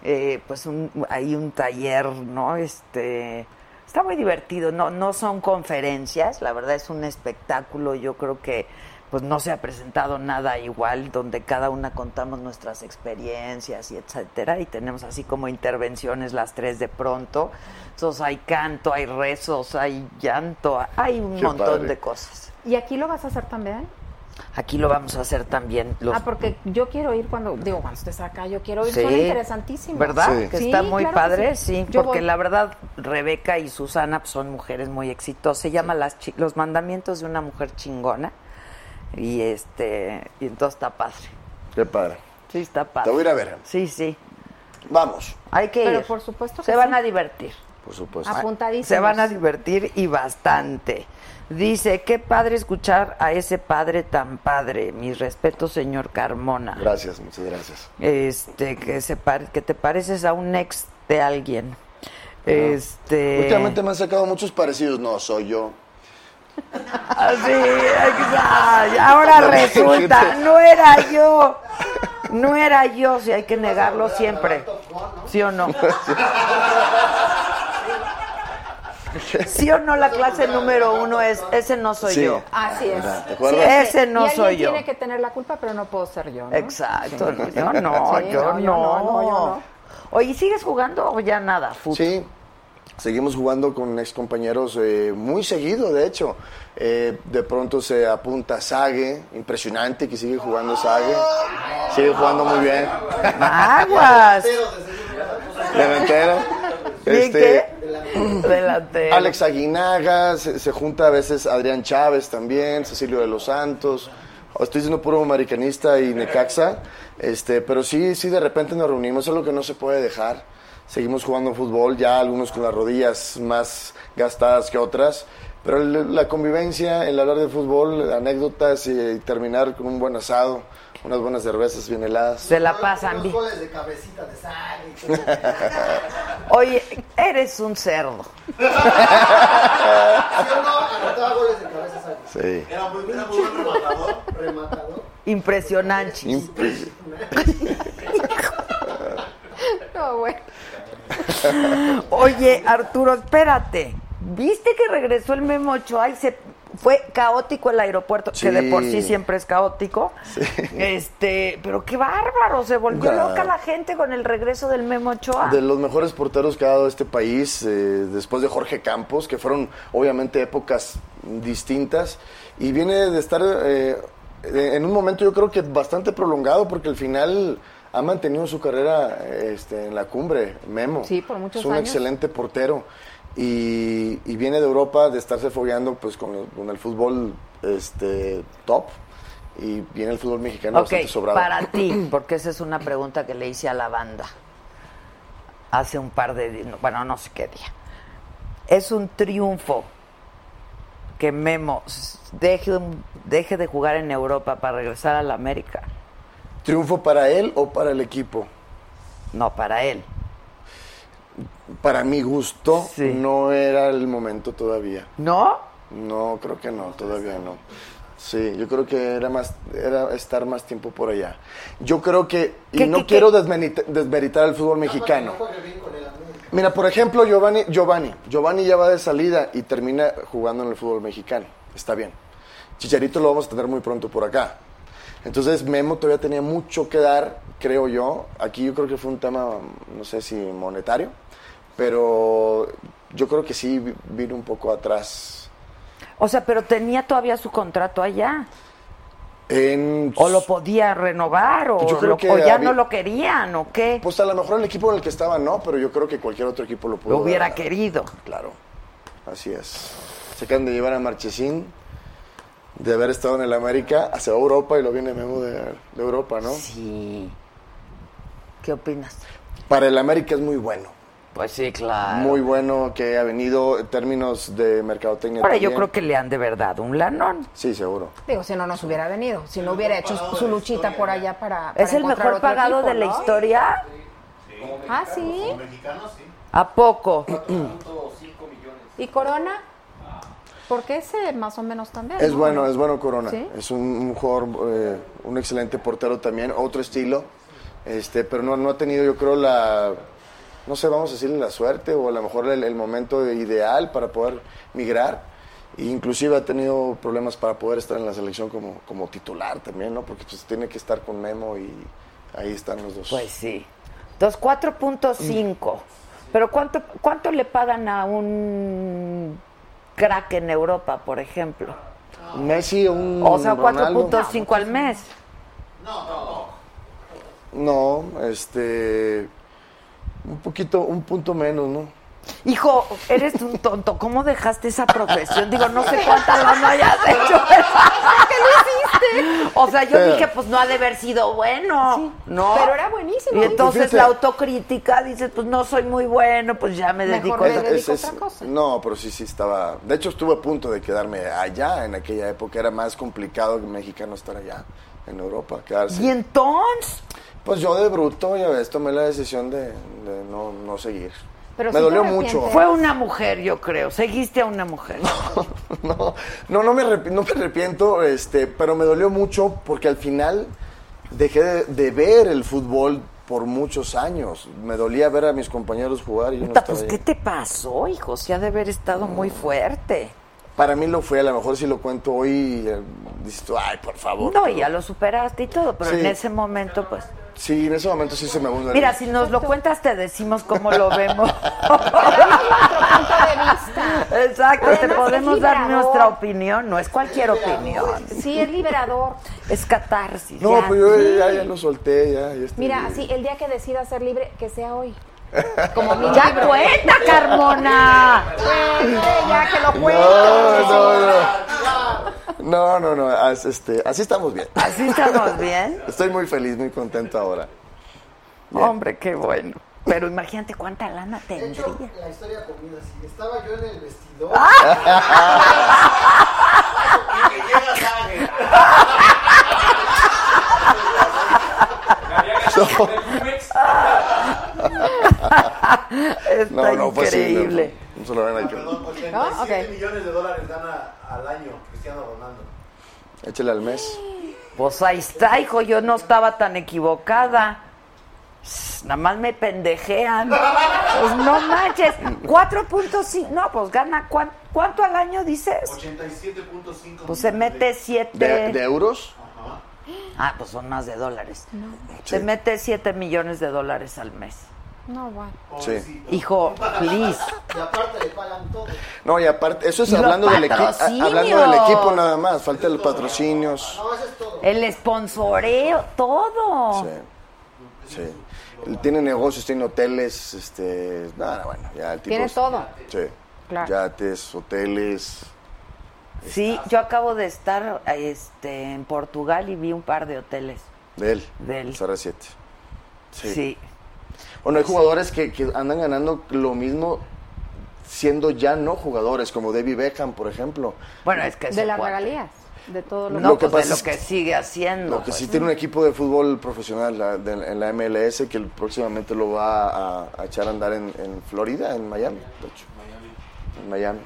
eh, pues, un, hay un taller, ¿no? Este, está muy divertido. No, no son conferencias, la verdad es un espectáculo. Yo creo que, pues, no se ha presentado nada igual, donde cada una contamos nuestras experiencias y etcétera, y tenemos así como intervenciones las tres de pronto. Entonces hay canto, hay rezos, hay llanto, hay un
Qué
montón
padre.
de cosas.
¿Y aquí lo vas a hacer también?
Aquí lo vamos a hacer también. Los...
Ah, porque yo quiero ir cuando, digo, cuando estés acá, yo quiero ir.
Sí.
Son interesantísimos.
¿Verdad?
Sí.
Que está
Sí,
muy
claro que
padre, sí.
sí. Yo
porque
voy.
la verdad, Rebeca y Susana pues, son mujeres muy exitosas. Se llama las chi- Los Mandamientos de una Mujer Chingona. Y este y entonces está padre.
Qué padre.
Sí, está padre.
Te voy a ir a ver.
Sí, sí.
Vamos,
Hay que
Pero
ir.
por supuesto que
Se van
sí.
a divertir.
por supuesto.
Ah,
Apuntadísimos.
Se van a divertir y bastante. Dice, qué padre escuchar a ese padre tan padre. Mis respetos, señor Carmona.
Gracias, muchas gracias.
Este, que, se par- que te pareces a un ex de alguien. Este.
Últimamente me han sacado muchos parecidos. No, soy yo.
Así, exacto. *laughs* Ahora resulta, no era yo. No era yo, si hay que negarlo siempre. ¿Sí o no? ¿Sí o no? La clase número uno es, ese no soy
Sí.
yo.
Así Ah, es. eh,
¿Te acuerdas?
Sí,
Ese no
y alguien
soy yo.
tiene que tener la culpa, pero no puedo ser yo. ¿no?
Exacto, no, yo no,
Sí,
yo
no, yo no, no, yo
no.
no.
Oye, ¿sigues jugando o ya *laughs* nada? fut?
Sí, seguimos jugando con ex compañeros eh, muy seguido, de hecho. Eh, de pronto se apunta Sage, impresionante que sigue jugando Sage. Sigue jugando muy bien. *laughs*
Aguas.
Delantero.
¿De
Este,
qué? Delantero.
Alex Aguinaga, se, se junta a veces Adrián Chávez también, Cecilio de los Santos. Estoy diciendo puro maricanista y necaxa, este, pero sí, sí, de repente nos reunimos, es lo que no se puede dejar. Seguimos jugando fútbol, ya algunos con las rodillas más gastadas que otras, pero el- la convivencia, el hablar de fútbol, anécdotas y, terminar con un buen asado, unas buenas cervezas bien heladas.
Se la pasan
Los
bien.
goles de cabecita de sangre. y todo.
Oye, eres un cerdo.
Yo no anotaba goles de cabeza de sangre.
Sí.
Era muy, era muy buen rematador.
Rematador.
Impresionante.
Impres-
No, bueno.
Oye, Arturo, espérate. ¿Viste que regresó el Memo Ochoa y se fue caótico el aeropuerto,
Sí.
que de por sí siempre es caótico? Este, pero qué bárbaro, se volvió
Nah.
loca la gente con el regreso del Memo Ochoa.
De los mejores porteros que ha dado este país, eh, después de Jorge Campos, que fueron obviamente épocas distintas, y viene de estar eh, en un momento yo creo que bastante prolongado, porque al final ha mantenido su carrera este, en la cumbre, Memo.
Sí, por muchos
Es un
años.
excelente portero. Y, y viene de Europa de estarse fogueando pues, con, el- con el fútbol este, top, y viene el fútbol mexicano
ok,
bastante sobrado.
para
*clears throat*
ti, porque esa es una pregunta que le hice a la banda hace un par de días, bueno, no sé qué día. Es un triunfo que Memo s- deje, un- deje de jugar en Europa para regresar a la América.
¿Triunfo para él o para el equipo?
No, para él.
para mi gusto,
Sí.
no era el momento todavía.
¿No?
No, creo que no, todavía no. Sí, yo creo que era más era estar más tiempo por allá. Yo creo que y
¿Qué,
no
qué,
quiero desmenita- desmeritar el fútbol mexicano. Mira, por ejemplo, Giovanni, Giovanni, Giovanni ya va de salida y termina jugando en el fútbol mexicano. Está bien. Chicharito lo vamos a tener muy pronto por acá. Entonces Memo todavía tenía mucho que dar, creo yo. Aquí yo creo que fue un tema, no sé si monetario, pero yo creo que sí vi- vino un poco atrás.
O sea, pero tenía todavía su contrato allá.
En-
O lo podía renovar, o,
Yo creo
lo-
que
o ya
había-
no lo querían, o qué.
Pues a lo mejor el equipo en el que estaba no, pero yo creo que cualquier otro equipo lo pudo
lo hubiera
dar.
querido.
Claro, así es. Se acaban de llevar a Marchesín de haber estado en el América hacia Europa y lo viene Memo de, de Europa, ¿no?
Sí. ¿Qué opinas?
Para el América es muy bueno.
Pues sí, claro.
Muy bueno que ha venido en términos de mercadotecnia.
Ahora yo
también.
creo que le han de verdad un lanón.
Sí, seguro.
Digo, si no nos hubiera venido, si no hubiera hecho su luchita por allá para.
¿Es
para
el
encontrar
mejor
otro
pagado
equipo,
de la
¿no?
historia?
Ah, sí.
¿A
*clears throat*
poco?
¿Y Corona? Porque ese más o menos también.
Es
¿no?
bueno, es bueno Corona.
¿Sí?
Es un, un jugador, eh, un excelente portero también, otro estilo. Este, pero no, no ha tenido, yo creo, la. No sé, vamos a decirle la suerte o a lo mejor el, el momento ideal para poder migrar. E inclusive ha tenido problemas para poder estar en la selección como, como titular también, ¿no? Porque pues tiene que estar con Memo y ahí están los dos.
Pues sí. Entonces, 4.5. Pero ¿cuánto, ¿cuánto le pagan a un crack en Europa, por ejemplo?
Ah. Messi, un
O
Mm,
sea,
Ronaldo.
4.5 al mes.
No, este. Un poquito, un punto menos, ¿no?
Hijo, eres un tonto. ¿Cómo dejaste esa profesión? Digo, no sé cuánta lana hayas hecho. ¿Qué le hiciste? O sea, yo
Pero-
dije, pues no ha de haber sido bueno. No.
Pero era buenísimo.
Y entonces
Fíjate.
la autocrítica dice, pues no soy muy bueno, pues ya me
Mejor
dedico
me
a
dedico- dedica otra cosa.
No, pero sí, sí estaba. De hecho, estuve a punto de quedarme allá en aquella época. Era más complicado que mexicano estar allá en Europa, quedarse.
Y entonces,
Pues yo de bruto, ya ves, tomé la decisión de, de no, no seguir. me
Pero sí te
dolió mucho.
arrepientes.
fue una mujer, yo creo. Seguiste a una mujer.
*laughs* no, no, no me, arrep- no me arrepiento, este, pero me dolió mucho porque al final dejé de, de ver el fútbol por muchos años. Me dolía ver a mis compañeros jugar y yo no
Puta,
estaba
pues,
ahí.
¿qué te pasó, hijo? Se ha de haber estado muy fuerte.
Para mí lo fue, a lo mejor si lo cuento hoy, eh, dices tú, ay, por favor.
No, y ya lo superaste y todo, pero
Sí.
en ese momento, pues...
Sí, en ese momento sí se me hunde.
Mira, si nos lo cuentas, te decimos
*laughs*
cómo lo vemos. Exacto, te
Además,
podemos
es
dar
liberador.
nuestra opinión, no es cualquier opinión.
*laughs* Sí, es liberador.
Es catarsis.
No,
ya.
pues yo ya, ya lo solté, ya. ya estoy
Mira,
libre.
así, el día que decida ser libre, que sea hoy.
Como mi- ya cuenta, Carmona.
ya que lo
No,
cuente.
no, no. No, no, no. as- este, así estamos bien.
Así estamos bien.
Estoy muy feliz, muy contento ahora. Bien.
Hombre, qué bueno. Pero imagínate cuánta lana
De
tendría.
hecho, la historia comienza así. Estaba yo en el vestidor.
¡Ah!
*laughs*
Está
fue así,
increíble.
pues no, no se lo ven
Perdón,
aquí.
87
¿No? Ok.
millones de dólares dan a- al año Cristiano Ronaldo.
Échale al mes.
Pues ahí está, hijo, yo no estaba tan equivocada. Sss, Nada más me pendejean. Pues no manches. 4.5. No, pues gana. cuán- ¿Cuánto al año dices?
87.5
Pues se mete 7.
¿De, de euros?
Ah, pues son más de dólares.
Sí.
Se mete 7 millones de dólares al mes.
No, bueno.
Sí.
Hijo, please.
Y aparte le pagan todo.
No, y aparte, eso es
Y los
hablando del, equi-
patrocinios.
a- hablando del equipo nada más. Falta los patrocinios.
No, eso es todo.
El esponsoreo, todo.
Oh.
Sí. sí. Él Tiene negocios, tiene hoteles, este, nada, bueno, ya el tipo
Tiene
es-
todo.
Sí.
Claro.
Yates, hoteles.
Sí, yo acabo de estar este, en Portugal y vi un par de hoteles.
De él.
De él.
CR7.
Sí.
Sí. Bueno, hay jugadores que, que andan ganando lo mismo siendo ya no jugadores, como David Beckham, por ejemplo.
Bueno, es que
De
ese
las
cuate-
regalías, de todo lo
No,
Lo que pasa
pues de lo
es
que
que-
sigue haciendo.
Lo que
pues.
sí tiene un equipo de fútbol profesional la- de- en la MLS que próximamente lo va a, a echar a andar en, en Florida, en Miami, de hecho. En Miami.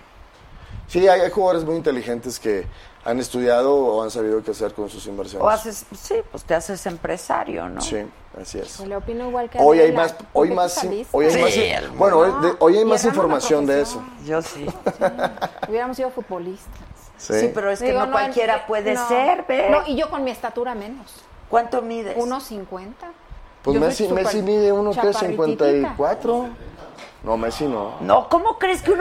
Sí, hay, hay jugadores muy inteligentes que han estudiado o han sabido qué hacer con sus inversiones.
O haces, sí, pues te haces empresario, ¿no?
Sí, así es.
Pues le opino igual que
Hoy hay
Adela,
más, hoy
porque
más,
tú
sí,
saliste.
hoy hay
Sí,
más,
el-
bueno, hoy, de- hoy hay
No,
más
y agarra una
información de eso.
profesión.
Yo sí.
*laughs* Hubiéramos sido futbolistas.
Sí, pero es que
Digo,
no, cualquiera
eh,
puede
no.
ser, ¿ves?
No, y yo con mi estatura menos.
¿Cuánto mides?
1.50.
Pues
Yo soy
Messi,
súper
Messi mide unos que
chaparrititita.
54. No, Messi no.
No, ¿cómo crees que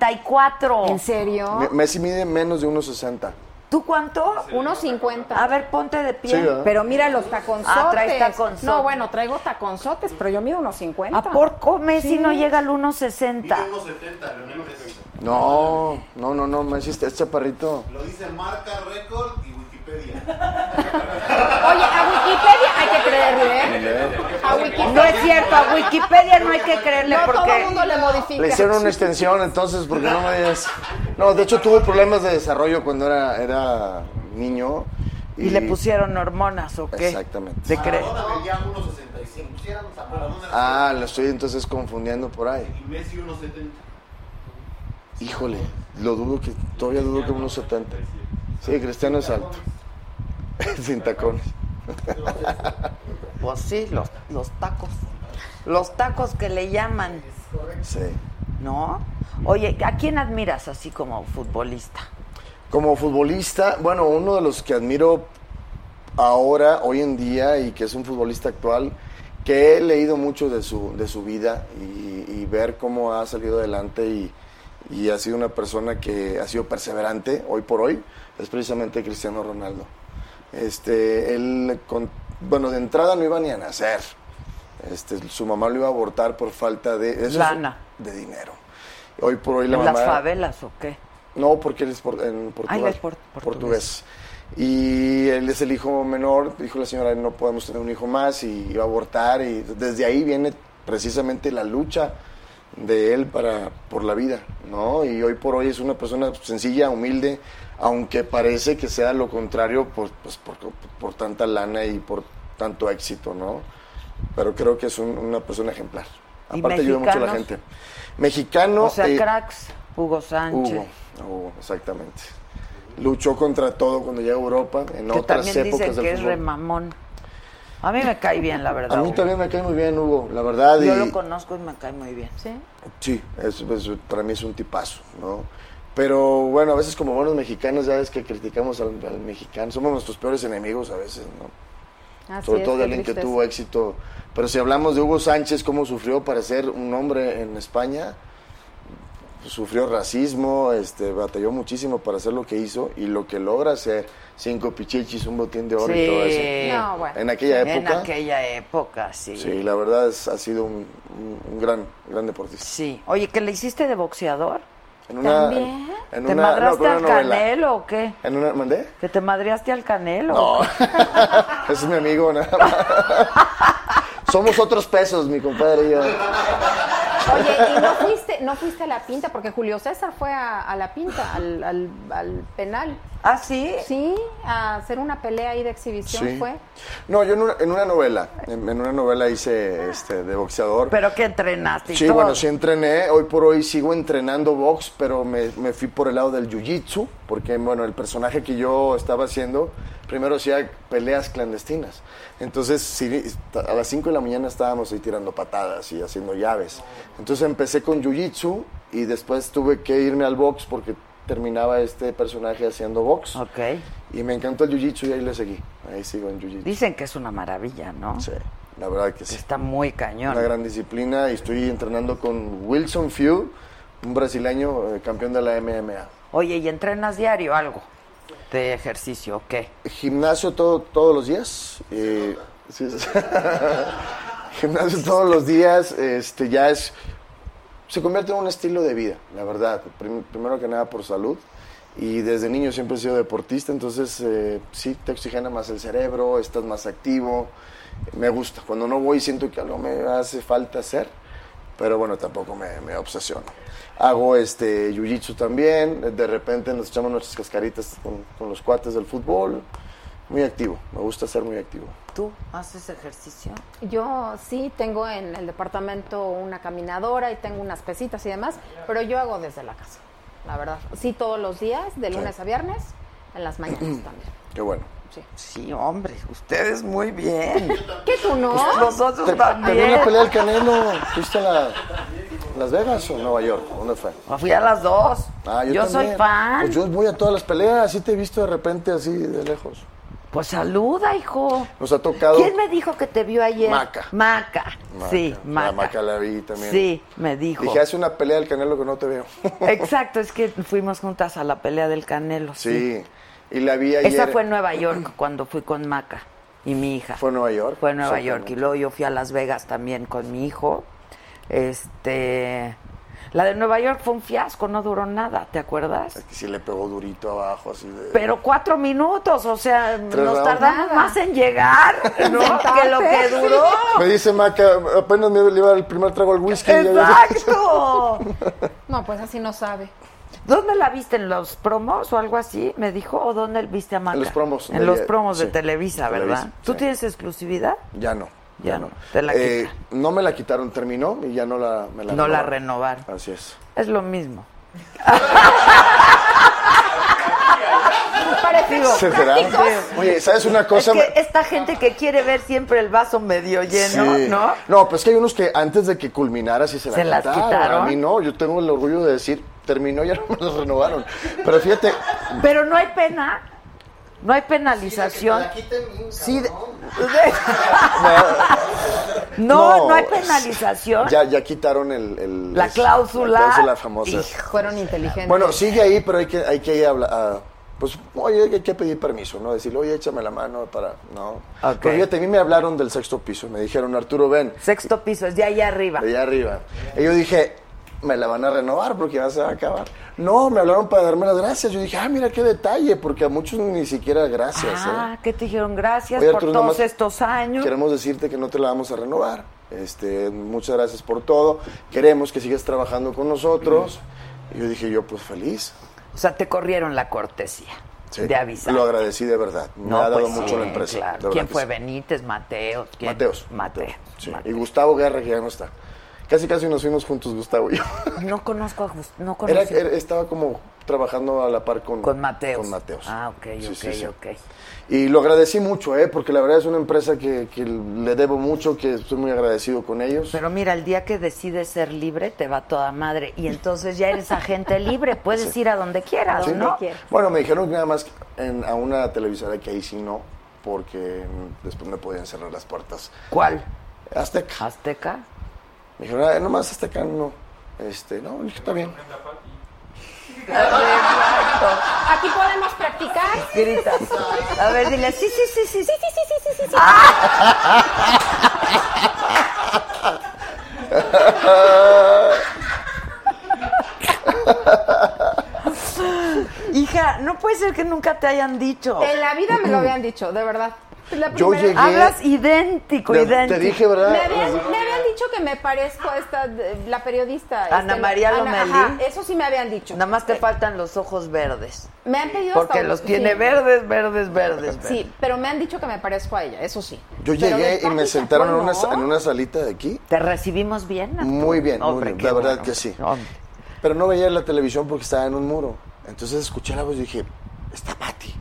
1.54?
¿En serio?
Me- Messi mide menos de 1.60.
¿Tú cuánto?
1.50.
A ver, ponte de pie.
Sí, ¿verdad?
Pero mira los taconzotes.
Ah, traes taconzotes.
No, bueno, traigo taconzotes, pero yo mido unos 50.
¿A porco Messi
Sí.
no llega al 1.60?
70, Leonel Messi.
No, no, no, no, Messi está- es chaparrito.
Lo dice Marca, Record y Wikipedia.
Oye, a Wikipedia hay que creerle, ¿eh? A Wikipedia.
No es cierto, a Wikipedia no hay que creerle
No, todo el
porque...
mundo le modifica.
Le hicieron una extensión, entonces, porque no me digas. No, de hecho tuvo problemas de desarrollo cuando era, era niño.
Y le pusieron hormonas o qué.
Exactamente.
De cre-
Maradona medía 1.65. Si éramos a Maradona
Ah, lo estoy entonces confundiendo por ahí.
y Messi 1.70.
Híjole, lo dudo que, todavía dudo que unos 70. Sí, Cristiano es alto. *laughs* Sin tacones.
Pues sí, los, los tacos. Los tacos que le llaman,
Sí.
¿no? Oye, ¿a quién admiras así como futbolista?
Como futbolista, bueno, uno de los que admiro ahora, hoy en día, y que es un futbolista actual, que he leído mucho de su, de su vida y, y ver cómo ha salido adelante y, y ha sido una persona que ha sido perseverante hoy por hoy, es precisamente Cristiano Ronaldo. Este, él, con- bueno, de entrada no iba ni a nacer. Este, su mamá lo iba a abortar por falta de... eso es-
Lana.
De dinero. Hoy por hoy la
¿En
mamá...
las favelas o qué?
No, porque él es por- en Portugal.
Ah, él es por- portugués.
portugués. Y él es el hijo menor. Dijo la señora, no podemos tener un hijo más y iba a abortar. Y desde ahí viene precisamente la lucha de él para por la vida, ¿no? Y hoy por hoy es una persona sencilla, humilde, aunque parece que sea lo contrario por, pues, por, por tanta lana y por tanto éxito, ¿no? Pero creo que es un- una persona ejemplar.
¿Y
Aparte ayuda mucho a la
mexicanos?
gente. Mexicano.
o sea,
eh,
cracks, Hugo Sánchez.
Hugo, Hugo, exactamente. Luchó contra todo cuando llegó a Europa, en
que
otras
también
épocas
dicen
del
que es
fútbol.
remamón. A mí me cae bien, la verdad.
a mí
Hugo.
también me cae muy bien Hugo, la verdad.
Yo
y-
lo conozco y me cae muy bien.
¿Sí?
Sí, es, es- para mí es un tipazo, ¿no? Pero bueno, a veces como buenos mexicanos ya ves que criticamos al, al mexicano, somos nuestros peores enemigos a veces, ¿no?
Así
Sobre
es,
todo de
qué
alguien que
tristeza.
tuvo éxito. Pero si hablamos de Hugo Sánchez, cómo sufrió para ser un hombre en España, sufrió racismo, este, batalló muchísimo para hacer lo que hizo y lo que logra hacer, cinco pichichis, un botín de oro y todo
Sí.
eso.
No, bueno.
En aquella
En
época,
aquella época, sí.
sí,
sí.
la verdad es- ha sido un, un- un gran, gran deportista.
Oye, ¿que le hiciste de boxeador?
En una,
¿También?
en
¿Te
una- no,
madraste
pero
al
una novela.
canelo o qué?
¿En una, ¿Mandé?
¿Que te madreaste al canelo?
No, *laughs* ese es mi amigo, nada más. *laughs* Somos otros pesos, mi compadre y yo.
Oye, ¿y no fuiste, no fuiste a la pinta? Porque Julio César fue a, a la pinta, al, al, al penal.
¿Ah, sí?
Sí, a hacer una pelea ahí de exhibición
Sí.
fue.
No, yo en una, en una novela, en, en una novela hice este, de boxeador.
¿Pero que entrenaste? y
sí,
todo?
bueno, sí entrené, hoy por hoy sigo entrenando box, pero me, me fui por el lado del jiu-jitsu, porque bueno, el personaje que yo estaba haciendo, primero hacía peleas clandestinas. Entonces, sí, a las 5 de la mañana estábamos ahí tirando patadas y haciendo llaves. Entonces empecé con jiu-jitsu y después tuve que irme al box porque terminaba este personaje haciendo box.
Ok.
Y me encantó el jiu-jitsu y ahí le seguí. Ahí sigo en jiu-jitsu.
Dicen que es una maravilla, ¿no?
Sí, la verdad que sí.
Está muy cañón.
Una gran disciplina y estoy entrenando con Wilson Few, un brasileño eh, campeón de la MMA.
Oye, ¿y entrenas diario algo de ejercicio o qué?
Gimnasio todo, todos los días. eh, sí, sí. *laughs* Gimnasio todos los días, este ya es se convierte en un estilo de vida, la verdad. Prim- primero que nada por salud. Y desde niño siempre he sido deportista, entonces eh, sí, te oxigena más el cerebro, estás más activo. Me gusta. Cuando no voy siento que algo me hace falta hacer, pero bueno, tampoco me, me obsesiono. Hago este jiu-jitsu también, de repente nos echamos nuestras cascaritas con, con los cuates del fútbol. Muy activo, me gusta ser muy activo.
¿Tú haces ejercicio?
Yo sí tengo en el departamento una caminadora y tengo unas pesitas y demás, pero yo hago desde la casa, la verdad. Sí, todos los días, de lunes a viernes, en las mañanas también.
Qué bueno.
Sí.
Sí, hombre, ustedes muy
*laughs*
bien. Pues
¿Qué tú no?
Pues,
Nosotros
Te, te vi en
también.
la pelea del Canelo. ¿Fuiste a la- Las Vegas o Nueva York? ¿Dónde fue?
Fui a las dos.
Ah,
yo
también.
soy fan.
Pues yo voy a todas las peleas, así te he visto de repente así de lejos.
Pues saluda, hijo.
Nos ha tocado.
¿Quién me dijo que te vio ayer?
Maca.
Maca.
Maca.
Sí, Maca.
La Maca la vi también.
Sí, me dijo.
Dije, hace una pelea del Canelo que no te veo.
Exacto, es que fuimos juntas a la pelea del Canelo.
*laughs*
Sí.
sí. Y la vi ayer.
Esa fue en Nueva York cuando fui con Maca y mi hija.
¿Fue en Nueva York?
Fue en Nueva York.
Exactamente.
Y luego yo fui a Las Vegas también con mi hijo. Este. La de Nueva York fue un fiasco, no duró nada, ¿te acuerdas?
Que sí le pegó durito abajo, así de.
Pero cuatro minutos, o sea,
Tres
nos
rounds.
tardamos más en llegar
*laughs*
¿no? *laughs* que lo que duró.
Me dice Maca, apenas me iba el primer trago al whisky. y ya ves-
¡Exacto!
No, pues así no sabe.
¿Dónde la viste? ¿En los promos o algo así? Me dijo, ¿o dónde viste a Maca?
En los promos
En
de-
los promos de
sí,
Televisa, ¿verdad?
Televisa,
¿Tú
sí.
tienes exclusividad?
Ya no. Eh,
Ya no, te la
no me la quitaron, terminó y ya no la, me la
No la
renovaron. Así es.
Es lo mismo.
Parecido.
¿Será? Oye, ¿sabes una cosa?
Es que esta gente que quiere ver siempre el vaso medio lleno,
Sí.
¿no?
No, pues que hay unos que antes de que culminara sí se, la
¿Se las quitaron?
A mí no, yo tengo el orgullo de decir, terminó, ya *laughs* no me las renovaron. Pero fíjate,
Pero no hay pena. No hay penalización. Sí, de- *laughs* no, no,
No.
hay penalización.
ya, ya quitaron el, el-
La
es-
cláusula.
La cláusula famosa.
Fueron inteligentes.
Bueno, sigue ahí, pero hay que, hay que ir a habla- a- pues, oye, hay que pedir permiso, ¿no? Decirle, oye, échame la mano para. No.
Ok.
Pero fíjate, a mí me hablaron del sexto piso. Me dijeron, Arturo, ven,
Sexto piso, es de allá arriba.
*laughs* allá arriba. Y yo dije, me la van a renovar porque ya se va a acabar. No, me hablaron para darme las gracias. Yo dije, ah, mira qué detalle, porque a muchos ni siquiera gracias. ¿eh?
Ah, ¿qué te dijeron? Gracias
Oye,
por
Arturo,
todos
nomás
estos años.
Queremos decirte que no te la vamos a renovar. Este, muchas gracias por todo. Queremos que sigas trabajando con nosotros. Y yo dije, yo pues feliz.
O sea, te corrieron la cortesía
Sí.
de avisar.
Lo agradecí de verdad. Me ha dado
pues
mucho
sí,
la empresa.
claro.
de verdad
¿Quién
que
fue?
sí.
Benítez, Mateos. ¿quién?
Mateos.
Mateos.
Sí.
Mateos.
Y Gustavo Guerra, que ya no está. Casi, casi nos fuimos juntos, Gustavo y yo.
No conozco a Gust- no
Era-
conozco
era- estaba como trabajando a la par con,
con Mateos.
con Mateos.
Ah, ok,
Sí,
ok,
sí, sí.
ok.
Y lo agradecí mucho, ¿eh? porque la verdad es una empresa que, que le debo mucho, que estoy muy agradecido con ellos.
Pero mira, el día que decides ser libre, te va toda madre.
*laughs*
Y entonces ya eres agente libre, puedes ir a donde quieras,
Sí,
¿no?
Bueno, me dijeron que nada más en- a una televisora que ahí sí no, porque mm, después me podían cerrar las puertas.
¿Cuál?
Azteca.
¿Azteca?
Me dijeron, "Ah, nomás Azteca no. Este, no, dije, está bien.
Aquí podemos practicar.
Gritas. A ver, dile, sí, sí, sí, sí, sí.
Sí, sí, sí, sí, sí, sí.
Hija, no puede ser que nunca te hayan dicho.
En la vida me lo habían dicho, de verdad. La
Yo
primera-
llegué-
Hablas idéntico,
Te-
idéntico.
Te dije, ¿verdad?
Me habían, me habían dicho que me parezco a esta, de- la periodista.
Ana María Lomelí.
ajá, eso sí me habían dicho.
Nada más te faltan los ojos verdes.
Me han pedido hasta-
Porque los tiene
sí.
verdes, verdes, verdes, verdes.
Sí, pero me han dicho que me parezco a ella, eso sí.
Yo
Pero de
llegué y me
práctica,
sentaron en
pues,
una, sa-
no.
en una salita de aquí.
¿Te recibimos bien? Arturo?
Muy bien, muy
Hombre,
bien,
qué
la verdad
bueno.
que sí.
Hombre.
Pero no veía la televisión porque estaba en un muro. Entonces escuché la voz y dije, está Pati.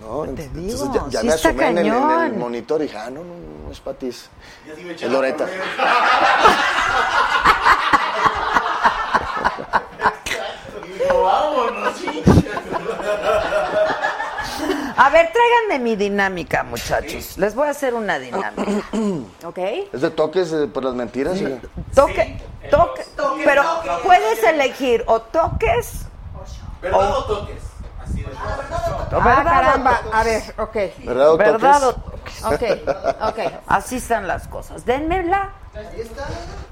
No,
Te
Ent-
digo,
entonces ya, ya
sí
me
está
asomé en el, en el
cañón.
monitor y dije, ah, no, no, no es Pati, es,
Ya sí me
es
echaba
Loreta.
a correr. Y dijo, vámonos, sí.
A ver, tráiganme mi dinámica, muchachos. Les voy a hacer una dinámica.
Ok.
¿Es de toques eh, por las mentiras? oiga?
Toque,
el
toque,
dos. Toque,
pero
toque.
puedes elegir o toques
¿Verdad o toques? Así de
o
Ah,
verdad.
caramba, a ver, ok.
¿Verdad o
¿Verdad o
toques?
toques?
Ok, ok.
Así están las cosas. Denmela.
Ahí está.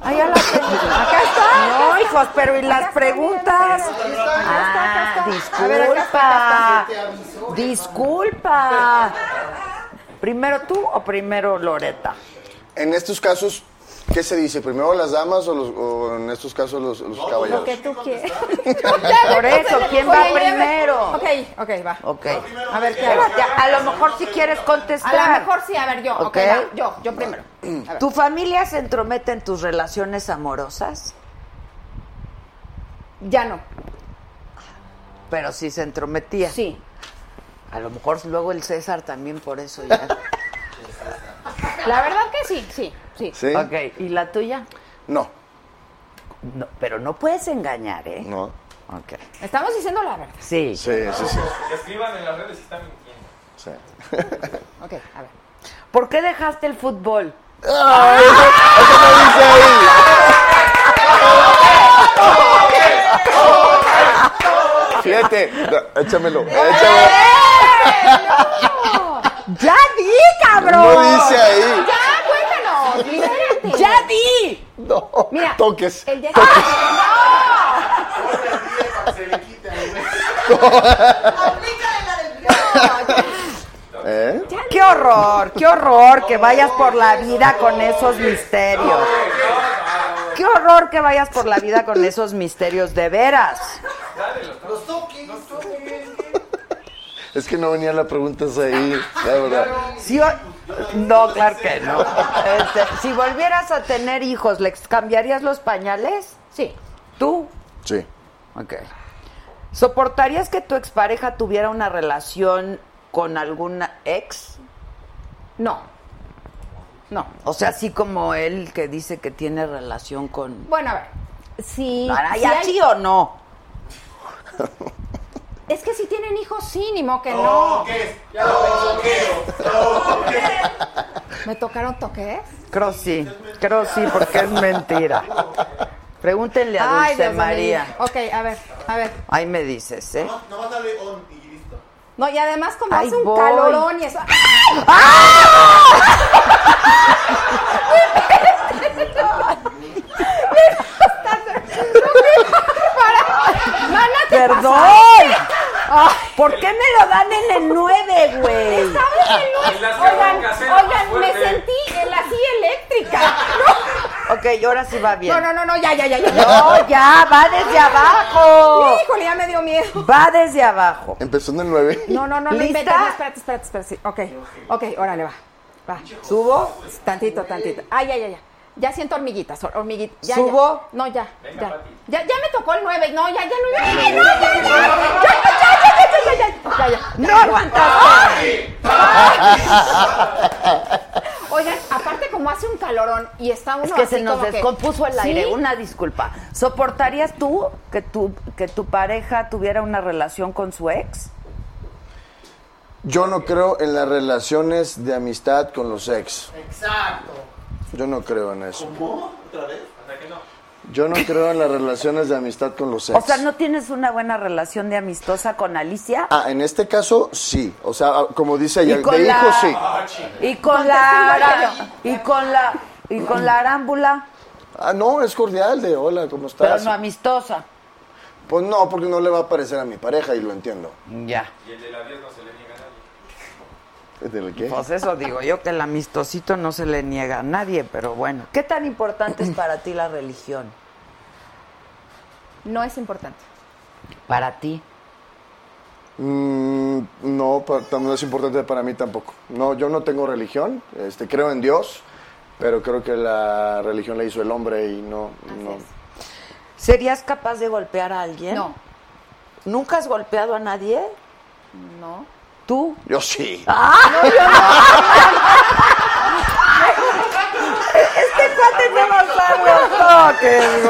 Allá la tengo. Acá está. No, hijos, pero ¿y las preguntas? Ah,
A ver, acá
disculpa. Disculpa. ¿Primero tú o primero Loreta?
En estos casos, ¿qué se dice? ¿Primero las damas o, los- o en estos casos los, los caballeros?
Lo que tú
*laughs*
quieres.
Por eso, ¿quién va
Oye, ya me-
primero?
Ok, ok, va.
Ok.
A ver, ¿qué hago?
Espérate, a lo mejor si quieres
A lo
contestar.
mejor sí, a ver, yo. Ok,
Ok.
va, yo, yo primero. A ver.
¿Tu familia se entromete en tus relaciones amorosas?
Ya no.
Pero sí se entrometía.
Sí.
A lo mejor luego el César también por eso ya.
La verdad que sí, sí, *laughs* sí.
¿Sí?
ok, ¿y la tuya?
No,
No, pero no puedes engañar, ¿eh?
no.
Ok.
Estamos diciendo la verdad.
Sí.
Sí, sí, sí.
Escriban en las redes si están mintiendo.
sí. *laughs*
Ok, a ver.
¿Por qué dejaste el fútbol?
¡Ay, eso, eso no dice ahí! Fíjate, no, échamelo,
¡Eh!
échamelo.
¡Ya di, cabrón!
No dice ahí.
¡Ya, Ah, cuéntanos! ¡Libérate! que. ¡Ya vi!
No, toques.
El día
toques.
¿Eh? ¡Qué horror! ¡Qué horror que vayas por la vida con esos misterios! ¡Qué horror que vayas por la vida con esos misterios de veras!
Los toques, los toques.
Es que no venía la pregunta esa ahí, la verdad.
Si o- no, claro que no. Este, si volvieras a tener hijos, ¿les cambiarías los pañales? Sí. ¿Tú?
Sí.
Ok. ¿Soportarías que tu expareja tuviera una relación con alguna ex? No. No. O sea, así como él que dice que tiene relación con...
Bueno, a ver. Si,
¿Ay,
si hay-
así o no?
Es que si tienen hijos, sí, ni modo que no.
Toques, toques, toques.
¿Me tocaron toques?
Creo sí. Creo sí, porque es mentira. Pregúntenle a Dulce
Dios mío.
María.
Ok, a ver, a ver.
Ahí me dices, ¿eh?
No más dale on y listo.
No, y además como
Ahí
hace un
voy. ¡Ah!
calorón y eso. No, no te
¡Perdón! ¿Por qué me lo dan en el 9, güey?
¿Sabes el
En la sierra
Oigan,
casera más
oigan, me
fuerte.
sentí en la silla eléctrica.
Ok, y ahora sí va bien.
No, no, no, no, ya, ya, ya, ya.
No, ya, va desde abajo.
Híjole, ya me dio miedo.
Va desde abajo.
Empezó en el 9.
No, no, no, no
¿Lista?
inventes. No, espérate, espérate, espérate. Sí. Ok, ok, órale, va. Va.
¿Subo?
Tantito, tantito. Ay, ya, ya, ya. Ya siento hormiguitas, hor- hormiguitas. Ya,
¿Subo?
ya. No, ya,
Venga,
ya.
Pati.
ya. Ya me tocó el 9. No, ya, ya, no, ya, ¡Ay, no, ya, ya, ya, ya, ya, ya, ya, ya, ya, ya.
No aguantaste.
Oigan, aparte como hace un calorón y está uno
Es que se
así
nos
como que-
descompuso el aire.
Sí.
Una disculpa. ¿Soportarías tú que tu, que tu pareja tuviera una relación con su ex?
Yo no creo en las relaciones de amistad con los ex.
Exacto.
Yo no creo en eso.
¿Cómo? ¿Otra vez?
Hasta que no.
Yo no creo en las relaciones de amistad con los ex.
O sea, ¿no tienes una buena relación de amistosa con Alicia?
Ah, en este caso sí. O sea, ah, como dice ella,
Y con
de
la-
hijo sí.
Y con la... ara- Y con la... Y con la arámbula,
Ah, no, es cordial de hola, ¿cómo
pero
estás?
no amistosa.
Pues no, porque no le va a parecer a mi pareja y lo entiendo.
Ya.
Y el del adiós no se le niega a nadie.
¿Del qué?
Pues eso digo yo, que el amistosito no se le niega a nadie, pero bueno. ¿Qué tan importante es para ti la religión?
No es importante.
Para ti.
Mm, no, pa- tam- no es importante para mí tampoco. No, yo no tengo religión, este, creo en Dios, pero creo que la religión la hizo el hombre y no...
Ah,
no.
¿Serías capaz de golpear a alguien?
No,
¿Nunca has golpeado a nadie?
no.
¿Tú?
Yo sí.
Este cuate no nos da los toques,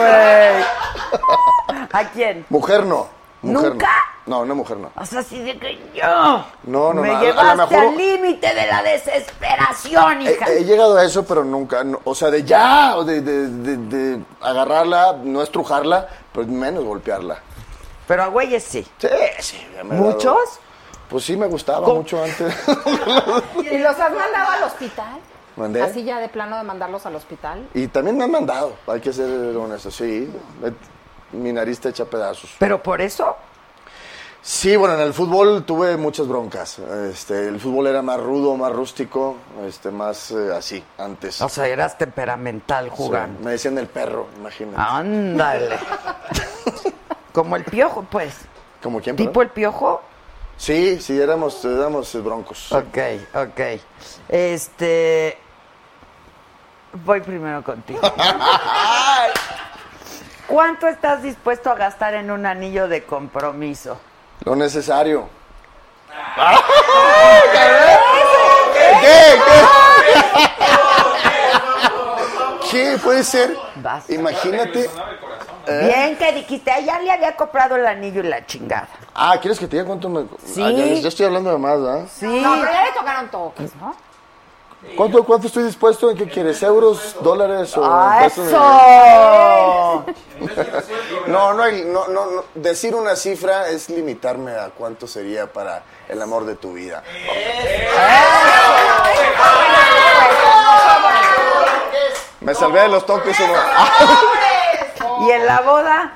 güey. ¿A quién?
Mujer no. Mujer
¿Nunca?
No. no, una mujer no.
O sea, así de que yo.
No, no,
Me
no, a- a
llevaste
lo mejor-
al límite de la desesperación,
He,
hija.
he llegado a eso, pero nunca, no, o sea, de ya, o de, de- de- de agarrarla, no estrujarla, pero menos golpearla.
Pero a güeyes sí.
Sí, sí. ya me ha dado-
¿Muchos?
Pues sí, me gustaba
¿Cómo?
mucho
*laughs*
antes.
¿Y los has mandado al hospital?
¿Mandé?
Así ya de plano de mandarlos al hospital.
Y también me han mandado, hay que ser honesto, sí. me- Mi nariz está hecha pedazos.
Pero por eso.
Sí, bueno, en el fútbol tuve muchas broncas. Este, el fútbol era más rudo, más rústico, este, más eh, así, antes.
O sea, eras temperamental
Sí,
jugando.
me decían el perro, imagínate. *laughs*
Ah, Ándale. Como el piojo, pues.
¿Como quién?
¿Tipo
perdón?
el piojo?
Sí, sí, éramos, éramos eh, broncos.
Ok, ok. Este. Voy primero *laughs* contigo. ¿Cuánto estás dispuesto a gastar en un anillo de compromiso?
Lo necesario. ¿Qué? ¿Qué? ¿Qué? ¿Qué puede ser?
Basta.
Imagínate.
Sonaba el corazón.
Bien que dijiste, "Ay, ya le había comprado el anillo y la chingada.
Ah, ¿quieres que te diga cuánto me.?
Sí.
Ah, ya, yo estoy hablando de más, ¿verdad?
Sí.
No, pero ya le tocaron toques, ¿no?
¿Cuánto, ¿Cuánto estoy dispuesto? ¿En qué quieres? ¿Euros, dólares o
¡Ah,
pesos
¡Eso!
mexicanos? No, no, hay- no, no, no. Decir una cifra es limitarme a cuánto sería para el amor de tu vida. Me salvé de los toques. *laughs* uno-
¿Y en la boda?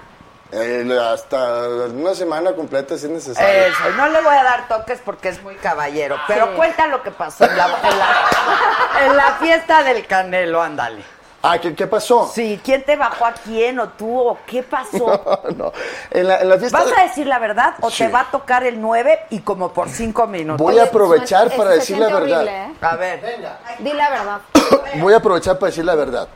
Eh, hasta una semana completa si es necesario.
Eso, no le voy a dar toques porque es muy caballero, pero cuenta lo que pasó en la, en la- en la fiesta del Canelo, ándale.
Ah, ¿qué, qué pasó?
Sí, ¿quién te bajó a quién o tú o qué pasó?
*laughs* no. En la, en la fiesta.
¿Vas a decir la verdad o
Sí.
te va a tocar el 9 y como por 5 minutos? ¿Eh?
Voy a aprovechar para decir la verdad.
A ver,
Di la verdad.
*coughs* ¿eh?
Voy a aprovechar para decir la verdad.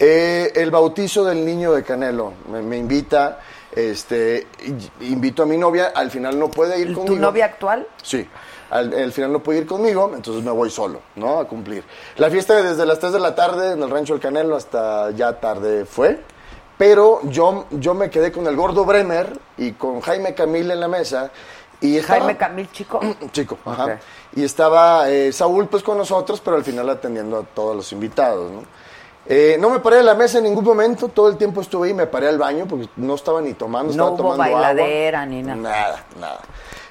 Eh, el bautizo del niño de Canelo me, me invita, este, y- invito a mi novia, al final no puede ir conmigo.
¿tu novia actual?
Sí. Al, al final no puede ir conmigo, entonces me voy solo, ¿no? A cumplir. La fiesta desde las 3 de la tarde en el Rancho del Canelo hasta ya tarde fue. Pero yo, yo me quedé con el gordo Bremer y con Jaime Camil en la mesa. Y estaba-
Jaime Camil, chico.
Mm, *coughs* Chico, ajá. Y estaba eh, Saúl pues con nosotros, pero al final atendiendo a todos los invitados, ¿no? Eh, no me paré de la mesa en ningún momento, todo el tiempo estuve ahí, me paré al baño porque no estaba ni tomando,
No
estaba
hubo
tomando
bailadera
agua.
ni nada.
Nada, nada.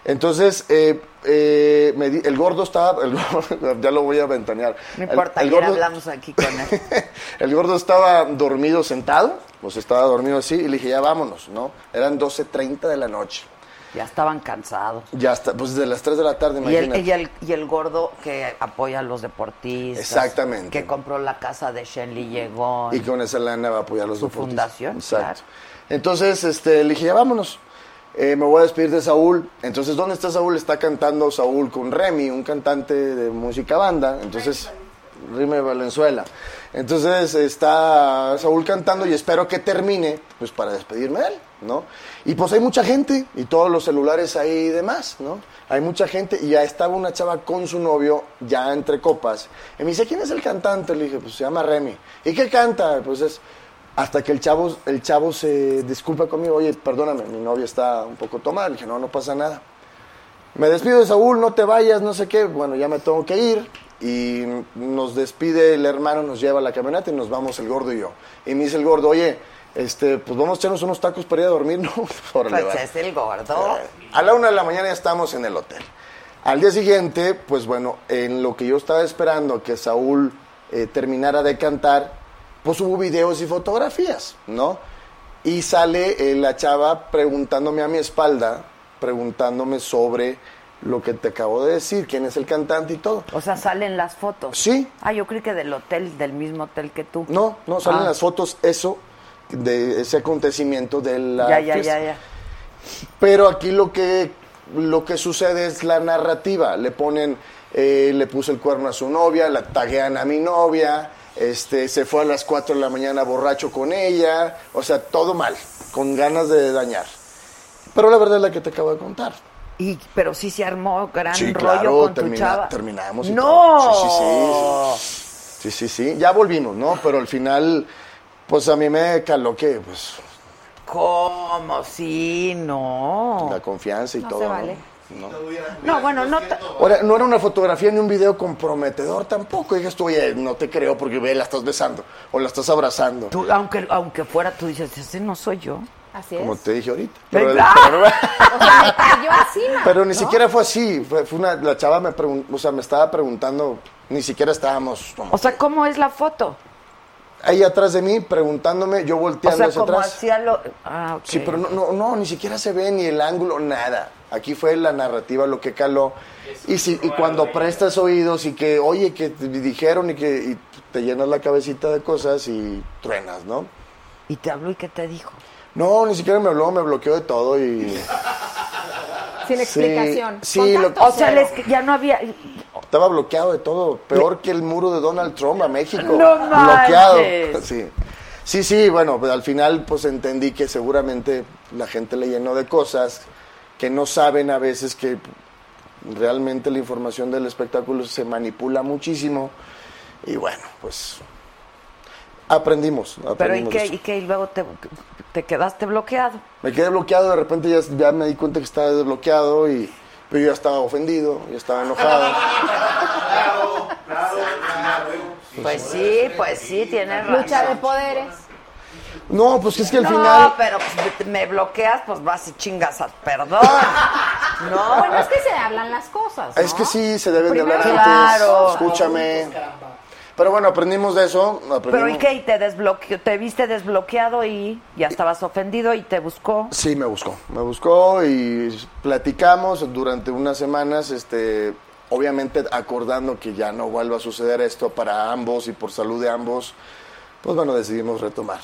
Entonces, eh, eh, me di- el gordo estaba, el gordo- *laughs* ya lo voy a ventanear.
No
El-
importa,
el
ayer
gordo-
hablamos aquí con él.
*laughs* el gordo estaba dormido sentado, pues estaba dormido así, y le dije, ya vámonos, ¿no? Eran 12.30 de la noche.
Ya estaban cansados.
Ya está, pues desde las 3 de la tarde,
Y el,
imagínate.
y, el, y el gordo que apoya a los deportistas.
Exactamente.
Que compró la casa de Shelly Llegó.
Y con esa lana va a apoyar a los
Su
deportistas.
fundación,
Exacto. Entonces, este, le dije, ya vámonos. Eh, me voy a despedir de Saúl. Entonces, ¿dónde está Saúl? Está cantando Saúl con Remy, un cantante de música banda. Entonces, Rime Valenzuela. Entonces, está Saúl cantando y espero que termine, pues, para despedirme de él, ¿no? Y pues hay mucha gente y todos los celulares ahí y demás, ¿no? Hay mucha gente y ya estaba una chava con su novio, ya entre copas. Y me dice, ¿quién es el cantante? Le dije, pues se llama Remy. ¿Y qué canta? Pues es... Hasta que el chavo, el chavo se disculpa conmigo, oye, perdóname, mi novia está un poco tomada. Le dije, no, no pasa nada. Me despido de Saúl, no te vayas, no sé qué. Bueno, ya me tengo que ir. Y nos despide el hermano, nos lleva a la camioneta y nos vamos el gordo y yo. Y me dice el gordo, oye, este, pues vamos a echarnos unos tacos para ir a dormir, *laughs* ¿no? Órale,
Pues
va.
es el gordo.
A la una de la mañana ya estamos en el hotel. Al día siguiente, pues bueno, en lo que yo estaba esperando que Saúl eh, terminara de cantar, pues hubo videos y fotografías, ¿no? Y sale eh, la chava preguntándome a mi espalda, preguntándome sobre lo que te acabo de decir, quién es el cantante y todo.
O sea, salen las fotos.
Sí.
Ah, yo creí que del hotel, del mismo hotel que tú.
No, no, salen
Ah.
las fotos, eso, de ese acontecimiento de la
Ya, ya,
fiesta.
ya, ya.
Pero aquí lo que, lo que sucede es la narrativa. Le ponen, eh, le puso el cuerno a su novia, la taguean a mi novia, este, se fue a las 4 de la mañana borracho con ella. O sea, todo mal, con ganas de dañar. Pero la verdad es la que te acabo de contar.
Y, pero sí se armó gran
Sí,
rollo
claro,
con
termina-
tu chava.
terminamos y
¡No!
todo. Sí, sí, Sí, sí, sí. Ya volvimos, ¿no? Pero al final, pues a mí me caló que, pues,
¿Cómo? Sí, no.
la confianza y
No
todo.
se
¿no?
vale.
No.
No, bueno, no. ta-
Ahora, no era una fotografía ni un video comprometedor tampoco. Dices tú, oye, no te creo porque ve, la estás besando o la estás abrazando.
tú, aunque, aunque fuera, tú dices, ese no soy yo.
Así es.
Como te dije ahorita.
Ven-
Pero,
¡Ah! *laughs*
O sea, me cayó encima.
pero- pero ni
¿no?
siquiera fue así. Fue, fue una, la chava me pregun- o sea, me estaba preguntando, ni siquiera estábamos como-
O sea, ¿cómo es la foto?
ahí atrás de mí preguntándome, yo
O
volteando
sea,
hacia
como
atrás.
hacía lo. Ah, ok.
Sí, pero no, no, no, ni siquiera se ve ni el ángulo, nada. Aquí fue la narrativa lo que caló. Y, si, y cuando prestas oídos y que, oye, que te dijeron y que y te llenas la cabecita de cosas y truenas, ¿no?
¿Y te habló y qué te dijo?
No, ni siquiera me habló, me bloqueó de todo y
Sin explicación.
sí, lo-
Contacto
O sea,
cero.
les, ya no había.
estaba bloqueado de todo. Peor que el muro de Donald Trump a México.
No
bloqueado.
manches.
Sí. sí, sí, bueno, pues al final pues entendí que seguramente la gente le llenó de cosas que no saben a veces que realmente la información del espectáculo se manipula muchísimo. Y bueno, pues aprendimos.
Pero ¿y
aprendimos
qué?
de eso.
¿Y qué? Y luego te, te quedaste bloqueado.
Me quedé bloqueado, de repente ya, ya me di cuenta que estaba desbloqueado y pero yo ya estaba ofendido, ya estaba enojado.
*laughs* Pues sí, pues sí, tienes razón.
Lucha de poderes.
No, pues es que al
no,
final...
pero pues, me bloqueas, pues vas y chingas a
*laughs*
perdón. No,
Ah, Bueno, es que se hablan las cosas.
Es
¿no?
que sí, se deben de
Primero
hablar
se
antes.
Claro.
Escúchame. Pero bueno, aprendimos de eso. Aprendimos.
pues, Pero ¿y qué? ¿Y te desbloqueó? ¿Te viste desbloqueado y ya estabas ofendido y te buscó?
Sí, me buscó. Me buscó y platicamos durante unas semanas, este, obviamente acordando que ya no vuelva a suceder esto para ambos y por salud de ambos, pues bueno, decidimos retomar,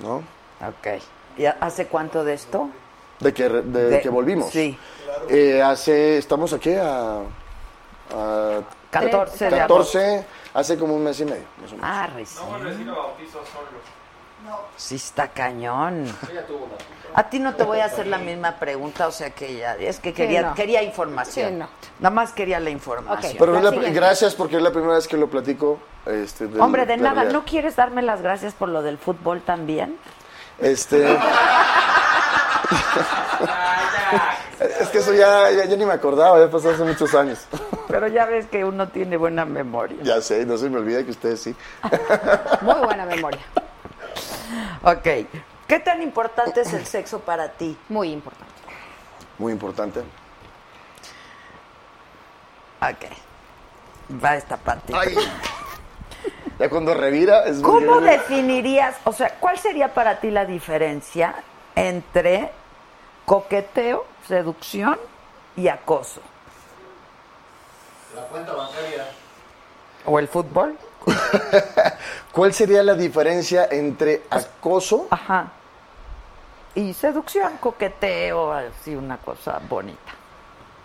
¿no?
Ok. ¿Y hace cuánto de esto?
De que, re- de
De-
que volvimos.
sí.
Eh, hace, estamos aquí a... a
14 de
14, hace como un mes y medio. más o menos.
Ah, recién.
No vuelves a ir a bautizos solos.
Sí, está cañón.
Ella tuvo una.
A ti no te voy a hacer la misma pregunta, o sea que ya, es que quería,
no.
quería información.
Sí, no.
Nada más quería la información.
Pero es la- gracias porque es la primera vez que lo platico. este, del-
Hombre, de
la
nada,
realidad.
¿no quieres darme las gracias por lo del fútbol también? *laughs*
Este. *laughs* es que eso ya, ya, ya ni me acordaba, ya pasó hace muchos años. *laughs*
Pero ya ves que uno tiene buena memoria.
Ya sé, no se me olvida que ustedes sí.
Muy buena memoria.
Ok. ¿Qué tan importante es el sexo para ti?
Muy importante.
Muy importante.
Ok. Va esta parte.
Ya cuando revira es muy
¿Cómo
grande.
definirías, o sea, cuál sería para ti la diferencia entre coqueteo, seducción y acoso?
La cuenta bancaria.
¿O el fútbol?
¿Cuál sería la diferencia entre acoso?
Ajá. Y seducción, coqueteo, así una cosa bonita.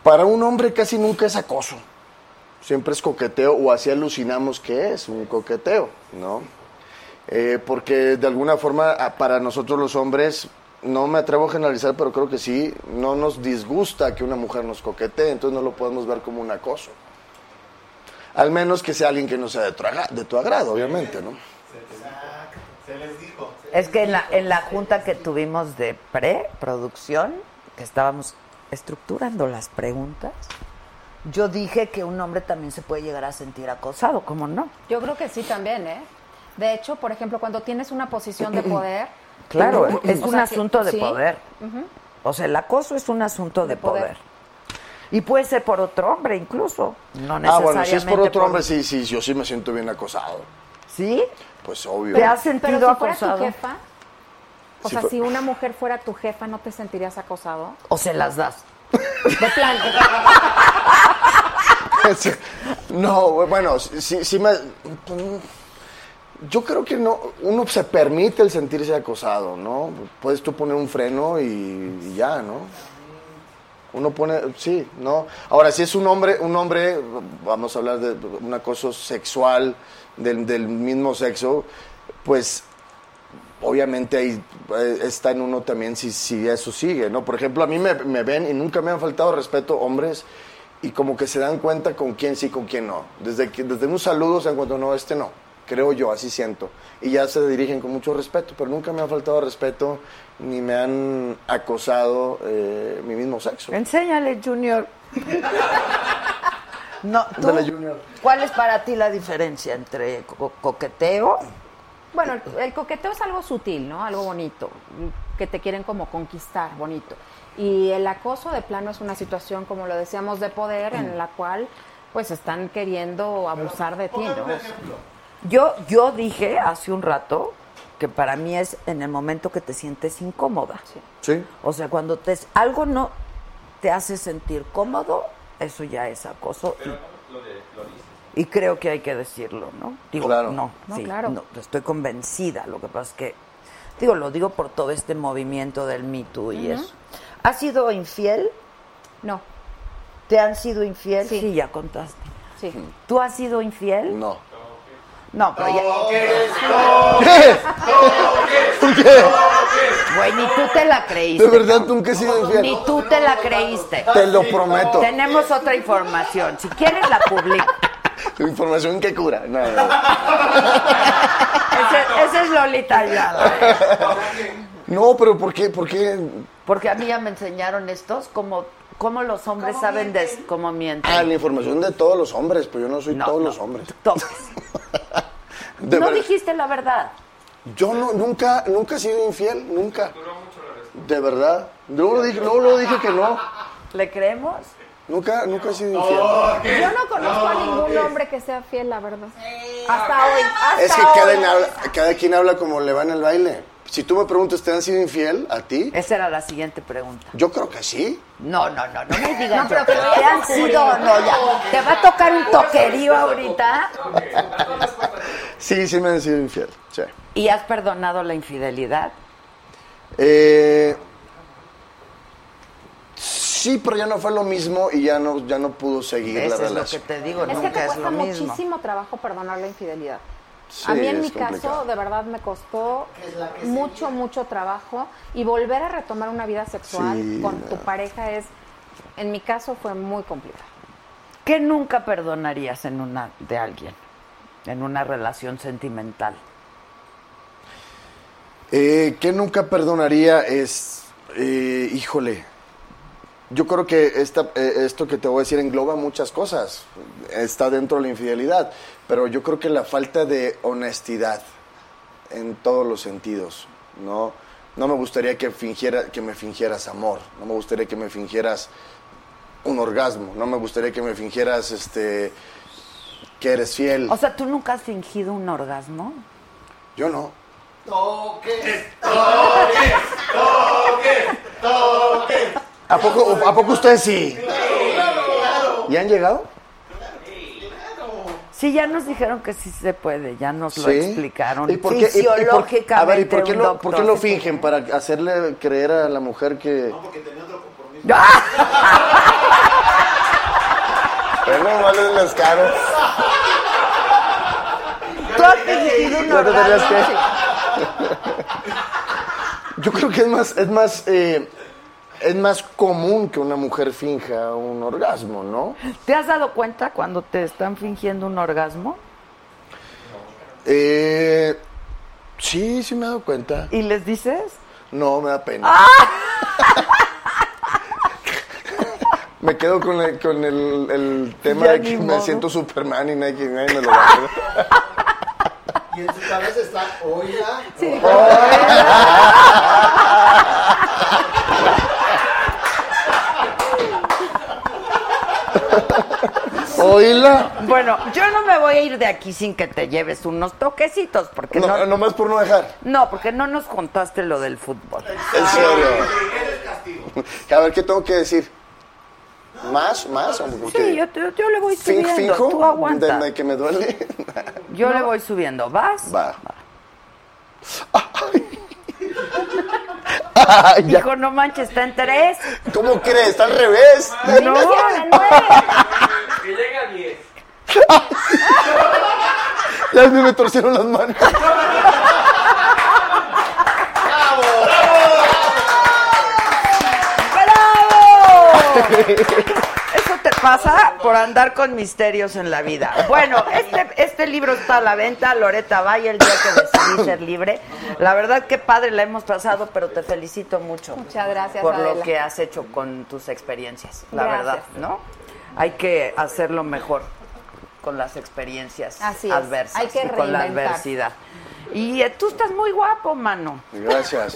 Para un hombre casi nunca es acoso. Siempre es coqueteo o así alucinamos que es un coqueteo, ¿no? Eh, porque de alguna forma a- para nosotros los hombres, no me atrevo a generalizar, pero creo que sí, no nos disgusta que una mujer nos coquetee, entonces no lo podemos ver como un acoso. Al menos que sea alguien que no sea de tu, agra- de tu agrado, obviamente, ¿no?
Se les dijo.
Es que en la, en la junta que tuvimos de preproducción, que estábamos estructurando las preguntas, yo dije que un hombre también se puede llegar a sentir acosado, ¿cómo no?
Yo creo que sí también, ¿eh? De hecho, por ejemplo, cuando tienes una posición de poder.
Claro,
tú-
es
o
un
sea,
asunto de
sí,
poder.
ujú,
O sea, el acoso es un asunto de,
De poder.
poder. Y puede ser por otro hombre incluso, no necesariamente.
Ah, bueno, si es por otro hombre,
sí.
sí, sí, yo sí me siento bien acosado. Pues obvio.
¿Te has
Pero
sentido
si fuera tu
acosado?
jefa, o
Sí,
sea,
fue-
si una mujer fuera tu jefa, ¿no te sentirías acosado?
¿O se las das?
De plano.
Sí. No, bueno, sí, sí me... Yo creo que no, uno se permite el sentirse acosado, ¿no? Puedes tú poner un freno y, y ya, ¿no? Uno pone, sí, ¿no? Ahora, si es un hombre, un hombre, vamos a hablar de un acoso sexual del, del mismo sexo, pues obviamente ahí eh, está en uno también si, si eso sigue, ¿no? Por ejemplo, a mí me, me ven y nunca me han faltado respeto hombres y como que se dan cuenta con quién sí, con quién no. Desde, que, desde un saludo se dan cuenta, no, este no. Creo yo, así siento. Y ya se dirigen con mucho respeto, pero nunca me han faltado respeto ni me han acosado eh, mi mismo sexo.
Enséñale, Junior. *laughs* No, tú,
Dale, Junior.
¿Cuál es para ti la diferencia entre co- coqueteo?
Bueno, el, el coqueteo es algo sutil, ¿no? Algo bonito, que te quieren como conquistar, bonito. Y el acoso de plano es una situación, como lo decíamos, de poder en la cual pues están queriendo abusar de ti, ¿no?
Yo, yo dije hace un rato que para mí es en el momento que te sientes incómoda.
Sí.
O sea, cuando te, algo no te hace sentir cómodo, eso ya es acoso.
Pero lo, de, lo dices.
Y creo que hay que decirlo, ¿no? Digo,
Claro.
no,
No,
sí,
claro.
no, estoy convencida. Lo que pasa es que, digo, lo digo por todo este movimiento del Me Too y eso. ¿Has sido infiel?
No,
¿Te han sido infiel?
Sí.
ya contaste.
sí.
¿Tú has sido infiel?
No.
No, pero ya. Güey, ni tú te la creíste.
De verdad, nunca he sido infiel.
Ni tú te la creíste.
Te lo prometo.
Tenemos otra información. Si quieres, la publico.
Información que cura. No, no, no.
Ah,
Ese- Esa es Lolita Ayala. ¿eh?
No, pero ¿por qué? ¿Por qué?
Porque a mí ya me enseñaron estos como, como los hombres saben des- cómo mienten.
Ah, la información de todos los hombres, pues yo no soy
No,
todos
no,
los hombres.
tomes.
*laughs* De
no
verdad.
dijiste la verdad.
Yo no, nunca, nunca he sido infiel, nunca. De verdad. Yo lo dije, no, lo dije que no.
¿Le creemos?
Nunca, nunca he sido infiel.
Yo no conozco a ningún hombre que sea fiel, la verdad. Hasta hoy. Hasta
Es que
hoy.
cada, en habla- cada quien habla como le va en el baile. Si tú me preguntas, ¿te han sido infiel a ti?
Esa era la siguiente pregunta.
Yo creo que sí.
No, no, no, no me digas.
No, pero que lo
¿Te han
hayas
sido?
descubierto.
No, ya. ¿Te va a tocar un toquerío ahorita?
Sí, sí me han sido infiel. Sí.
¿Y has perdonado la infidelidad?
Eh, sí, pero ya no fue lo mismo y ya no, ya no pudo seguir
Eso
la
es lo
relación.
que te digo,
Es que
nunca
te
es lo
cuesta
mismo.
muchísimo trabajo perdonar la infidelidad.
Sí,
a mí en
es
mi
complicado.
caso, de verdad, me costó mucho, mucho trabajo y volver a retomar una vida sexual
Sí,
con
no.
tu pareja es, en mi caso, fue muy complicado.
¿Qué nunca perdonarías en una de alguien? En una relación sentimental.
Eh, que nunca perdonaría es, eh, híjole, yo creo que esta, eh, esto que te voy a decir engloba muchas cosas, está dentro de la infidelidad, pero yo creo que la falta de honestidad en todos los sentidos, ¿no? No me gustaría que, fingiera, que me fingieras amor, no me gustaría que me fingieras un orgasmo, no me gustaría que me fingieras este, que eres fiel.
O sea, ¿tú nunca has fingido un orgasmo?
yo no.
Toques.
¿A poco, ¿A poco ustedes sí? ¿Ya han llegado?
Sí, ya nos dijeron que sí se puede, ya nos lo
Sí.
explicaron.
¿Y por qué, y- y por-
Fisiológicamente
a ver, ¿y por qué,
un
lo, por qué
doctor
lo
sí te-
fingen? ¿Para hacerle creer a la mujer que...? No, porque
¡Ah!
tenía otro compromiso. Pero no valen las caras.
Tú has fingido un
*laughs* Ya te tenías
orgasmo.
que- *laughs* Yo creo que es más, es más, eh, es más común que una mujer finja un orgasmo, ¿no?
sí. ¿Te has dado cuenta cuando te están fingiendo un orgasmo?
Eh, sí, sí me he dado cuenta.
¿Y les dices?
No, me da pena.
Ah.
*laughs* me quedo con el, con el, el tema
Ya
de que
ni
me
modo.
siento Superman y nadie, nadie me lo va a creer.
Y en su cabeza está, oiga.
Oíla.
Bueno, yo no me voy a ir de aquí sin que te lleves unos toquecitos, porque no,
No, eh,
no,
nomás por no dejar.
porque no nos contaste lo del fútbol.
En serio. A ver, ¿qué tengo que decir? ¿Más? ¿Más? ¿O qué?
Sí, yo, te- yo le voy
Fin-
subiendo,
¿Finjo?
tú aguanta.
de- de que me duele? *laughs*
Yo le voy subiendo, ¿vas?
Va. *laughs* Ay, ya.
Hijo, no manches, está en tres.
¿Cómo crees? Está al revés.
No.
Que llega a 10.
Ya me torcieron las manos.
¡Bravo!
*laughs*
Eso te pasa por andar con misterios en la vida. Bueno, este, este libro está a la venta, Loreta Valle, el día que decidí ser libre. La verdad que padre la hemos pasado, pero te felicito mucho.
Muchas gracias,
Por lo
Adela.
que has hecho con tus experiencias, la
Gracias.
verdad, ¿no? Hay que hacerlo mejor con las experiencias
Así es.
adversas
Hay que
y con la
reinventarse.
adversidad. Y eh, tú estás muy guapo, mano.
Gracias.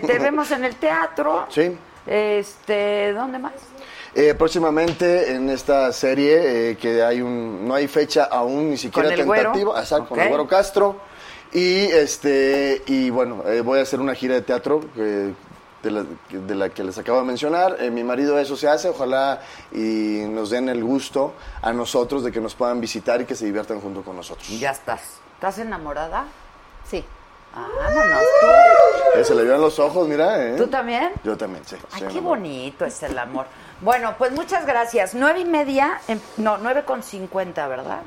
*laughs*
te vemos en el teatro.
Sí.
Este, ¿dónde más?
Eh, próximamente en esta serie eh, que hay un no hay fecha aún ni siquiera
¿Con el güero?
tentativa, exacto, con el
Ok.
Güero Castro y este y bueno eh, voy a hacer una gira de teatro que- de, la, que- de la que les acabo de mencionar. Eh, mi marido eso se hace, ojalá y nos den el gusto a nosotros de que nos puedan visitar y que se diviertan junto con nosotros.
Ya estás. ¿Estás enamorada?
Sí.
Vámonos tú.
Eh, se le vio en los ojos, mira. eh.
¿Tú también?
Yo también, sí.
Ay,
Sí,
qué
no, no.
bonito es el amor. Bueno, pues muchas gracias. Nueve y media, en- no, nueve con cincuenta, ¿verdad?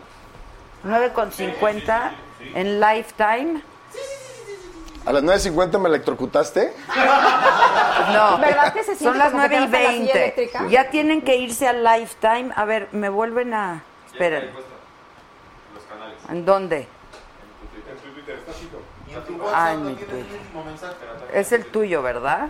Nueve con cincuenta en Lifetime.
A las 9.50 me electrocutaste.
No,
¿Verdad que se siente
son las
como que
nueve y
te vas a la silla
veinte.
eléctrica?
Ya tienen que irse a Lifetime. A ver, me vuelven a... Esperen,
Los canales.
¿en dónde?
En tu Twitter está chido.
Ah, en mi Twitter. Es el tuyo, ¿verdad?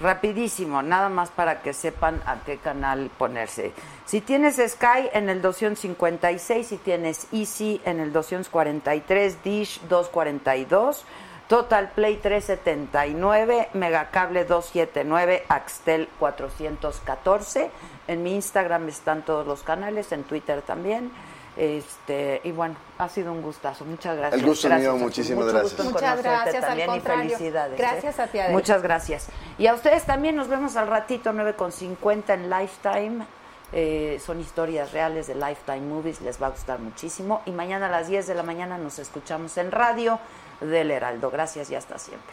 Rapidísimo, nada más para que sepan a qué canal ponerse. Si tienes Sky en el 256, si tienes Easy en el 243, Dish 242, Total Play 379, Megacable 279, Axtel 414. En mi Instagram están todos los canales, en Twitter también. Este, y bueno, ha sido un gustazo. Muchas gracias.
El gusto
Gracias,
mío,
Arturo.
muchísimas
Mucho
gracias.
gusto en
Muchas
conocerte
gracias, al
también y
contrario.
felicidades, ¿eh?
Gracias a ti, Adela.
Muchas gracias. Y a ustedes también nos vemos al ratito, 9.50 en Lifetime. Eh, son historias reales de Lifetime Movies, les va a gustar muchísimo. Y mañana a las 10 de la mañana nos escuchamos en radio del Heraldo. Gracias y hasta siempre.